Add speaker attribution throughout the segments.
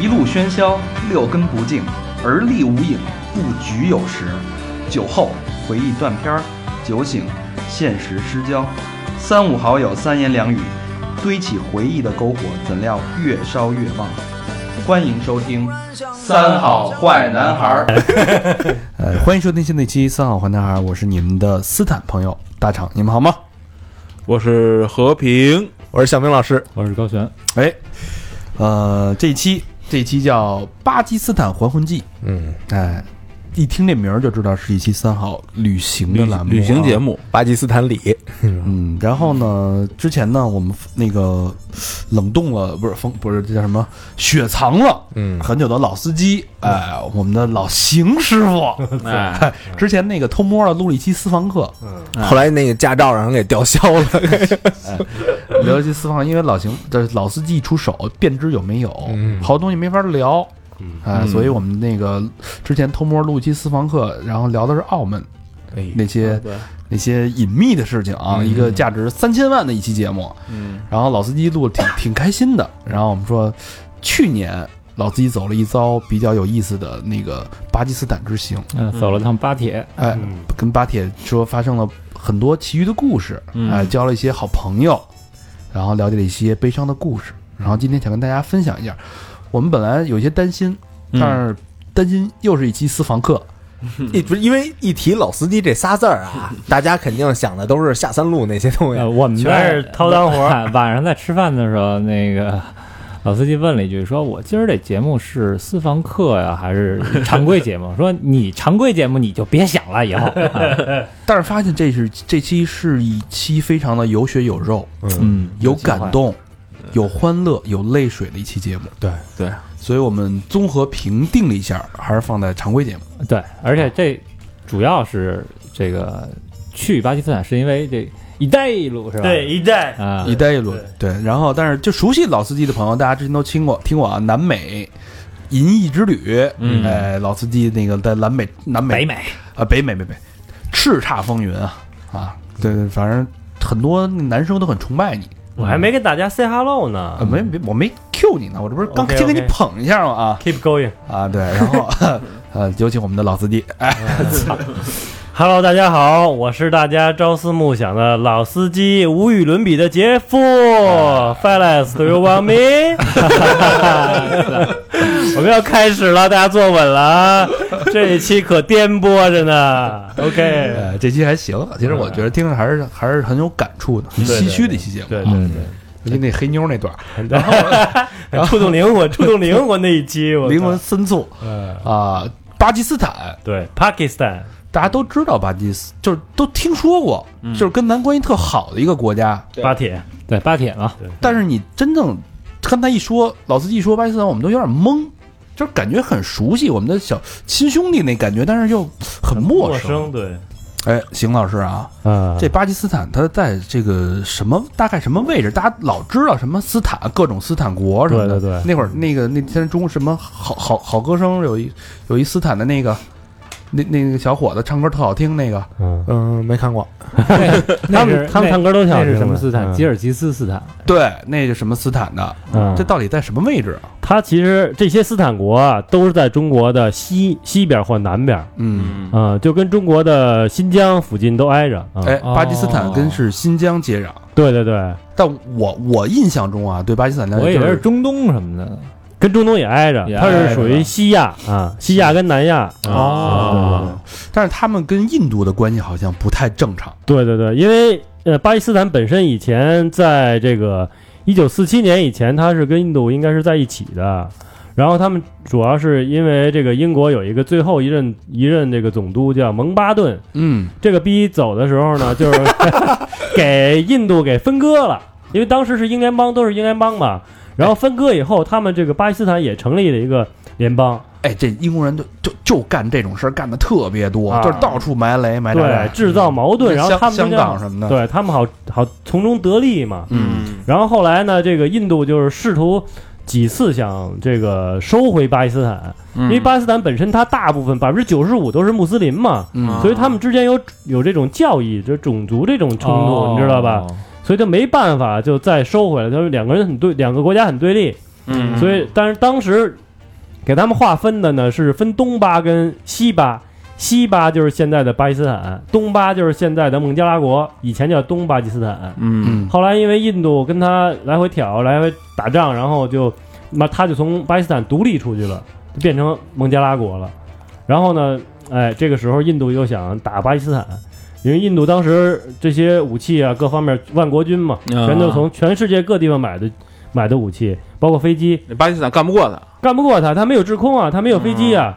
Speaker 1: 一路喧嚣，六根不净，而立无影，不局有时。酒后回忆断片儿，酒醒现实失焦。三五好友三言两语，堆起回忆的篝火，怎料越烧越旺。欢迎收听《三好坏男孩儿》。
Speaker 2: 呃，欢迎收听新的一期《三好坏男孩》，我是你们的斯坦朋友大厂，你们好吗？
Speaker 3: 我是和平，
Speaker 4: 我是小明老师，
Speaker 5: 我是高璇。
Speaker 2: 哎，呃，这一期这一期叫《巴基斯坦还魂记》，
Speaker 4: 嗯，
Speaker 2: 哎，一听这名儿就知道是一期三好旅行的栏目、啊
Speaker 3: 旅行节
Speaker 2: 目。
Speaker 3: 目，
Speaker 4: 巴基斯坦里，
Speaker 2: 嗯，然后呢，之前呢，我们那个冷冻了，不是封，不是这叫什么，雪藏了，
Speaker 4: 嗯
Speaker 2: 很久的老司机，哎，我们的老邢师傅，
Speaker 3: 哎，
Speaker 2: 哎， 之前那个偷摸的录了一期私房课，
Speaker 3: 嗯
Speaker 4: 后来那个驾照让人给吊销了，
Speaker 2: 聊一些私房，因为老邢这老司机一出手，便知有没有，
Speaker 4: 嗯
Speaker 2: 好多东西没法聊，啊，所以我们那个之前偷摸录一期私房课，然后聊的是澳门
Speaker 3: 哎
Speaker 4: 嗯
Speaker 2: 那些那些隐秘的事情啊，一个价值三千万的一期节目，
Speaker 3: 嗯，
Speaker 2: 然后老司机录得挺挺开心的，然后我们说去年。老司机走了一遭比较有意思的那个巴基斯坦之行，
Speaker 5: 嗯，走了趟巴铁，
Speaker 2: 哎，跟巴铁说发生了很多其余的故事，
Speaker 3: 嗯
Speaker 2: 哎，交了一些好朋友，然后了解了一些悲伤的故事，然后今天想跟大家分享一下，我们本来有些担心，
Speaker 3: 嗯
Speaker 2: 但是担心又是一期私房课，
Speaker 4: 一不是因为一提老司机这仨字儿 啊，大家肯定想的都是下三路那些东
Speaker 3: 嗯
Speaker 4: 西
Speaker 5: 呃，，我们
Speaker 4: 嗯全
Speaker 5: 在
Speaker 4: 是掏单活
Speaker 5: 晚上在吃饭的时候，那个 老司机问了一句，说我今儿这节目是私房课呀，还是常规节目？ 说你常规节目你就别想了，以后。
Speaker 2: 但是发现这是这期是一期非常的有血有肉，
Speaker 5: 嗯，
Speaker 2: 有感动，有欢乐，有泪水的一期节目，
Speaker 4: 对
Speaker 3: 对，
Speaker 2: 所以我们综合评定了一下，还是放在常规节目，
Speaker 5: 嗯对，而且这主要是这个去巴基斯坦是因为这“一带一路”是吧？
Speaker 6: 对，一代
Speaker 5: 啊，
Speaker 2: 一带一路，对，然后但是就熟悉老司机的朋友，大家之前都听过听过啊，南美银翼之旅，
Speaker 3: 嗯
Speaker 2: 哎，老司机那个在南美南美
Speaker 5: 北美
Speaker 2: 啊北美北美叱咤风云啊啊，对对，反正很多男生都很崇拜你
Speaker 6: 我还没跟大家 say hello 呢
Speaker 2: 啊，。没没我没 Q 你呢，我这不是刚
Speaker 6: OK，OK
Speaker 2: 先给你捧一下嘛啊
Speaker 6: Keep going。
Speaker 2: 啊对，然 后呃有请我们的老司机，哎
Speaker 6: Hello，大家好，我是大家朝思暮想的老司机，无与伦比的杰夫。Fellas，do
Speaker 5: 啊
Speaker 6: you want me？我们要开始了，大家坐稳了啊，这一期可颠簸着呢。OK，
Speaker 2: 呃这期还行，其实我觉得听着还是还是很有感触的，很
Speaker 6: 对对
Speaker 2: 唏嘘的一期节目，
Speaker 6: 对
Speaker 2: 啊
Speaker 6: 对
Speaker 5: 嗯，
Speaker 2: 尤其那黑妞那段儿
Speaker 6: 对，触动灵魂，触动灵魂那一期，我 操
Speaker 2: 灵魂深处啊，巴基斯坦。
Speaker 6: 对 Pakistan，
Speaker 2: 大家都知道巴基斯，就是都听说过，就是跟咱关系特好的一个国家。
Speaker 6: 巴铁，
Speaker 5: 对巴铁嘛，
Speaker 2: 但是你真正刚才一说，老司机一说巴基斯坦，我们都有点懵，就是感觉很熟悉，我们的小亲兄弟那感觉，但是又很陌
Speaker 6: 陌生，对，
Speaker 2: 哎，邢老师啊，
Speaker 6: 啊
Speaker 2: 这巴基斯坦它在这个什么大概什么位置？大家老知道什么斯坦，各种斯坦国什么的。
Speaker 6: 对对对
Speaker 2: 那会儿那个那天中什么好好好歌声有一有一斯坦的那个那那个小伙子唱歌特好听那个。
Speaker 6: 嗯，
Speaker 4: 嗯，没看过，
Speaker 5: 那
Speaker 6: 他
Speaker 5: 是
Speaker 6: 们他们
Speaker 5: 啊那
Speaker 6: 唱歌都挺好
Speaker 5: 那
Speaker 6: 听
Speaker 5: 是
Speaker 6: 的。
Speaker 5: 什么斯坦？
Speaker 6: 嗯
Speaker 5: 吉尔吉斯斯坦。
Speaker 2: 对，那个什么斯坦的，
Speaker 6: 嗯
Speaker 2: 这到底在什么位置啊？
Speaker 6: 它其实这些斯坦国啊，都是在中国的西西边或南边，
Speaker 2: 嗯，
Speaker 3: 嗯，
Speaker 6: 啊、就跟中国的新疆附近都挨着。啊
Speaker 2: 哎，
Speaker 5: 哦
Speaker 2: 巴基斯坦跟是新疆接壤，
Speaker 6: 对对对，
Speaker 2: 但我我印象中啊，对巴基斯坦了
Speaker 5: 我
Speaker 2: 解
Speaker 5: 以
Speaker 2: 就
Speaker 5: 为是
Speaker 2: 是
Speaker 5: 中东什么的。
Speaker 6: 跟中东也挨着
Speaker 5: 也，
Speaker 6: 它
Speaker 5: 挨着
Speaker 6: 是属于西亚啊，西亚跟南亚。
Speaker 5: 哦，
Speaker 2: 但是他们跟印度的关系好像不太正常。
Speaker 6: 对对对，因为呃，巴基斯坦本身以前在这个一九四七年以前，它是跟印度应该是在一起的。然后他们主要是因为这个英国有一个最后一任一任这个总督叫蒙巴顿，
Speaker 2: 嗯，
Speaker 6: 这个逼走的时 候呢，就是给印度给分割了，因为当时是英联邦，都是英联邦嘛。然后分割以后，他们这个巴基斯坦也成立了一个联邦，
Speaker 2: 哎，这英国人就就就干这种事儿干的特别多，
Speaker 6: 啊
Speaker 2: 就是到处埋雷埋炸
Speaker 6: 对，
Speaker 2: 弹。
Speaker 6: 制造矛盾，然后
Speaker 2: 香
Speaker 6: 他们
Speaker 2: 哎嗯香
Speaker 6: 就
Speaker 2: 港什么的，
Speaker 6: 对他们好好从中得利嘛。
Speaker 2: 嗯，
Speaker 6: 然后后来呢，这个印度就是试图几次想这个收回巴基斯坦，
Speaker 2: 嗯
Speaker 6: 因为巴基斯坦本身它大部分百分之九十五都是穆斯林嘛，
Speaker 2: 嗯哦
Speaker 6: 所以他们之间有有这种教义，就是种族这种冲突，你知道吧？？所以他没办法就再收回来。他说两个人很对，两个国家很对立，
Speaker 1: 嗯
Speaker 6: 所以但是当时给他们划分的呢是分东巴跟西巴，西巴就是现在的巴基斯坦，东巴就是现在的孟加拉国，以前叫东巴基斯坦。
Speaker 3: 嗯
Speaker 6: 后来因为印度跟他来回挑，来回打仗，然后就那他就从巴基斯坦独立出去了，就变成孟加拉国了。然后呢，哎，这个时候印度又想打巴基斯坦，因为印度当时这些武器啊各方面万国军嘛，
Speaker 3: 啊
Speaker 6: 全都从全世界各地方买的买的武器，包括飞机，
Speaker 3: 巴基斯坦干不过他，
Speaker 6: 干不过他，他没有制空啊，他没有飞机啊。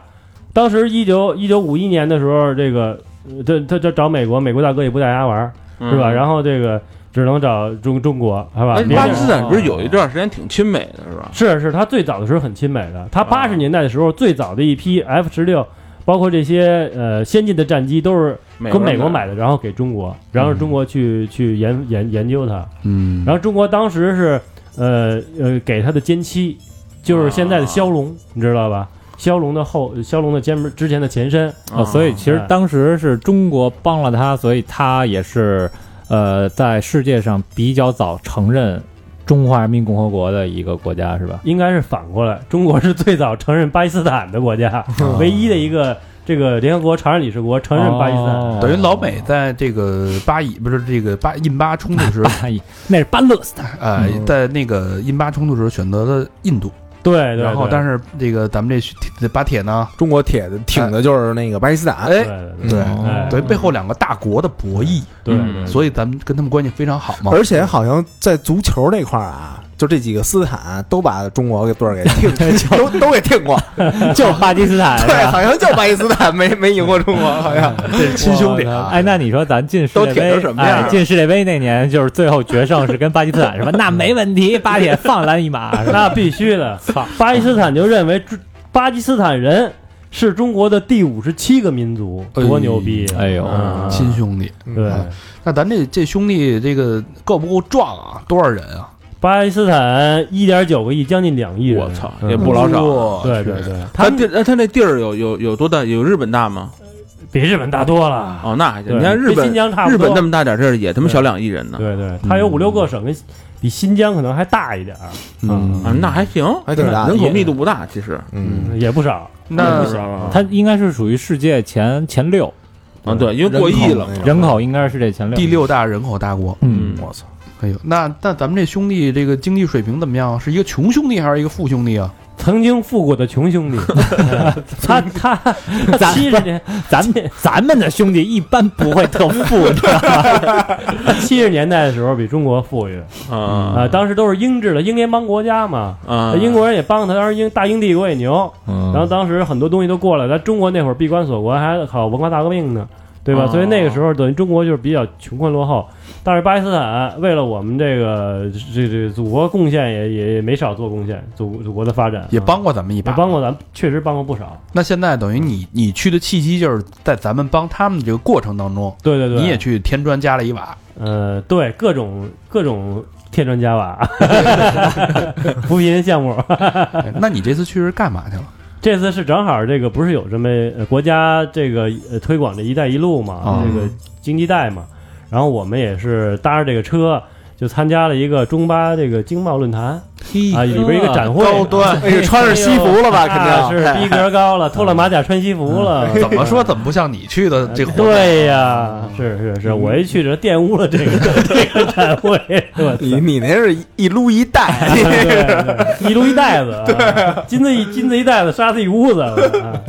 Speaker 6: 当时一九一九五一年的时候，这个呃他他他找美国，美国大哥也不带他玩儿，是吧？然后这个只能找中中国，是吧
Speaker 3: 嗯哎？
Speaker 6: 别
Speaker 3: 巴
Speaker 6: 人
Speaker 3: 基斯坦不是有一段时间挺亲美的，是吧？
Speaker 6: 是是，他最早的时候很亲美的，他八十年代的时候最早的一批 F 十六，包括这些呃先进的战机都是跟美国买的，嗯然后给中国，然后中国去去研研研究它。
Speaker 2: 嗯
Speaker 6: 然后中国当时是呃呃给他的歼七，就是现
Speaker 2: 啊
Speaker 6: 在的骁龙，你知道吧？骁龙的后，骁龙的前面之前的前身，
Speaker 5: 啊，所以其实当时是中国帮了他，所以他也是呃，在世界上比较早承认中华人民共和国的一个国家，是吧？
Speaker 6: 应该是反过来，中国是最早承认巴基斯坦的国家，
Speaker 2: 啊
Speaker 6: 唯一的一个这个联合国常任理事国承认巴基斯坦。
Speaker 5: 哦
Speaker 2: 等于老美在这个巴以不是这个巴印巴冲突
Speaker 6: 嗯
Speaker 2: 时，
Speaker 5: 哎那是巴勒斯坦，
Speaker 2: 呃，在那个印巴冲突时选择了印度，
Speaker 6: 对对对，
Speaker 2: 然后但是这个咱们这许这巴铁呢，
Speaker 4: 中国铁的挺的就是那个巴基斯坦，嗯
Speaker 6: 对
Speaker 2: 哎，
Speaker 6: 对对
Speaker 4: 对，
Speaker 5: 哎
Speaker 2: 对背后两个大国的博弈，
Speaker 6: 对
Speaker 3: 嗯
Speaker 2: 所以咱们跟他们关系非常好嘛。
Speaker 4: 而且好像在足球那块儿啊，就这几个斯坦都把中国给队儿给听，都都给听过，
Speaker 5: 就巴基斯坦，是
Speaker 4: 对，啊
Speaker 5: 吧
Speaker 4: 好像就巴基斯坦没没赢过中国，好像
Speaker 2: 这是亲兄弟啊！
Speaker 5: 哎，那你说咱进世界
Speaker 4: 都舔
Speaker 5: 杯
Speaker 4: 成什么样
Speaker 5: 哎进世界杯那年就是最后决胜是跟巴基斯坦是吧？那没问题，巴铁放咱一马，是吧？
Speaker 6: 那必 须的。操，巴基斯坦就认为中巴基斯坦人是中国的第五十七个民族，
Speaker 2: 哎
Speaker 6: 多牛逼！
Speaker 5: 哎呦
Speaker 6: 嗯
Speaker 2: 亲嗯兄弟，
Speaker 6: 对，
Speaker 2: 那咱这这兄弟这个够不够壮啊？多少人啊？
Speaker 6: 巴基斯坦一点九个亿，将近两亿人。
Speaker 3: 我操，
Speaker 6: 嗯
Speaker 3: 也不老少。
Speaker 2: 哇
Speaker 6: 对对对，
Speaker 3: 他
Speaker 6: 他
Speaker 3: 地
Speaker 6: 们
Speaker 3: 那他那地儿有有有多大？有日本大吗？
Speaker 6: 比日本大多了。
Speaker 3: 哦，那还行。
Speaker 6: 对
Speaker 3: 你看日
Speaker 6: 跟
Speaker 3: 本
Speaker 6: 新疆差不
Speaker 3: 日
Speaker 6: 多
Speaker 3: 本那么大点地儿，也他妈小两亿人呢。
Speaker 6: 对对，它有五六个省，跟比新疆可能还大一点儿，
Speaker 2: 嗯，
Speaker 3: 啊，那还行，
Speaker 4: 还挺大的
Speaker 3: 人口密度不大，其实。
Speaker 4: 嗯，
Speaker 6: 也不少。
Speaker 2: 那
Speaker 5: 他应该是属于世界前前六
Speaker 3: 啊，对，因为过亿了嘛。
Speaker 5: 人口，应该是世界前六。
Speaker 2: 第，六大人口大国，
Speaker 5: 嗯，
Speaker 4: 我操，
Speaker 2: 哎呦，那那咱们这兄弟这个经济水平怎么样？啊是一个穷兄弟还是一个富兄弟啊？
Speaker 6: 曾经富过的穷兄弟， 他他他七十年
Speaker 5: 咱们咱们的兄弟一般不会特富，你知道吗？
Speaker 6: 他七十年代的时候比中国富裕啊、
Speaker 3: 啊
Speaker 6: 当时都是英制的英联邦国家嘛，
Speaker 3: 啊！
Speaker 6: 英国人也帮他，当时英大英帝国也牛，然后当时很多东西都过来，咱中国那会儿闭关锁国，还搞文化大革命呢，对吧？
Speaker 3: 哦
Speaker 6: 所以那个时候等于中国就是比较穷困落后，但是巴基斯坦为了我们这个这这祖国贡献也也也没少做贡献，祖祖国的发展
Speaker 2: 也帮过咱们一
Speaker 6: 也
Speaker 2: 把，
Speaker 6: 帮过咱们，确实帮过不少。
Speaker 2: 那现在等于你你去的契机就是在咱们帮他们这个过程当中，
Speaker 6: 对对对，
Speaker 2: 你也去添砖加了一 瓦，
Speaker 6: 呃对各种各种添砖加 瓦，扶贫项目。
Speaker 2: 哎那你这次去是干嘛去了？
Speaker 6: 这次是正好这个不是有这么、呃国家这个呃推广这“一带一路”嘛，
Speaker 2: 啊
Speaker 6: 这个经济带嘛，然后我们也是搭着这个车就参加了一个中巴这个经贸论坛
Speaker 2: 嘿
Speaker 6: 啊，里边一个展会，
Speaker 2: 高端，
Speaker 4: 哎呦，穿着西服了吧？
Speaker 6: 那
Speaker 4: 肯定
Speaker 6: 哎
Speaker 4: 啊
Speaker 6: 是逼格高了，脱了马甲穿西服了，
Speaker 4: 嗯
Speaker 2: 啊怎么说怎么不像你去的
Speaker 6: 啊
Speaker 2: 这活动？
Speaker 6: 对呀，
Speaker 4: 嗯
Speaker 6: 是是是，我一去这玷污了这个 这个展 会，我
Speaker 4: 你你那是一一撸一
Speaker 6: 哎
Speaker 4: 带，
Speaker 6: 对对一撸一袋子，啊金子一金子一袋子，沙子一屋子，啊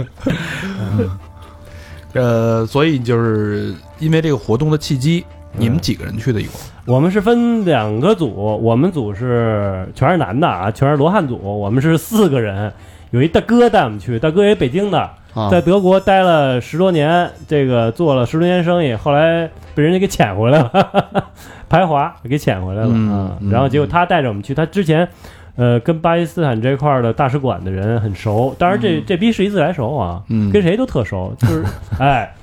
Speaker 2: 呃，所以就是因为这个活动的契机，你
Speaker 6: 嗯
Speaker 2: 们几个人去的一共？
Speaker 6: 我们是分两个组，我们组是全是男的啊，全是罗汉组，我们是四个人，有一大哥带我们去，大哥也北京的，
Speaker 2: 啊
Speaker 6: 在德国待了十多年，这个做了十多年生意，后来被人家给遣回来了， 哈哈哈排华给遣回来了
Speaker 2: 嗯
Speaker 6: 啊
Speaker 2: 嗯。
Speaker 6: 然后结果他带着我们去，他之前。呃，跟巴基斯坦这块儿的大使馆的人很熟，当然这、这逼是一自来熟啊，
Speaker 2: 嗯
Speaker 6: 跟谁 都特熟，就是哎，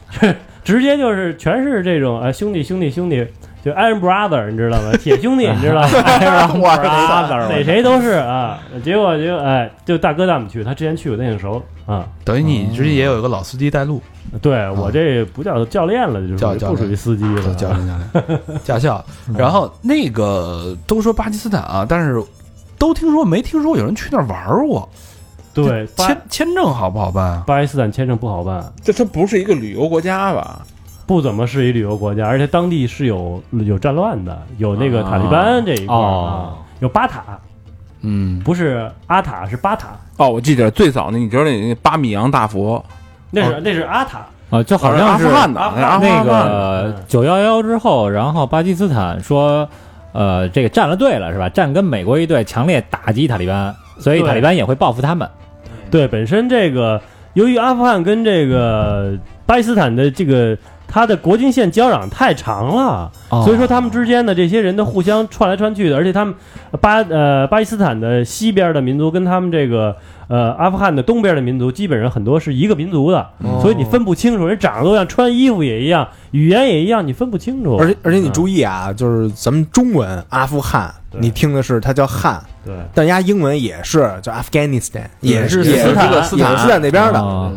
Speaker 6: 直接就是全是这种啊、哎兄弟兄弟兄弟，就 Iron Brother，你知道吗？铁兄弟，你知 道吗？Iron Brother，哪谁都是啊。结果就哎，就大哥带我们去，他之前去我都挺熟啊。
Speaker 2: 等于你直接也有一个老司机带路，
Speaker 6: 对我这不叫教练了，就是
Speaker 2: 啊教教练
Speaker 6: 不属于司机了。
Speaker 2: 教练教练 驾校。
Speaker 6: 嗯
Speaker 2: 然后那个都说巴基斯坦啊，但是都听说没听说有人去那儿玩过。
Speaker 6: 对，巴
Speaker 2: 签签证好不好办啊？
Speaker 6: 巴基斯坦签证不好办，
Speaker 3: 这它不是一个旅游国家吧？
Speaker 6: 不怎么是一旅游国家，而且当地是有有战乱的，有那个塔利班这一块儿啊
Speaker 5: 哦，
Speaker 6: 有巴塔，
Speaker 2: 嗯，
Speaker 6: 不是阿塔是巴塔，
Speaker 3: 哦，我记得最早那，你知道那那巴米扬大佛，
Speaker 6: 那
Speaker 2: 哦
Speaker 6: 是那是阿塔，
Speaker 5: 啊，就好像
Speaker 3: 阿
Speaker 5: 是
Speaker 3: 富汗的，是阿富
Speaker 6: 啊
Speaker 5: 那
Speaker 3: 汗的
Speaker 5: 个九幺幺之后，然后巴基斯坦说，呃，这个站了队了是吧？站跟美国一队，强烈打击塔利班，所以
Speaker 6: 对
Speaker 5: 塔利班也会报复他们。
Speaker 6: 对，本身这个由于阿富汗跟这个巴基斯坦的这个它的国境线交壤太长了，
Speaker 4: 哦
Speaker 6: 所以说他们之间的这些人的互相串来串去的，而且他们巴呃巴基斯坦的西边的民族跟他们这个呃阿富汗的东边的民族基本上很多是一个民族的，所以你分不清楚，人长得都一样，穿衣服也一样，语言也一样，你分不清楚。
Speaker 4: 而且而且你
Speaker 6: 嗯
Speaker 4: 注意啊，就是咱们中文阿富汗，
Speaker 6: 对
Speaker 4: 你听的是它叫汉，
Speaker 6: 对
Speaker 4: 但人家英文也是叫 Afghanistan，也是
Speaker 6: 是
Speaker 4: 也
Speaker 6: 斯
Speaker 4: 是
Speaker 6: 坦
Speaker 4: 斯坦斯坦那边的，
Speaker 5: 啊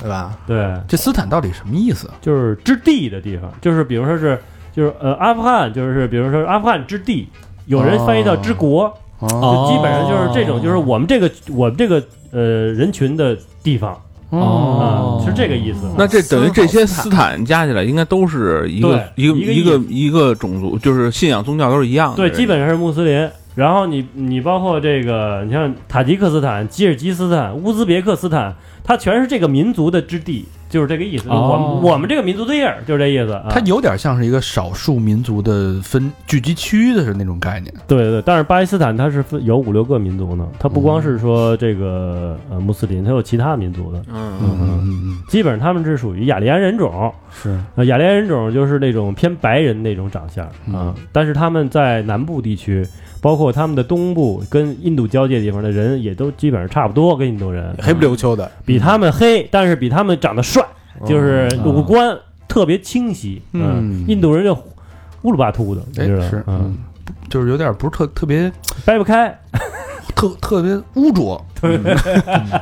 Speaker 4: 对吧？
Speaker 6: 对。
Speaker 2: 这斯坦到底什么意思？啊
Speaker 6: 就是之地的地方，就是比如说是就是呃阿富汗，就是比如说是阿富汗之地，有人翻译到之国，
Speaker 5: 哦
Speaker 6: 就基本上就是这种，就是我们这个我们这个呃人群的地方啊、
Speaker 5: 哦，
Speaker 6: 是这个意思。
Speaker 3: 那这等于这些斯坦加起来，应该都是一个
Speaker 6: 对
Speaker 3: 一个
Speaker 6: 一个
Speaker 3: 一个一个种族，就是信仰宗教都是一样的。
Speaker 6: 对，基本上是穆斯林。然后你你包括这个，你像塔吉克斯坦、吉尔吉斯斯坦、乌兹别克斯坦，它全是这个民族的之地，就是这个意思。
Speaker 5: 哦
Speaker 6: 我们我们这个民族的印儿就是这意思。啊、
Speaker 2: 它有点像是一个少数民族的分聚集区的是那种概念。
Speaker 6: 对对，但是巴基斯坦它是分有五六个民族呢，它不光是说这个呃穆斯林，它有其他民族的，
Speaker 3: 嗯，
Speaker 2: 嗯嗯
Speaker 6: 基本上他们是属于雅利安人种，
Speaker 2: 是
Speaker 6: 呃雅利安人种就是那种偏白人那种长相
Speaker 2: 嗯
Speaker 6: 啊、但是他们在南部地区，包括他们的东部跟印度交界地方的人也都基本上差不多，跟印度
Speaker 2: 嗯
Speaker 6: 人
Speaker 4: 黑不溜秋的，
Speaker 6: 比他们黑，但是比他们长得帅，就是五官特别清晰，
Speaker 2: 嗯
Speaker 6: 印度人就乌鲁巴秃的，你
Speaker 2: 哎
Speaker 6: 知道吗
Speaker 2: 是
Speaker 6: 嗯，
Speaker 2: 嗯，就是有点不是特特别
Speaker 6: 掰不开，
Speaker 2: 特特别污浊，嗯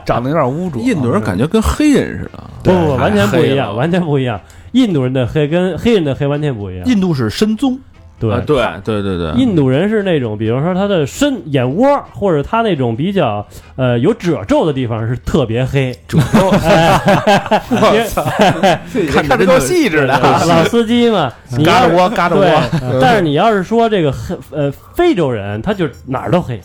Speaker 2: 长得有点污浊。
Speaker 3: 嗯
Speaker 2: 嗯
Speaker 3: 印度人感觉跟黑人似的，
Speaker 6: 不不，不完全不一
Speaker 3: 太黑了
Speaker 6: 样，完全不一样。印度人的黑跟黑人的黑完全不一样。
Speaker 2: 印度是深棕，
Speaker 6: 对，
Speaker 3: 啊对对对对，
Speaker 6: 印度人是那种，比如说他的身眼窝儿，或者他那种比较呃有褶皱的地方是特别黑。褶皱，
Speaker 4: 看着够细致的。
Speaker 6: 老司机嘛，你
Speaker 2: 嘎
Speaker 6: 要
Speaker 2: 着窝，嘎着
Speaker 6: 对
Speaker 2: 窝。，
Speaker 6: 但是你要是说这个黑呃非洲人，他就哪儿都黑，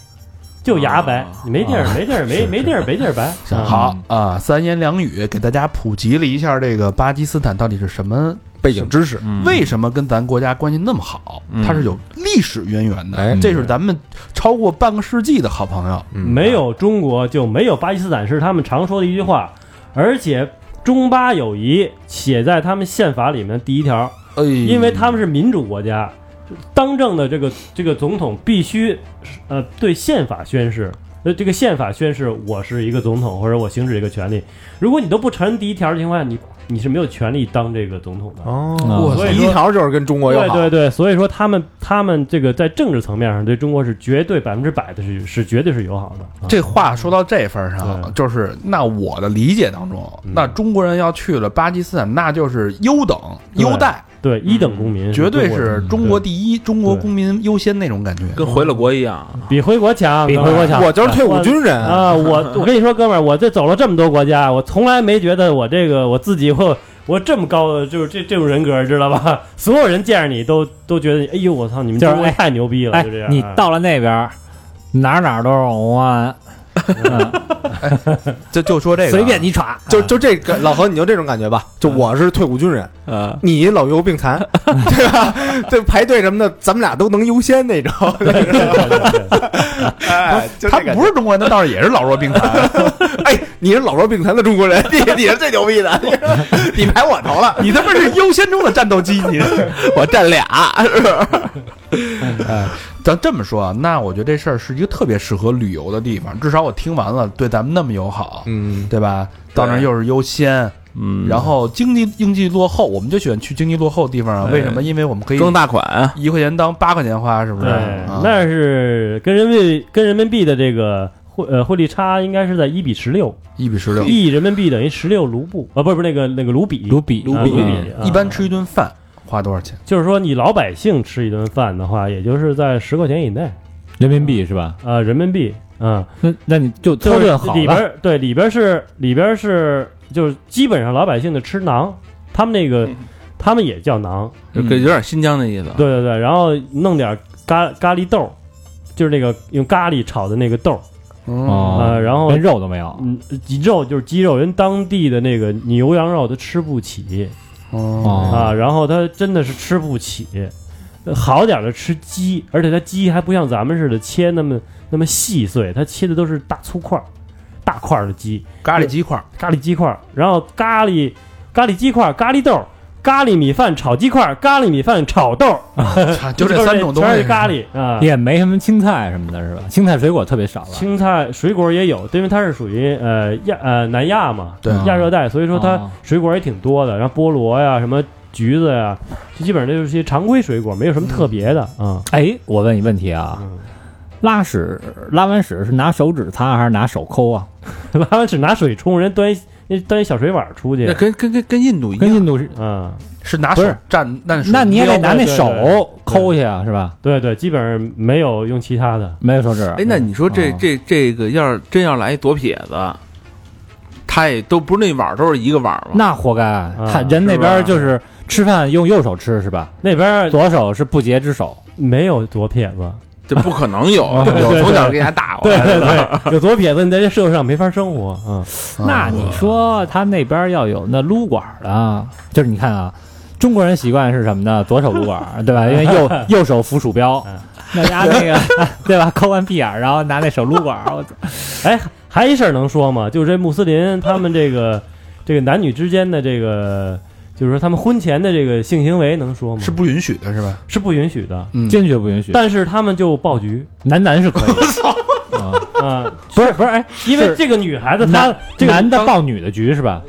Speaker 6: 就牙白，你没地儿没地儿没没地儿没地儿白。啊
Speaker 2: 好啊，三言两语给大家普及了一下这个巴基斯坦到底是什么
Speaker 4: 背景知识，
Speaker 3: 嗯
Speaker 2: 为什么跟咱国家关系那么好？
Speaker 3: 嗯
Speaker 2: 它是有历史渊源的，
Speaker 4: 哎
Speaker 2: 这是咱们超过半个世纪的好朋友。
Speaker 6: 没有中国就没有巴基斯坦，是他们常说的一句话。而且中巴友谊写在他们宪法里面第一条，
Speaker 2: 哎，
Speaker 6: 因为他们是民主国家，当政的这个这个总统必须呃对宪法宣誓。呃，这个宪法宣誓，我是一个总统，或者我行使这个权利。如果你都不承认第一条的情况下，你你是没有权利当这个总统的。
Speaker 4: 哦，
Speaker 5: 啊
Speaker 2: 我
Speaker 6: 所以
Speaker 4: 第一
Speaker 6: 说
Speaker 4: 条就是跟中国友
Speaker 6: 对
Speaker 4: 好，
Speaker 6: 对对，所以说他们他们这个在政治层面上对中国是绝对百分之百的是是绝对是友好的。啊
Speaker 2: 这话说到这份儿上，
Speaker 6: 对
Speaker 2: 就是那我的理解当中，
Speaker 6: 嗯
Speaker 2: 那中国人要去了巴基斯坦，那就是优等
Speaker 6: 对
Speaker 2: 优待，
Speaker 6: 对一等公民
Speaker 2: 嗯绝对
Speaker 6: 中国人
Speaker 2: 是中国第一，中国公民优先那种感觉。
Speaker 3: 跟回了国一样，
Speaker 6: 比回国强，
Speaker 5: 比回国强
Speaker 4: 我就是退伍军人，
Speaker 6: 啊！我我跟你说，哥们儿，我这走了这么多国家，我从来没觉得我这个我自己我我这么高的就是这这种人格，知道吧？ 所有人见着你都都觉得，哎呦，我操，你们
Speaker 5: 就是
Speaker 6: 中国
Speaker 5: 哎
Speaker 6: 太牛逼了，
Speaker 5: 哎
Speaker 6: 就这样。，
Speaker 5: 你
Speaker 6: 啊
Speaker 5: 到了那边儿，哪儿哪儿都是红安，
Speaker 2: 就就说这个，啊
Speaker 5: 随便你耍。
Speaker 4: 就就这个老何，你就这种感觉吧。
Speaker 6: 嗯
Speaker 4: 就我是退伍军人，
Speaker 6: 啊
Speaker 3: 呃，
Speaker 4: 你老弱病 残，对吧？对排队什么的，咱们俩都能优先那种。哎，就
Speaker 2: 他
Speaker 4: 这感觉
Speaker 2: 不是中国人，他倒是也是老弱病残。
Speaker 4: 哎，你是老弱病残的中国人，你你是最牛逼的，你你排我头了，
Speaker 2: 你他妈是优先中的战斗机，你是。
Speaker 4: 我占 俩。
Speaker 2: 哎，咱这么说啊，那我觉得这事儿是一个特别适合旅游的地方，至少我听完了，对咱们那么友好，
Speaker 4: 嗯，
Speaker 2: 对吧？到那儿又是优先，
Speaker 3: 嗯，
Speaker 2: 然后经济经济落后，我们就喜欢去经济落后的地方啊。
Speaker 3: 哎
Speaker 2: 为什么？因为我们可以
Speaker 3: 装大款，
Speaker 2: 一块钱当八块钱花，是不是？
Speaker 6: 对，
Speaker 2: 啊
Speaker 6: 那是跟人民币跟人民币的这个汇呃汇率差应该是在一比十六，
Speaker 2: 一比十六。
Speaker 6: 一人民币等于十六卢布啊，不是不是那个那个卢比，
Speaker 5: 卢比，
Speaker 6: 啊
Speaker 3: 比
Speaker 6: 卢
Speaker 3: 嗯
Speaker 6: 啊
Speaker 2: 一般吃一顿饭花多少钱？
Speaker 6: 就是说你老百姓吃一顿饭的话，也就是在十块钱以内
Speaker 5: 人民币是吧？
Speaker 6: 啊、人民币啊，
Speaker 5: 那那你就
Speaker 6: 就
Speaker 5: 拖
Speaker 6: 是
Speaker 5: 顿好
Speaker 6: 里边
Speaker 5: 了，
Speaker 6: 儿对里边儿是里边儿是就是基本上老百姓的吃馕，他们那个他们也叫馕，
Speaker 3: 这
Speaker 2: 嗯
Speaker 3: 有点新疆那意思。
Speaker 6: 对对对，然后弄点咖咖喱豆儿，就是那个用咖喱炒的那个豆儿。
Speaker 2: 哦，
Speaker 5: 哦
Speaker 6: 呃然后
Speaker 5: 连肉都没有，
Speaker 6: 嗯，鸡肉就是鸡肉，人当地的那个牛羊肉他吃不起
Speaker 5: 嗯
Speaker 2: 哦
Speaker 6: 啊，然后他真的是吃不起。呃好点儿的吃鸡，而且他鸡还不像咱们似的切那么那么细碎，他切的都是大粗块儿、大块儿的鸡，
Speaker 2: 咖喱鸡块儿，
Speaker 6: 咖喱鸡块儿，然后咖喱咖喱鸡块儿、咖喱豆儿、咖喱米饭炒鸡块儿、咖喱米饭炒豆儿，
Speaker 2: 啊 就这三种东
Speaker 6: 全
Speaker 2: 西。嗯
Speaker 6: 是咖喱啊。
Speaker 5: 也没什么青菜什么的，是吧？青菜水果特别少了。
Speaker 6: 青菜、水果也有，因为它是属于呃亚呃南亚嘛，
Speaker 2: 对啊
Speaker 6: 亚热带，所以说它
Speaker 5: 哦
Speaker 6: 水果也挺多的，然后菠萝呀、什么橘子呀，就基本上就是些常规水果，没有什么特别的
Speaker 2: 嗯
Speaker 6: 啊。
Speaker 5: 哎，我问你问题啊，
Speaker 6: 嗯
Speaker 5: 拉屎拉完屎是拿手指擦还是拿手抠啊？
Speaker 6: 拉完屎拿水冲，人端一端一小水碗出去
Speaker 3: 那，跟跟跟跟印度一
Speaker 5: 跟
Speaker 3: 样，
Speaker 5: 印度是，
Speaker 6: 啊，
Speaker 2: 是拿
Speaker 5: 不
Speaker 2: 手
Speaker 5: 是
Speaker 2: 蘸，那
Speaker 5: 那你也得拿那
Speaker 6: 对对
Speaker 5: 手
Speaker 6: 对
Speaker 5: 抠去啊，是吧？
Speaker 6: 对对，基本上没有用其他的，
Speaker 5: 没有手指。
Speaker 3: 哎，那你说这
Speaker 5: 哦
Speaker 3: 这这个要是真要来一左撇子，他也都不是那碗儿都是一个碗儿吗？
Speaker 5: 那活该，他人那边就是吃饭用右手吃是吧？
Speaker 6: 那边儿
Speaker 5: 左手是不洁之手，
Speaker 6: 没有左撇子，
Speaker 3: 这不可能有，
Speaker 5: 哦
Speaker 3: 有
Speaker 6: 对
Speaker 3: 从小给
Speaker 6: 对
Speaker 3: 他打过
Speaker 6: 对
Speaker 3: 来的。
Speaker 6: 对对，有左撇子你在这社会上没法生活啊。
Speaker 5: 那你说他那边要有那撸管儿的，就是你看啊，中国人习惯是什么呢？左手撸管儿，对吧？因为右右手扶鼠标
Speaker 6: 嗯，
Speaker 5: 那家那个 对吧？抠完闭眼儿，然后拿那手撸管儿，我操
Speaker 6: 哎，还一事儿能说吗？就是这穆斯林他们这个这个男女之间的这个，就是说他们婚前的这个性行为能说吗？
Speaker 2: 是不允许的，是吧？
Speaker 6: 是不允许的，
Speaker 2: 嗯
Speaker 5: 坚决不允许。
Speaker 6: 但是他们就爆菊
Speaker 5: 男男是 可以的，啊
Speaker 6: 啊，不是不是，哎，因为这个女孩子她
Speaker 5: 男
Speaker 6: 这个
Speaker 5: 男的
Speaker 6: 当
Speaker 5: 抱女的局是吧？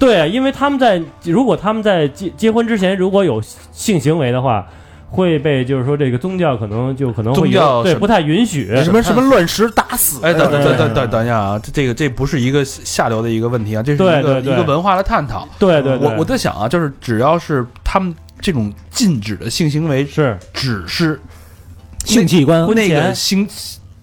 Speaker 6: 对，因为他们在如果他们在结结婚之前如果有性行为的话。会被就是说这个宗教可能就可能会
Speaker 2: 宗教
Speaker 6: 有对
Speaker 2: 什么
Speaker 6: 不太允许，
Speaker 4: 什么什么乱石打死，
Speaker 2: 哎，等
Speaker 6: 对
Speaker 2: 等
Speaker 6: 对
Speaker 2: 等等等一下啊，这这个这不是一个下流的一个问题啊，这是
Speaker 6: 对
Speaker 2: 一个
Speaker 6: 对对
Speaker 2: 一个文化的探讨。
Speaker 6: 对对对，
Speaker 2: 我我在想啊，就是只要是他们这种禁止的性行为，
Speaker 6: 是
Speaker 2: 只是
Speaker 5: 性器官
Speaker 2: 那个
Speaker 6: 前
Speaker 2: 性，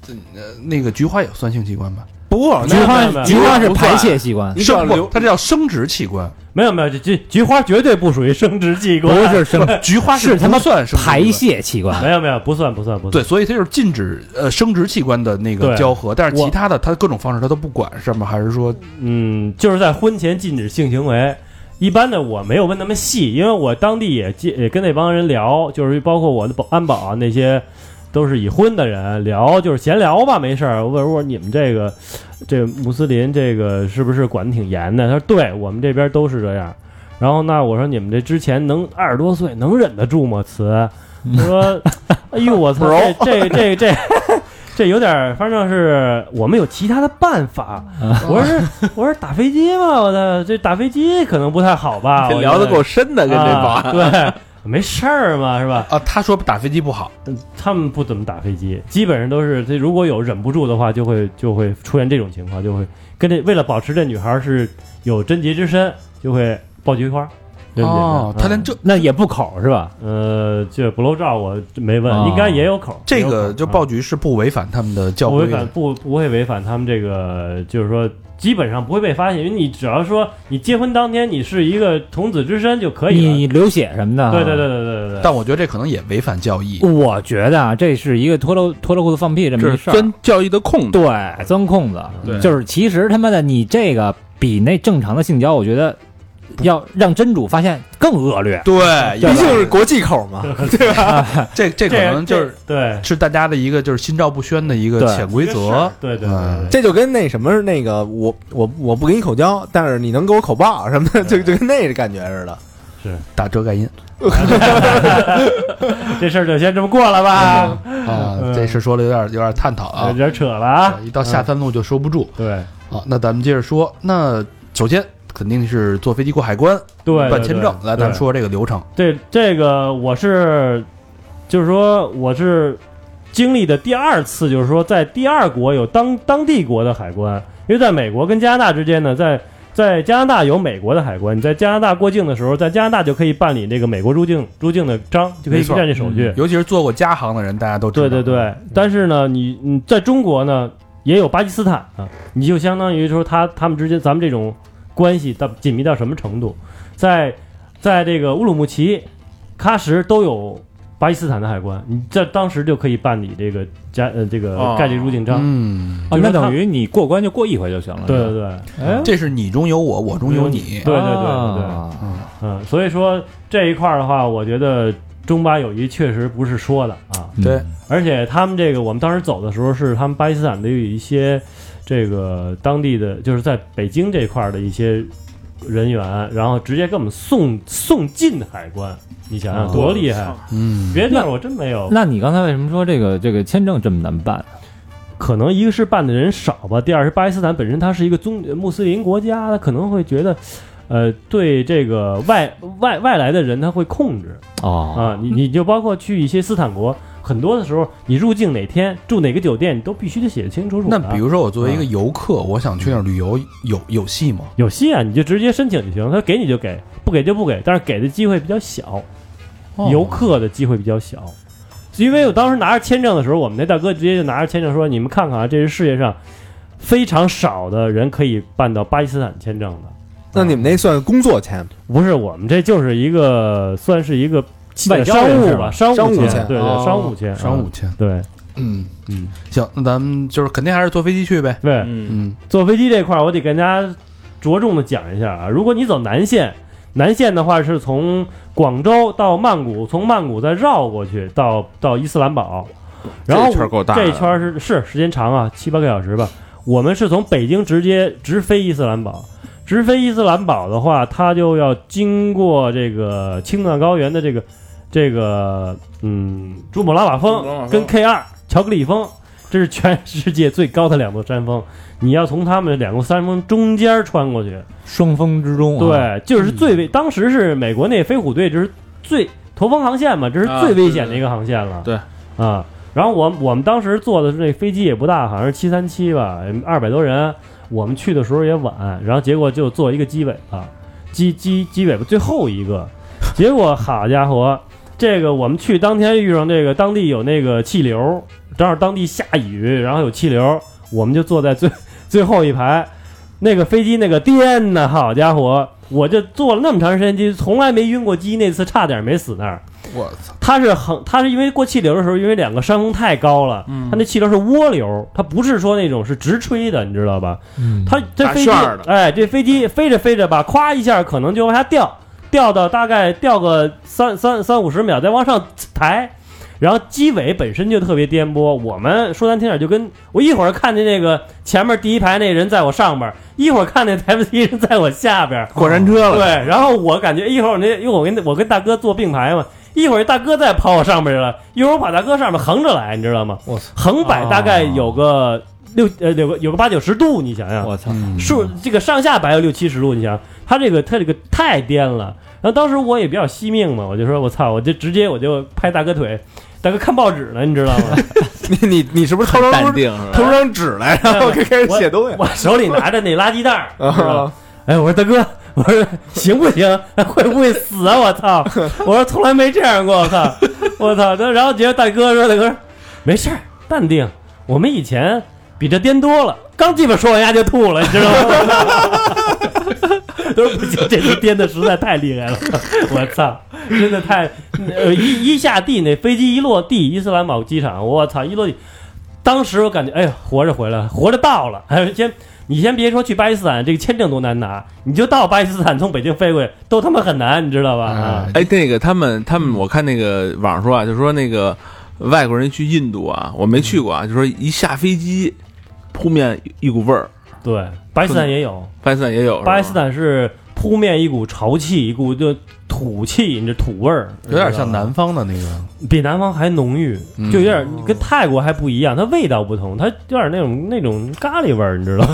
Speaker 2: 呃，那个菊花也算性器官吧？
Speaker 4: 不过
Speaker 5: 菊
Speaker 6: 没有没
Speaker 5: 花
Speaker 6: 有
Speaker 5: 菊花是排泄器官，
Speaker 2: 生
Speaker 4: 叫
Speaker 2: 不
Speaker 4: 流
Speaker 2: 它这叫生殖器官，
Speaker 6: 没有没有，这这菊花绝对不属于生殖器
Speaker 5: 不
Speaker 6: 官，
Speaker 5: 是生
Speaker 2: 菊花
Speaker 5: 是他
Speaker 2: 不
Speaker 5: 妈
Speaker 2: 算生殖器官
Speaker 5: 排。泄器官。
Speaker 6: 没有没有不算不算不算，
Speaker 2: 对，所以它就是禁止呃生殖器官的那个
Speaker 6: 对
Speaker 2: 交合，但是
Speaker 6: 我
Speaker 2: 其他的它各种方式它都不管，是吗？还是说
Speaker 6: 嗯，就是在婚前禁止性行为。一般的我没有问那么细，因为我当地也接也跟那帮人聊，就是包括我的保安保啊那些，都是已婚的人聊，就是闲聊吧，没事儿。我问我说你们这个这个穆斯林这个是不是管的挺严的？他说对我们这边都是这样。然后那我说你们这之前能二十多岁能忍得住吗？词，他说 哎呦我操，这这这这这有点儿，反正是我们有其他的办法。
Speaker 3: 啊
Speaker 6: 我说是我说打飞机嘛，我的这打飞机可能不太好吧？
Speaker 3: 这
Speaker 6: 我
Speaker 3: 聊
Speaker 6: 觉
Speaker 3: 得够深的，跟这帮
Speaker 6: 啊，对，没事儿嘛，是吧？
Speaker 2: 啊？他说打飞机不好，
Speaker 6: 他们不怎么打飞机，基本上都是这如果有忍不住的话，就会就会出现这种情况，就会跟这为了保持这女孩是有贞洁之身，就会爆菊花。对不对
Speaker 2: 哦，他连这
Speaker 5: 那也不口是吧？
Speaker 6: 呃，这不漏照我没问，
Speaker 5: 哦
Speaker 6: 应该也有口。
Speaker 2: 这
Speaker 6: 也有
Speaker 2: 个
Speaker 6: 口
Speaker 2: 就
Speaker 6: 啊
Speaker 2: 爆菊是不违反他们的教
Speaker 6: 不
Speaker 2: 规
Speaker 6: 违反
Speaker 2: 的。
Speaker 6: 不不会违反他们这个，就是说基本上不会被发现，因为你只要说你结婚当天你是一个童子之身就可以了。
Speaker 5: 你流血什么
Speaker 2: 啊
Speaker 5: 的，
Speaker 6: 对对对。对对对对。
Speaker 2: 但我觉得这可能也违反教义。
Speaker 5: 我觉得啊，这是一个脱了脱了裤子放屁这么
Speaker 3: 这
Speaker 5: 一
Speaker 3: 是
Speaker 6: 啊
Speaker 5: 事儿啊
Speaker 3: 钻，教育的空子。
Speaker 5: 对，钻空子，
Speaker 2: 对
Speaker 5: 就是其实他妈的你这个比那正常的性交，我觉得要让真主发现更恶劣。
Speaker 2: 对，
Speaker 4: 毕竟是国际口嘛，
Speaker 2: 这这可能就是
Speaker 6: 这对
Speaker 2: 是大家的一个就是心照不宣的一个
Speaker 5: 对
Speaker 2: 潜规
Speaker 6: 这事儿
Speaker 2: 则。
Speaker 6: 对对对
Speaker 2: 嗯
Speaker 6: 对对。
Speaker 4: 这就跟那什么那个我我我不给你口交，但是你能给我口爆什么的，就就跟那感觉似的。
Speaker 2: 打遮盖音
Speaker 6: 这事儿就先这么过 了吧，
Speaker 2: 啊，
Speaker 6: 嗯
Speaker 2: 这事说的有点有点探讨
Speaker 6: 有
Speaker 2: 啊，
Speaker 6: 点扯了啊。
Speaker 2: 一到下三路就收不住
Speaker 6: 对，
Speaker 2: 啊。那咱们接着说，那首先。肯定是坐飞机过海关，
Speaker 6: 对对
Speaker 2: 办签证。
Speaker 6: 对
Speaker 2: 来，咱们说说这个流程。
Speaker 6: 对这个我是，就是说我是经历的第二次，就是说在第二国有当当地国的海关，因为在美国跟加拿大之间呢，在在加拿大有美国的海关，你在加拿大过境的时候，在加拿大就可以办理这个美国入境入境的章，就可以
Speaker 2: 没错嗯
Speaker 6: 办这手续。
Speaker 2: 尤其是做过家航的人，大家都知道。
Speaker 6: 对对对，但是呢，你你在中国呢也有巴基斯坦啊，你就相当于说他他们之间咱们这种关系到紧密到什么程度，在在这个乌鲁木齐、喀什都有巴基斯坦的海关，你在当时就可以办理这个加呃这个
Speaker 3: 哦
Speaker 6: 盖这入境章。
Speaker 2: 嗯，
Speaker 5: 啊，那等于你过关就过一回就行了。
Speaker 6: 对对对
Speaker 5: 哎，
Speaker 2: 这是你中有我，我中有你。
Speaker 6: 对对对对对，
Speaker 5: 啊
Speaker 6: 嗯，所以说这一块儿的话，我觉得中巴友谊确实不是说的啊，
Speaker 4: 对
Speaker 2: 嗯，
Speaker 6: 而且他们这个，我们当时走的时候是他们巴基斯坦的有一些这个当地的，就是在北京这块儿的一些人员，然后直接给我们送送进海关，你想
Speaker 2: 啊
Speaker 6: 想多厉害！
Speaker 2: 嗯，
Speaker 6: 别的地儿我真没有，
Speaker 5: 那你刚才为什么说这个这个签证这么难办？啊
Speaker 6: 可能一个是办的人少吧，第二是巴基斯坦本身它是一个宗穆斯林国家，他可能会觉得。呃，对这个外外外来的人，他会控制
Speaker 5: 哦，
Speaker 2: 嗯
Speaker 6: 啊，你你就包括去一些斯坦国，很多的时候，你入境哪天住哪个酒店，你都必须得写得清清楚楚
Speaker 2: 那
Speaker 6: 的。
Speaker 2: 比如说我作为一个游客，我想去那儿旅游，有有戏吗？
Speaker 6: 有戏啊，你就直接申请就行，他给你就给，不给就不给，但是给的机会比较小，
Speaker 2: 哦
Speaker 6: 游客的机会比较小。因为我当时拿着签证的时候，我们那大哥直接就拿着签证说：“你们看看啊，这是世界上非常少的人可以办到巴基斯坦签证的，
Speaker 4: 那你们那算工作签吗？
Speaker 6: 不是我们这就是一个算是一个
Speaker 5: 外交
Speaker 6: 商
Speaker 5: 人士
Speaker 6: 务吧，商
Speaker 4: 商务
Speaker 6: 签，
Speaker 4: 签
Speaker 6: 对
Speaker 2: 哦
Speaker 6: 对，商务签，
Speaker 2: 商务
Speaker 6: 嗯
Speaker 2: 签。
Speaker 6: 对
Speaker 2: 嗯嗯，行，那咱们就是肯定还是坐飞机去呗。
Speaker 6: 对。
Speaker 3: 嗯，
Speaker 2: 嗯，
Speaker 6: 坐飞机这块，儿，我得跟大家着重的讲一下啊。如果你走南线，南线的话是从广州到曼谷，从曼谷再绕过去到到伊斯兰堡，然后
Speaker 3: 这一圈儿够大的
Speaker 6: 这一圈儿是是时间长啊，七八个小时吧。我们是从北京直接直飞伊斯兰堡，直飞伊斯兰堡的话，它就要经过这个青藏高原的这个这个嗯珠穆朗玛
Speaker 3: 珠穆朗玛峰
Speaker 6: 峰跟 K 二乔克里峰，这是全世界最高的两座山峰。你要从他们两个山峰中间儿穿过去，
Speaker 5: 双峰之中，，啊
Speaker 3: 啊
Speaker 6: 对，就是最
Speaker 3: 嗯
Speaker 6: 危。当时是美国那飞虎队，这是最驼峰航线嘛，这是
Speaker 3: 啊
Speaker 6: 最危
Speaker 3: 对
Speaker 6: 险
Speaker 3: 对
Speaker 6: 的一个航线了。
Speaker 3: 对
Speaker 6: 啊，然后我们我们当时坐的是那飞机也不大，好像是七三七吧，二百多人。我们去的时候也晚，然后结果就坐一个机尾巴，机机机尾巴最后一 个，结果好家伙，这个我们去当天遇上这个当地有那个气流，正好当地下雨，然后有气流，我们就坐在最最后一排。那个飞机那个颠呐，好家伙！我这坐了那么长时间机，从来没晕过机，那次差点没死那儿。
Speaker 2: 我操，
Speaker 6: 它是横，它是因为过气流的时候，因为两个山峰太高了，它那气流是涡流，它不是说那种是直吹的，你知道吧？
Speaker 5: 嗯
Speaker 6: 它这
Speaker 3: 打
Speaker 6: 飞机
Speaker 3: 旋儿的，
Speaker 6: 哎，这飞机飞着飞着吧，咵一下可能就往下掉，掉到大概掉个三三三五十秒，再往上抬。然后机尾本身就特别颠簸，我们说难听点，就跟我一会儿看见那个前面第一排那人在我上边儿，一会儿看那台阶梯人在我下 边儿，
Speaker 3: 过山车了，
Speaker 4: 哦
Speaker 6: 对，然后我感觉一会儿我那，因为我跟我跟大哥做并排嘛，一会儿大哥再跑我上面去了，一会儿我把大哥上面横着来，你知道吗？
Speaker 5: 我操，
Speaker 6: 横摆大概有个六呃有个有个八九十度，你想想，
Speaker 2: 嗯
Speaker 5: 我操，
Speaker 6: 数这个上下摆有六七十度，你想他这个他这个太颠了。然后当时我也比较惜命嘛，我就说我操，我就直接我就拍大哥腿，大哥看报纸呢，你知道吗？
Speaker 4: 你你你是不是偷
Speaker 3: 淡
Speaker 4: 张
Speaker 3: 定是吧？
Speaker 4: 偷张纸来，然后开始写东西？
Speaker 6: 我手里拿着那垃圾袋儿，你知道吗
Speaker 4: 啊，
Speaker 6: 哎，我说大哥， 我说行不行？ 会不会死啊？我操！我说从来没这样过，我操！我操！那然后结果大哥说，大哥说没事儿，淡定，我们以前比这颠多了。刚鸡巴说完丫就吐了，你知道吗？ 都说不行，这次颠的实在太厉害了， 我操！真的太，呃，一一下地那飞机一落地，伊斯兰堡机场，我操，一落地，当时我感觉，哎呀，活着回来了，活着到了， 还有先你先别说去巴基斯坦这个签证多难拿，你就到巴基斯坦从北京飞过去都他妈很难，你知道吧？啊，
Speaker 3: 哎，那个他们他们，我看那个网上说啊，就说那个外国人去印度啊，我没去过
Speaker 6: 嗯
Speaker 3: 啊，就说一下飞机，扑面一股味儿，
Speaker 6: 对，巴基斯坦也有，
Speaker 3: 巴基斯坦也有，是吧
Speaker 6: 巴基斯坦是扑面一股潮气，一股就土气，你这土味儿，
Speaker 2: 有点像南方的那个，
Speaker 6: 比南方还浓郁，
Speaker 2: 嗯
Speaker 6: 就有点跟泰国还不一样，它味道不同，它有点那种那种咖喱味儿，你知道吗？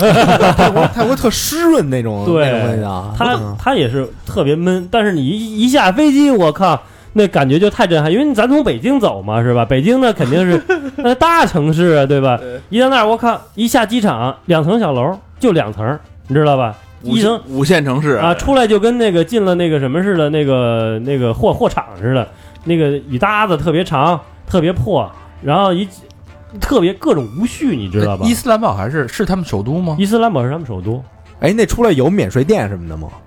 Speaker 4: 泰国泰国特湿润那种
Speaker 6: 对
Speaker 4: 那种味道，
Speaker 6: 它
Speaker 4: 嗯
Speaker 6: 它也是特别闷，但是你一一下飞机，我靠，那感觉就太震撼，因为咱从北京走嘛，是吧？北京那肯定是那大城市啊，对吧？一到那儿，我靠，一下机场，两层小楼，就两层，你知道吧？
Speaker 3: 五
Speaker 6: 一层
Speaker 3: 线五线城市
Speaker 6: 啊，出来就跟那个进了那个什么似的，那个那个货货场似的，那个雨搭子特别长，特别破，然后一特别各种无序，你知道吧
Speaker 2: 伊？斯兰堡还是是他们首都吗？
Speaker 6: 伊斯兰堡是他们首都，
Speaker 4: 哎，那出来有免税店什么的吗？
Speaker 2: 嗯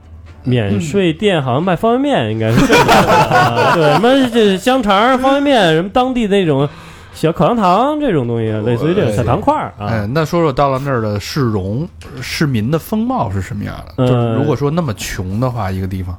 Speaker 6: 免税店好像卖方便面，应该是啊 对什么这香肠、方便面，什么当地那种小口香糖这种东西，类似于这种小糖块儿啊
Speaker 2: 哎，。那说说到了那儿的市容、市民的风貌是什么样的？
Speaker 6: 呃
Speaker 2: 就是如果说那么穷的话，一个地方，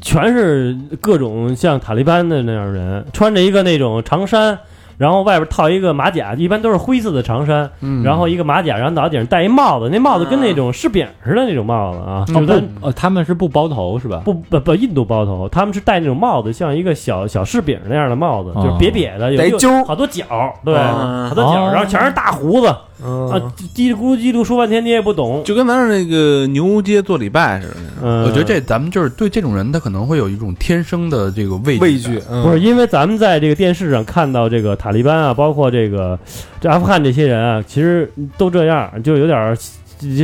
Speaker 6: 全是各种像塔利班的那样人，穿着一个那种长衫，然后外边套一个马甲，一般都是灰色的长衫，
Speaker 2: 嗯
Speaker 6: 然后一个马甲，然后脑顶上戴一帽子，那帽子跟那种柿饼似的那种帽子啊，
Speaker 2: 嗯
Speaker 6: 就咱
Speaker 5: 呃，他们是不包头是吧？
Speaker 6: 不不不，印度包头，他们是戴那种帽子，像一个小小柿饼那样的帽子，
Speaker 5: 哦
Speaker 6: 就是瘪瘪的，有
Speaker 4: 带
Speaker 6: 有
Speaker 4: 揪儿
Speaker 6: 好多角，对，
Speaker 3: 啊
Speaker 6: 好多角，
Speaker 5: 哦
Speaker 6: 然后全是大胡子啊，
Speaker 2: 哦
Speaker 4: 嗯，
Speaker 6: 叽里咕噜叽里咕噜说半天你也不懂。
Speaker 3: 就跟咱这儿那个牛街做礼拜似的那种。
Speaker 6: 嗯，
Speaker 2: 我觉得这咱们就是对这种人，他可能会有一种天生的这个畏
Speaker 4: 畏
Speaker 2: 惧
Speaker 4: 惧，
Speaker 6: 不
Speaker 4: 嗯，
Speaker 6: 是因为咱们在这个电视上看到这个塔利班啊，包括这个这阿富汗这些人啊，其实都这样，就有点儿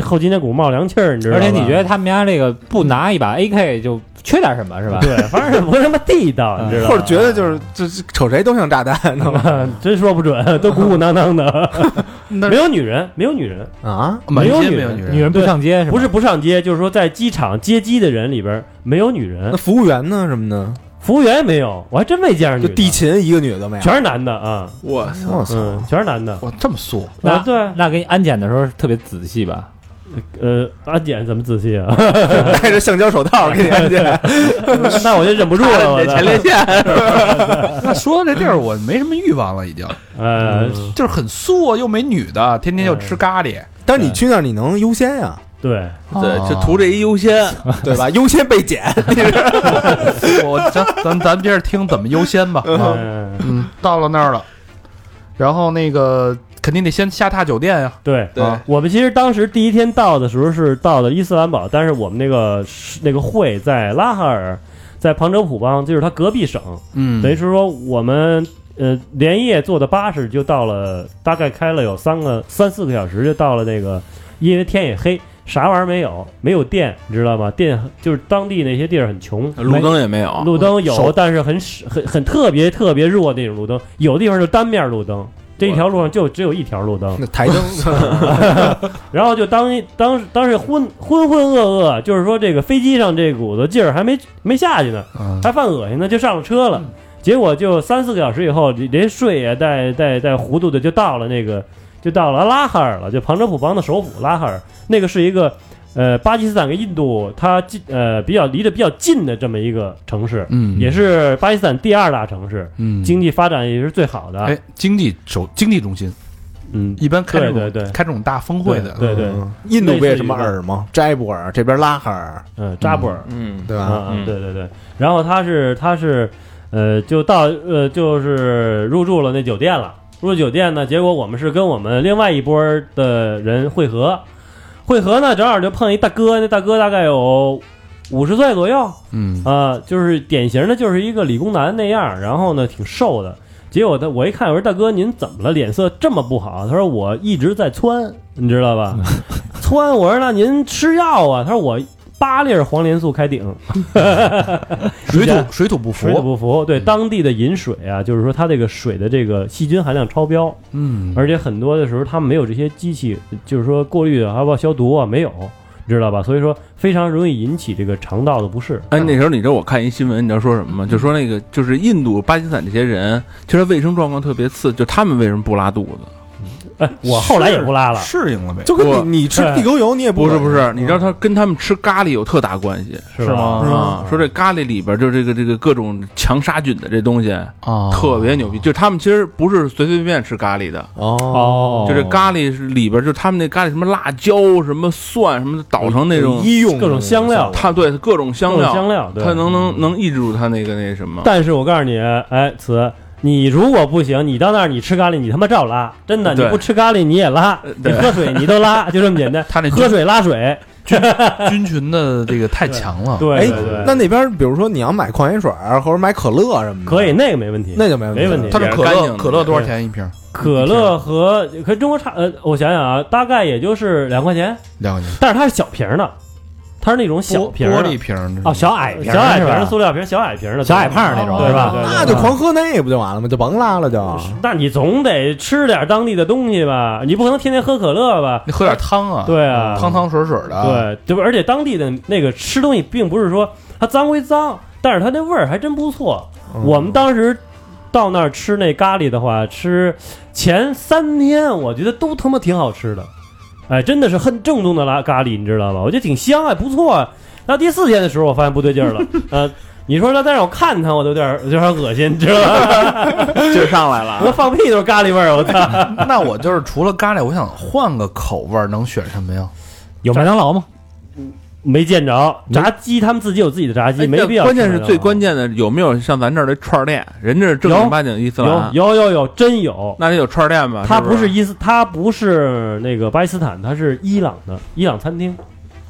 Speaker 6: 后脊梁骨冒凉气儿，你知道
Speaker 5: 而
Speaker 6: 吧？
Speaker 5: 且你觉得他们家这个不拿一把 AK 就缺点什么是吧？
Speaker 6: 对， 反正不是那么地道，你知道嗯吗？
Speaker 4: 或者觉得就是这这瞅谁都像炸弹，知道吗？
Speaker 6: 真说不准，都鼓鼓囊囊的，
Speaker 2: 那
Speaker 6: 没有女人，没有女人，
Speaker 4: 啊，
Speaker 2: 满
Speaker 6: 没有
Speaker 2: 街
Speaker 6: 女
Speaker 2: 没有
Speaker 6: 人
Speaker 2: 女
Speaker 5: 女
Speaker 2: 人，
Speaker 5: 人不上街是吧？
Speaker 6: 不是不上街，就是说在机场接机的人里边儿没有女人
Speaker 4: 那，服务员呢什么的，
Speaker 6: 服务员也没有，我还真没见着女
Speaker 4: 就
Speaker 6: 的，
Speaker 4: 地勤一个女的没有，
Speaker 6: 全是男的啊，
Speaker 3: 我操！
Speaker 4: 我操，
Speaker 6: 嗯，全是男的。
Speaker 2: 哇，这么素，
Speaker 5: 那
Speaker 6: 啊，对，
Speaker 5: 那给你安检的时候特别仔细吧？
Speaker 6: 呃，安检怎么仔细啊？
Speaker 4: 戴着橡胶手套给你安检，
Speaker 6: 那我就忍不住 了， 我的
Speaker 2: 那说到这地儿，我没什么欲望了，已经，
Speaker 6: 呃，
Speaker 2: 就是很素啊，又没女的，天天就吃咖喱，
Speaker 4: 但是你去那儿你能优先呀，
Speaker 6: 对，
Speaker 3: 对，
Speaker 2: 啊
Speaker 3: 就图这一优先，
Speaker 6: 啊
Speaker 4: 对吧？优先被检，
Speaker 2: 我咱咱咱们接着听怎么优先吧。啊，
Speaker 6: 嗯，
Speaker 2: 嗯，到了那儿了，然后那个肯定得先下榻酒店呀。
Speaker 6: 对。
Speaker 3: 对
Speaker 2: 啊
Speaker 6: 我们其实当时第一天到的时候是到的伊斯兰堡，但是我们那个是那个会在拉哈尔，在旁遮普邦，就是它隔壁省，
Speaker 2: 嗯
Speaker 6: 等于是说我们呃连夜坐的巴士就到了，大概开了有三个三四个小时就到了那个，因为天也黑，啥玩意儿没有，没有电，你知道吗？电就是当地那些地儿很穷，
Speaker 3: 路灯也没有，
Speaker 6: 路灯有，
Speaker 2: 手
Speaker 6: 但是很少很很特别特别弱那种路灯，有的地方就单面路灯。这一条路上就只有一条路灯，
Speaker 4: 那台灯，
Speaker 6: 然后就当当当时浑浑浑噩噩，就是说这个飞机上这股子劲儿还没没下去呢，
Speaker 2: 嗯
Speaker 6: 还犯恶心呢，就上了车了。结果就三四个小时以后，连睡也带带带糊涂的就到了那个，就到了拉哈尔了，就旁遮普邦的首府拉哈尔。那个是一个呃，巴基斯坦跟印度它近呃比较离得比较近的这么一个城市，
Speaker 2: 嗯
Speaker 6: 也是巴基斯坦第二大城市，
Speaker 2: 嗯
Speaker 6: 经济发展也是最好的。
Speaker 2: 哎，经济首经济中心，
Speaker 6: 嗯，
Speaker 2: 一般开这种
Speaker 6: 对对对
Speaker 2: 开这种大峰会的，
Speaker 6: 对对，
Speaker 4: 嗯印度不也什么尔吗？斋布尔这边拉哈尔，
Speaker 6: 嗯，扎布尔。
Speaker 3: 嗯，
Speaker 4: 对吧？
Speaker 6: 啊、
Speaker 3: 嗯
Speaker 6: 对对对。然后他是他是，呃，就到呃就是入住了那酒店了。入酒店呢，结果我们是跟我们另外一波的人汇合，汇合呢正好就碰一大哥，那大哥大概有五十岁左右啊、
Speaker 2: 嗯
Speaker 6: 就是典型的就是一个理工男那样，然后呢挺瘦的。结果他我一看，我说大哥您怎么了？脸色这么不好？他说我一直在窜，你知道吧？窜，我说那您吃药啊？他说我八粒儿黄连素开顶，
Speaker 2: 水土水土不
Speaker 6: 水土
Speaker 2: 服，
Speaker 6: 不服。对当地的饮水啊，就是说它这个水的这个细菌含量超标，
Speaker 2: 嗯
Speaker 6: 而且很多的时候他们没有这些机器，就是说过滤啊，还有消毒啊，没有，知道吧？所以说非常容易引起这个肠道的不适。
Speaker 3: 哎，那时候你知道我看一新闻，你知道说什
Speaker 6: 嗯
Speaker 3: 么吗？就说那个就是印度、巴基斯坦这些人，其实卫生状况特别次，就他们为什么不拉肚子？
Speaker 6: 我后来也不拉了，
Speaker 2: 适应了呗。
Speaker 4: 就跟你你吃地沟油，你也
Speaker 3: 不是
Speaker 4: 管
Speaker 3: 不是，你
Speaker 6: 嗯
Speaker 3: 知道他跟他们吃咖喱有特大关系
Speaker 6: 是
Speaker 2: 是
Speaker 6: 吧
Speaker 2: 吗？
Speaker 3: 啊！说这咖喱里边就这个这个各种强杀菌的这东西
Speaker 6: 哦
Speaker 2: 啊，
Speaker 3: 特别牛逼，就他们其实不是随随便便吃咖喱的，
Speaker 4: 哦，
Speaker 6: 哦，
Speaker 3: 就这咖喱是里边就他们那咖喱什么辣椒、什么蒜什么的捣成那种，
Speaker 4: 医用
Speaker 6: 各种香料，
Speaker 3: 他对各种香
Speaker 6: 嗯各种
Speaker 3: 料，
Speaker 6: 香料，对嗯
Speaker 3: 它能能能抑制住它那个那什么。
Speaker 6: 但是我告诉你，哎，词，你如果不行，你到那儿你吃咖喱，你他妈照拉，真的，你
Speaker 3: 对
Speaker 6: 不吃咖喱你也拉，你
Speaker 3: 对。
Speaker 6: 喝水你都拉，就这么 简单
Speaker 3: 他那
Speaker 6: 喝水拉水，
Speaker 2: 菌群的这个太强了。
Speaker 6: 对
Speaker 4: 哎
Speaker 6: 对对，，
Speaker 4: 那那边比如说你要买矿泉水儿或者买可乐什么的，
Speaker 6: 可以，那个没问题。
Speaker 4: 那就没问题，
Speaker 6: 没问题
Speaker 2: 它是
Speaker 3: 也是
Speaker 2: 可
Speaker 3: 干净
Speaker 2: 乐，
Speaker 3: 的
Speaker 2: 可乐多少钱一瓶？
Speaker 6: 可乐和可中国差，呃，我想想啊，大概也就是两块钱，
Speaker 2: 两块钱，
Speaker 6: 但是它是小瓶儿的，它是那种小
Speaker 2: 玻
Speaker 6: 瓶儿
Speaker 2: 玻
Speaker 6: 的啊
Speaker 2: 璃瓶儿
Speaker 5: 哦，小矮瓶儿，
Speaker 6: 小矮
Speaker 5: 是
Speaker 6: 瓶
Speaker 5: 吧
Speaker 6: 儿的塑料瓶儿，小矮瓶儿的
Speaker 5: 小矮胖儿那种
Speaker 6: 对
Speaker 5: 是吧
Speaker 6: 对对
Speaker 4: 那就狂喝那不就完了吗？就甭拉了就。
Speaker 6: 那你总得吃点当地的东西吧，你不可能天天喝可乐吧？
Speaker 2: 你喝点汤啊，
Speaker 6: 对啊，
Speaker 2: 汤汤水水的，
Speaker 6: 对对吧？而且当地的那个吃东西，并不是说它脏归脏，但是它那味儿还真不错。
Speaker 4: 嗯
Speaker 6: 我们当时到那儿吃那咖喱的话，吃前三天，我觉得都他妈挺好吃的，哎，真的是很正宗的拉咖喱，你知道吗？我觉得挺香啊，不错啊。到第四天的时候，我发现不对劲儿 了，呃。你说他再让我看他，我都有点儿有点儿恶心，你知道吗？
Speaker 3: 劲上来
Speaker 6: 我
Speaker 3: 了，
Speaker 6: 放屁都是咖喱味儿，我操！
Speaker 2: 那我就是除了咖喱，我想换个口味儿，能选什么呀？
Speaker 5: 有麦当劳吗？
Speaker 6: 没见着炸鸡，他们自己有自己的炸鸡，没必要吃
Speaker 3: 哎关
Speaker 6: 那个。
Speaker 3: 键是最关键的，有没有像咱这儿的串儿店？人家是正
Speaker 6: 有
Speaker 3: 儿八经伊斯
Speaker 6: 有
Speaker 3: 兰，
Speaker 6: 有有有，真有。
Speaker 3: 那得有串儿店吧？
Speaker 6: 他
Speaker 3: 不
Speaker 6: 不是
Speaker 3: 啊是啊
Speaker 6: 伊斯，他不是那个巴基斯坦，他是伊朗的伊朗餐厅，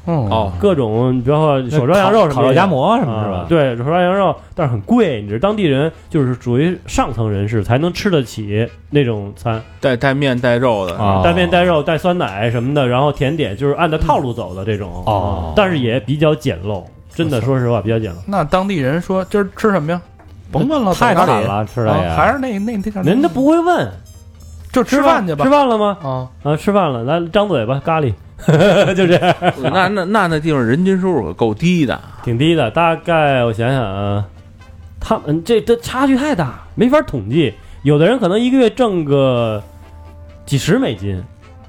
Speaker 3: 哦，
Speaker 6: 各种比方说手抓羊肉什么的
Speaker 5: 烤肉夹馍什么
Speaker 6: 啊
Speaker 5: 是吧？
Speaker 6: 对，手抓羊肉，但是很贵，你知道当地人就是属于上层人士才能吃得起那种餐，
Speaker 3: 带带面带肉 的
Speaker 5: 啊哦
Speaker 6: 带面带肉带酸奶什么的，然后甜点就是按照套路走的这种，
Speaker 5: 哦
Speaker 6: 但是也比较简陋，真的说实话比较简陋。
Speaker 2: 那当地人说今儿吃什么呀？甭问了，
Speaker 5: 太
Speaker 2: 走
Speaker 5: 惨
Speaker 2: 哪里
Speaker 5: 了，吃的
Speaker 2: 啊，还
Speaker 5: 也。
Speaker 2: 是那那那叫什么
Speaker 6: 人家不会问，
Speaker 2: 就吃饭去吧
Speaker 6: 吃饭了吗？
Speaker 2: 啊。
Speaker 6: 啊，吃饭了，来张嘴吧，咖喱， 就这样。
Speaker 3: 那那那那地方人均收入可够低的，
Speaker 6: 挺低的，大概我想想啊，他们这这差距太大，没法统计。有的人可能一个月挣个几十美金，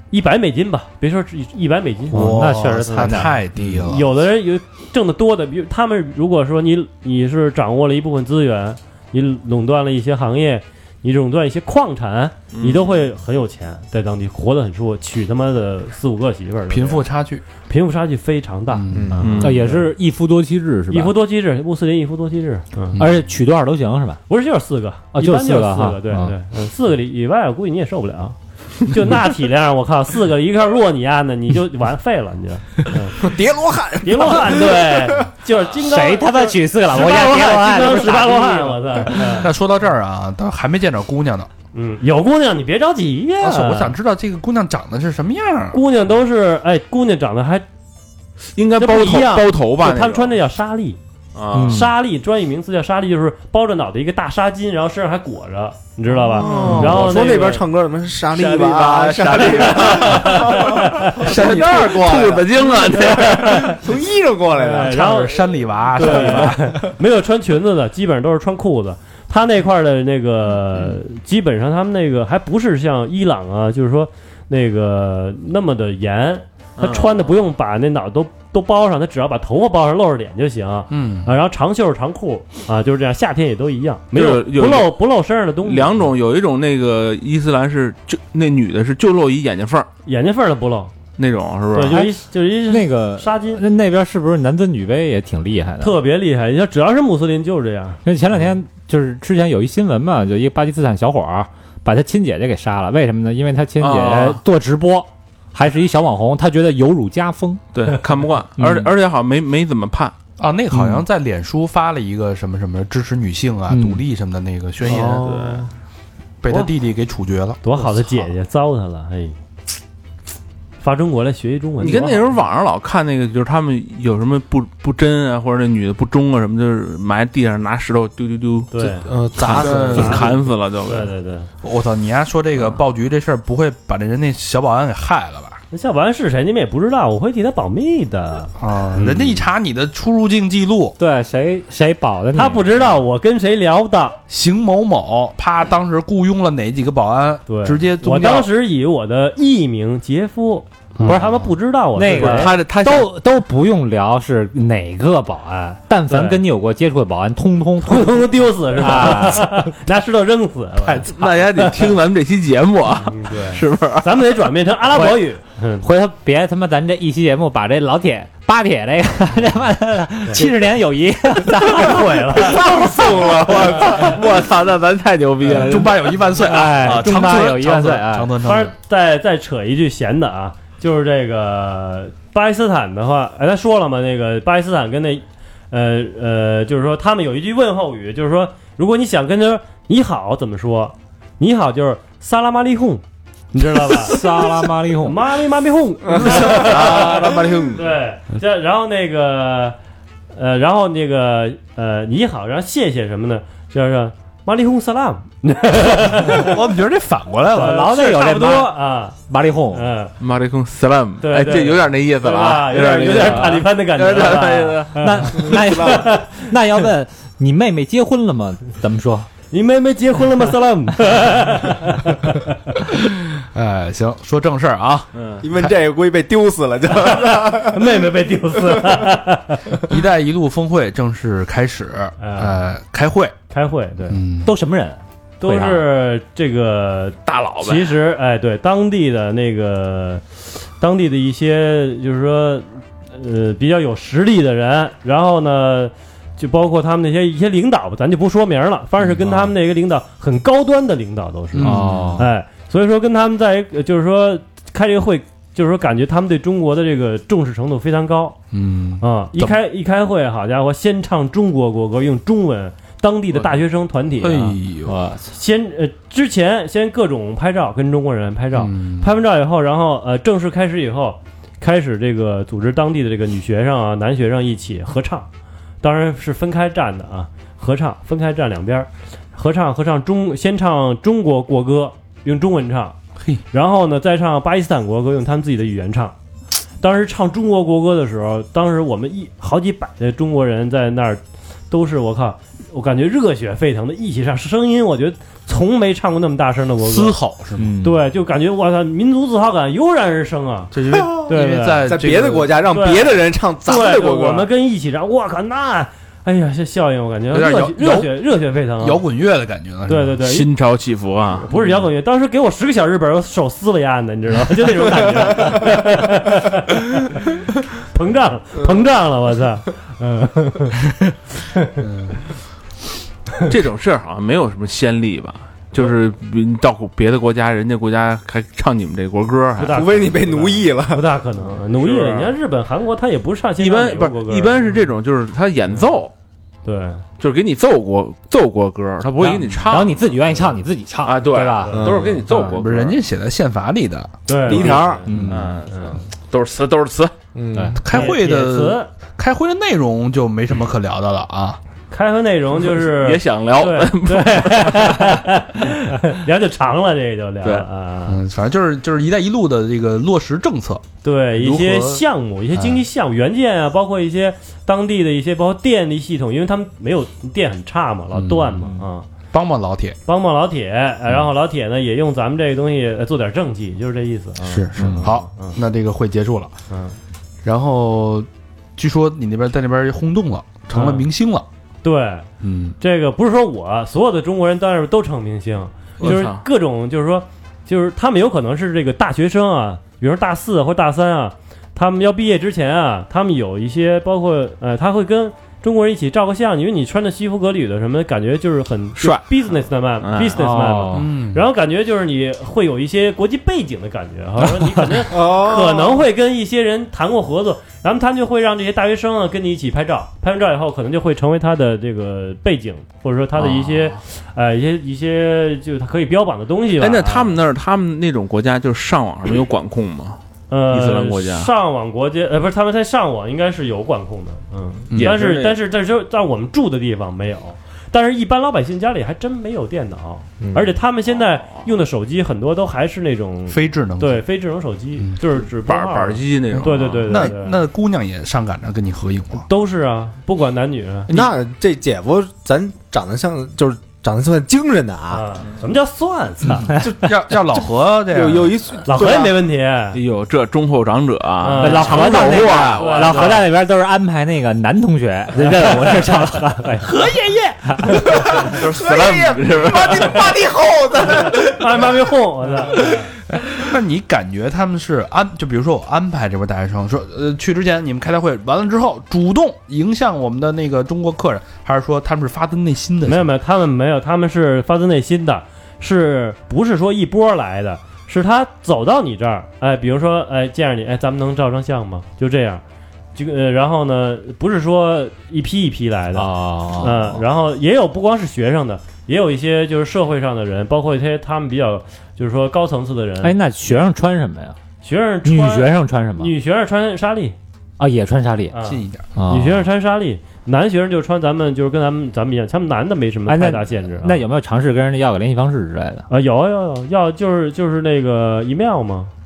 Speaker 6: 一百美金吧，别说一百美金，
Speaker 2: 哇
Speaker 5: 那确实
Speaker 2: 塞
Speaker 5: 惨点儿
Speaker 2: 太低了。
Speaker 6: 有的人有挣得多的，比如他们如果说你你是掌握了一部分资源，你垄断了一些行业，你垄断一些矿产，
Speaker 3: 嗯
Speaker 6: 你都会很有钱，在当地活得很舒服，娶他妈的四五个媳妇儿，
Speaker 2: 贫富差距，
Speaker 6: 贫富差距非常大，
Speaker 2: 嗯
Speaker 4: 嗯，
Speaker 3: 嗯
Speaker 5: 那也是一夫多妻制是吧？
Speaker 6: 一夫，多妻制，穆斯林一夫多妻制，嗯。
Speaker 5: 而且娶多少都行是吧？
Speaker 6: 不是就是四个
Speaker 5: 啊
Speaker 6: 一般
Speaker 5: 就是
Speaker 6: 是
Speaker 5: 四
Speaker 6: 四
Speaker 5: 个哈
Speaker 6: 对
Speaker 5: 啊
Speaker 6: 对，嗯四个里以外，我估计你也受不了。 就那体量，我靠，四个一块落你按的，你就完废了，你就
Speaker 4: 叠罗汉
Speaker 6: 别罗汉对，就是金刚
Speaker 5: 谁他妈娶四个老
Speaker 6: 十
Speaker 5: 婆
Speaker 6: 八罗
Speaker 5: 要
Speaker 6: 汉，金
Speaker 5: 我哎
Speaker 6: 刚
Speaker 5: 是
Speaker 6: 十八罗汉，我操！嗯
Speaker 2: 那说到这儿啊，倒还没见着姑娘呢。
Speaker 6: 嗯，有姑娘你别着急呀
Speaker 2: 我，想啊我想知道这个姑娘长得是什么样儿。啊
Speaker 6: 姑娘都是哎，姑娘长得还，就
Speaker 3: 应该
Speaker 6: 这
Speaker 3: 包
Speaker 6: 不
Speaker 3: 头
Speaker 6: 一样
Speaker 3: 包头吧？
Speaker 6: 他们穿
Speaker 3: 那
Speaker 6: 那叫纱丽，
Speaker 3: 种啊
Speaker 2: 嗯，
Speaker 6: 纱丽专业名词叫纱丽，就是包着脑袋一个大纱巾，然后身上还裹着，你知道吧？然后
Speaker 4: 嗯我说
Speaker 6: 那
Speaker 4: 那
Speaker 6: 个
Speaker 4: 边唱歌什么沙利吧，沙利吧，沙利
Speaker 3: 儿过兔子精啊，这
Speaker 4: 从衣裳过来的，
Speaker 6: 哎然后
Speaker 2: 唱着山里娃，山里娃，
Speaker 6: 对，没有穿裙子的，基本上都是穿裤子。他那块儿的那个，
Speaker 3: 嗯
Speaker 6: 基本上他们那个还不是像伊朗啊，就是说那个那么的严，
Speaker 3: 嗯
Speaker 6: 他穿的不用把那脑都都包上，他只要把头发包上，露着脸就行啊。
Speaker 2: 嗯，
Speaker 6: 然后长袖长裤啊，就是这样，夏天也都一样，没有
Speaker 3: 就是有
Speaker 6: 不露不露身上的东西，
Speaker 3: 两种，有一种那个伊斯兰是就那女的是就露一眼睛缝儿
Speaker 6: 眼睛缝儿都不露，
Speaker 3: 那种，是不
Speaker 6: 对，
Speaker 3: 是？
Speaker 6: 就一就是一
Speaker 5: 那个
Speaker 6: 纱巾，
Speaker 5: 那那边是不是男尊女卑也挺厉害的？
Speaker 6: 特别厉害。你说只要是穆斯林就是这样，
Speaker 5: 因为前两天就是之前有一新闻嘛，就一个巴基斯坦小伙儿把他亲姐姐给杀了，为什么呢？因为他亲姐姐
Speaker 3: 啊
Speaker 5: 做直播，还是一小网红，他觉得有辱家风。
Speaker 3: 对，看不惯，
Speaker 5: 嗯
Speaker 3: 而且而且好像没没怎么判，
Speaker 2: 啊，那个好像在脸书发了一个什么什么支持女性啊、
Speaker 5: 嗯
Speaker 2: 独立什么的那个宣言，
Speaker 6: 哦
Speaker 2: 被他弟弟给处决了。
Speaker 6: 多好的姐姐，糟蹋了，哎，发中国来学习中文。
Speaker 3: 你跟那时
Speaker 6: 多
Speaker 3: 候
Speaker 6: 好
Speaker 3: 网上老看那个，就是他们有什么不不贞啊，或者那女的不忠啊什么，就是埋地上拿石头丢丢丢，
Speaker 6: 对
Speaker 4: 呃，
Speaker 3: 砍
Speaker 4: 砸死
Speaker 3: 死
Speaker 2: 砸
Speaker 3: 砍死了就。
Speaker 6: 对对对，
Speaker 2: 我操，你丫说这个爆菊这事儿，不会把这人那小保安给害了吧？
Speaker 6: 那夏完是谁你们也不知道，我会替他保密的。
Speaker 2: 啊，人家一查你的出入境记录，
Speaker 5: 对，谁谁保的你？
Speaker 6: 他不知道我跟谁聊的，
Speaker 2: 邢某某，啪，当时雇佣了哪几个保安，
Speaker 6: 对，
Speaker 2: 直接
Speaker 6: 我
Speaker 2: 宗教
Speaker 6: 当时以我的艺名杰夫，不是他们不知道我是
Speaker 5: 嗯那个
Speaker 6: 谁
Speaker 3: 他的他想
Speaker 5: 都都不用聊是哪个保安，但凡
Speaker 6: 对
Speaker 5: 跟你有过接触的保安，通通通
Speaker 6: 通通丢死是吧？
Speaker 5: 啊
Speaker 6: 拿石头扔死，
Speaker 3: 大家得听咱们这期节目啊，
Speaker 6: 对，
Speaker 3: 是不是？
Speaker 6: 咱们得转变成阿拉伯语，嗯，
Speaker 5: 回头别他妈咱这一期节目把这老铁巴铁这个 他妈的七十年友 谊咱给毁了，
Speaker 3: 放送了，我操！我操，
Speaker 4: 啊
Speaker 3: 那咱太牛逼了！
Speaker 2: 哎中巴友谊万岁啊！
Speaker 5: 哎
Speaker 2: 啊，
Speaker 5: 中
Speaker 2: 长
Speaker 5: 巴
Speaker 2: 存
Speaker 5: 友谊
Speaker 2: 长
Speaker 5: 万岁
Speaker 2: 存
Speaker 5: 哎
Speaker 2: 长存长
Speaker 6: 当然
Speaker 2: 存。
Speaker 6: 再再扯一句闲的啊，就是这个巴基斯坦的话，哎，他说了嘛，那个巴基斯坦跟那，呃呃，就是说他们有一句问候语，就是说如果你想跟他说你好怎么说，你好就是萨拉马利哄，你知道吧？
Speaker 5: 萨拉马利哄，
Speaker 6: 马里马利哄，
Speaker 4: 哎
Speaker 3: 啊，拉巴丁
Speaker 6: 对，这然后那个，呃，然后那个呃，你好，然后谢谢什么呢？就是马里哄萨拉姆，
Speaker 2: 我怎么觉得这反过来了？
Speaker 5: 老得有
Speaker 6: 差
Speaker 5: 这
Speaker 6: 不多
Speaker 5: 马
Speaker 6: 啊，
Speaker 5: 马利哄，
Speaker 6: 嗯，
Speaker 3: 马里空 salam，
Speaker 6: 对
Speaker 3: 哎，
Speaker 6: 对
Speaker 3: 这有点那意思
Speaker 6: 对
Speaker 3: 了
Speaker 6: 吧？
Speaker 3: 啊，
Speaker 6: 有
Speaker 3: 点那意
Speaker 6: 点有
Speaker 3: 思
Speaker 6: 点
Speaker 3: 啊
Speaker 6: 塔利班的感觉
Speaker 3: 有点
Speaker 6: 了啊
Speaker 3: 塔利
Speaker 6: 吧。
Speaker 3: 班
Speaker 5: 那那要 那要问你妹妹结婚了吗？怎么说？
Speaker 6: 你妹妹结婚了吗？萨拉姆，
Speaker 2: 哎，行，说正事儿啊，
Speaker 4: 一问这个估计被丢死了，就
Speaker 6: 妹妹被丢死了。
Speaker 2: 一带一路峰会正式开始，
Speaker 6: 哎
Speaker 2: 呃，开会，
Speaker 6: 开会对，
Speaker 2: 嗯，
Speaker 5: 都什么
Speaker 6: 啊
Speaker 5: 人？
Speaker 6: 都是这个
Speaker 3: 大佬呗，
Speaker 6: 其实，哎，对当地的那个，当地的一些，就是说，呃，比较有实力的人，然后呢，就包括他们那些一些领导吧，咱就不说名了，反正是跟他们那个领导很高端的领导都是，
Speaker 2: 嗯
Speaker 5: 哦，
Speaker 6: 哎，所以说跟他们在一个，就是说开这个会，就是说感觉他们对中国的这个重视程度非常高
Speaker 2: 嗯，
Speaker 6: 啊、一开一开会，好家伙，先唱中国国歌，用中文，当地的大学生团体、啊，
Speaker 2: 哎呦，
Speaker 5: 我
Speaker 6: 先呃，之前先各种拍照，跟中国人拍照，
Speaker 2: 嗯
Speaker 6: 拍完照以后，然后呃，正式开始以后，开始这个组织当地的这个女学生啊、男学生一起合唱，当然是分开站的啊，合唱分开站两边儿，合唱合唱中先唱中国国歌，用中文唱，
Speaker 2: 嘿，
Speaker 6: 然后呢再唱巴基斯坦国歌，用他们自己的语言唱。当时唱中国国歌的时候，当时我们一好几百的中国人在那儿，都是我靠，我感觉热血沸腾的一起唱，声音我觉得从没唱过那么大声的国歌，
Speaker 2: 嘶吼是吗？
Speaker 5: 嗯，
Speaker 6: 对，就感觉我操，民族自豪感油然而生啊！
Speaker 2: 这因为 因
Speaker 6: 对
Speaker 2: 为
Speaker 6: 对
Speaker 2: 在
Speaker 4: 在
Speaker 2: 这
Speaker 4: 别
Speaker 2: 个
Speaker 4: 的国家让
Speaker 6: 对
Speaker 4: 别的人唱咱们的
Speaker 6: 呃对，
Speaker 4: 国歌，
Speaker 6: 我们跟一起唱，我靠，那哎呀，这效应我感觉
Speaker 2: 有点
Speaker 6: 热血
Speaker 2: 摇
Speaker 6: 热血热血沸腾啊！
Speaker 2: 摇滚乐的感觉了，是吧
Speaker 6: 对对对，
Speaker 3: 心潮起伏啊，
Speaker 6: 不是摇滚乐，当时给我十个小日本，我手撕了一案的，你知道吗？就那种感觉， 膨胀膨胀了，我操！嗯，
Speaker 3: 这种事儿好像没有什么先例吧？就是比你到别的国家，人家国家还唱你们这国歌，
Speaker 6: 不
Speaker 3: 还
Speaker 6: 大，
Speaker 4: 除非你被奴，役了，
Speaker 6: 不大可能奴役。
Speaker 3: 是啊
Speaker 6: 你看日本、韩国，他也不是唱
Speaker 3: 一
Speaker 6: 新唱
Speaker 3: 般
Speaker 6: 美
Speaker 3: 不
Speaker 6: 国国歌
Speaker 3: 是一般是这种，就是他演奏，
Speaker 6: 对
Speaker 3: 就是给你奏国奏国歌，他不
Speaker 6: 啊
Speaker 3: 会给你唱，
Speaker 5: 然后你自己愿意唱，你自己唱
Speaker 3: 啊，对
Speaker 5: 对
Speaker 6: 嗯
Speaker 5: 吧？
Speaker 3: 都是给你奏国
Speaker 2: 不
Speaker 3: 歌，
Speaker 2: 是人家写在宪法里的，
Speaker 6: 对
Speaker 4: 第一条，
Speaker 5: 嗯，
Speaker 3: 嗯，
Speaker 6: 嗯
Speaker 3: 都是词，都是词，
Speaker 5: 对
Speaker 4: 嗯，
Speaker 2: 开会
Speaker 6: 野
Speaker 2: 的
Speaker 6: 词
Speaker 2: 开会的内容就没什么可聊的了啊，
Speaker 6: 开会内容就是
Speaker 3: 也想 聊，
Speaker 6: 对对，聊就长了，这个就聊
Speaker 3: 对
Speaker 6: 了啊。
Speaker 2: 嗯，反正就是就是“一带一路”的这个落实政策，
Speaker 6: 对一
Speaker 2: 如
Speaker 6: 些
Speaker 2: 何哎
Speaker 6: 项目、一些经济项目、元件啊，包括一些当地的一些，包括电力系统，因为他们没有电很差嘛，老断嘛
Speaker 2: 嗯
Speaker 6: 啊。
Speaker 2: 帮帮老铁，
Speaker 6: 帮帮老铁，呃然后老铁呢也用咱们这个东西呃做点政绩，就是这意思啊。
Speaker 2: 是是，好
Speaker 6: 嗯，
Speaker 2: 那这个会结束了，
Speaker 6: 嗯，
Speaker 2: 然后据说你那边在那边轰动了，成了
Speaker 6: 嗯
Speaker 2: 明星了，
Speaker 6: 对，
Speaker 2: 嗯，
Speaker 6: 这个不是说我所有的中国人到那儿都成明星，
Speaker 3: 我
Speaker 6: 就是
Speaker 3: 操
Speaker 6: 各种就是说，就是他们有可能是这个大学生啊，比如说大四或大三啊，他们要毕业之前啊，他们有一些包括呃，他会跟中国人一起照个相，因为你穿着西服革履的什么的，感觉就是很
Speaker 3: 帅
Speaker 6: ，business man
Speaker 3: 嗯
Speaker 6: business man 嘛。
Speaker 5: 哦
Speaker 2: 嗯
Speaker 6: 然后感觉就是你会有一些国际背景的感觉， 好像你可能
Speaker 4: 哦，
Speaker 6: 可能会跟一些人谈过合作，然后他们就会让这些大学生啊跟你一起拍照，拍完照以后可能就会成为他的这个背景，或者说他的一些、呃一些一些就是他可以标榜的东西吧。
Speaker 3: 哦哎，那他
Speaker 6: 啊
Speaker 3: 们那儿，他们那种国家，就是上网上面有管控吗？
Speaker 6: 呃
Speaker 3: 嗯伊斯兰国家
Speaker 6: 上网国家呃不是他们在上网应该是有管控的，嗯，
Speaker 2: 嗯
Speaker 6: 但
Speaker 3: 也是那
Speaker 6: 是但是但是就在我们住的地方没有。但是一般老百姓家里还真没有电脑，
Speaker 4: 嗯
Speaker 6: 而且他们现
Speaker 3: 哦
Speaker 6: 在用的手机很多都还是那种
Speaker 2: 非智能机
Speaker 6: 对非智能手机，
Speaker 2: 嗯
Speaker 6: 就是只
Speaker 3: 板板儿。机那种啊，
Speaker 6: 对对对对
Speaker 2: 那
Speaker 6: 对
Speaker 2: 那姑娘也上赶着跟你合影 了，
Speaker 6: 都是啊，不管男女
Speaker 4: 哎那这姐夫咱长得像，就是长得算精神的啊，
Speaker 6: 啊，什么叫算算？
Speaker 2: 就 要要老何这
Speaker 4: 有有一
Speaker 6: 老何也没问题，
Speaker 3: 哎呦，这忠厚长者啊，
Speaker 6: 嗯
Speaker 5: 老何在那
Speaker 3: 长手
Speaker 5: 边
Speaker 3: 啊
Speaker 5: 儿，老何在那边儿都是安排那个男同 学，认我是找何何
Speaker 3: 就是死烂米是吧？
Speaker 6: 妈妈咪哄，我操！
Speaker 2: 那你感觉他们是安？就比如说我安排这波大学生说，呃，去之前你们开大会，完了之后主动迎向我们的那个中国客人，还是说他们是发自内心的？
Speaker 6: 没有没有，他们没有，他们是发自内心的，是不是说一波来的？是他走到你这儿，哎，比如说，哎，见着你，哎，咱们能照张相吗？就这样，这个、呃然后呢，不是说一批一批来
Speaker 2: 哦
Speaker 6: 的，
Speaker 5: 啊
Speaker 6: 嗯，然后也有不光是学生的，也有一些就是社会上的人，包括一些他们比较就是说高层次的人，
Speaker 5: 哎，，那学生穿什么呀？
Speaker 6: 学生穿
Speaker 5: 女学生穿什么？
Speaker 6: 女学生穿纱丽，
Speaker 5: 啊，也穿纱丽。
Speaker 6: 啊，
Speaker 2: 近一点，
Speaker 5: 啊
Speaker 6: 女学生穿纱丽，男学生就穿咱们就是跟咱们咱们一样，他们男的没什么
Speaker 5: 哎那
Speaker 6: 太大限制、啊
Speaker 5: 那有没有尝试跟人家要个联系方式之类的？
Speaker 6: 啊，有啊有啊有啊，要就是就是那个 email 嘛，
Speaker 5: 啊，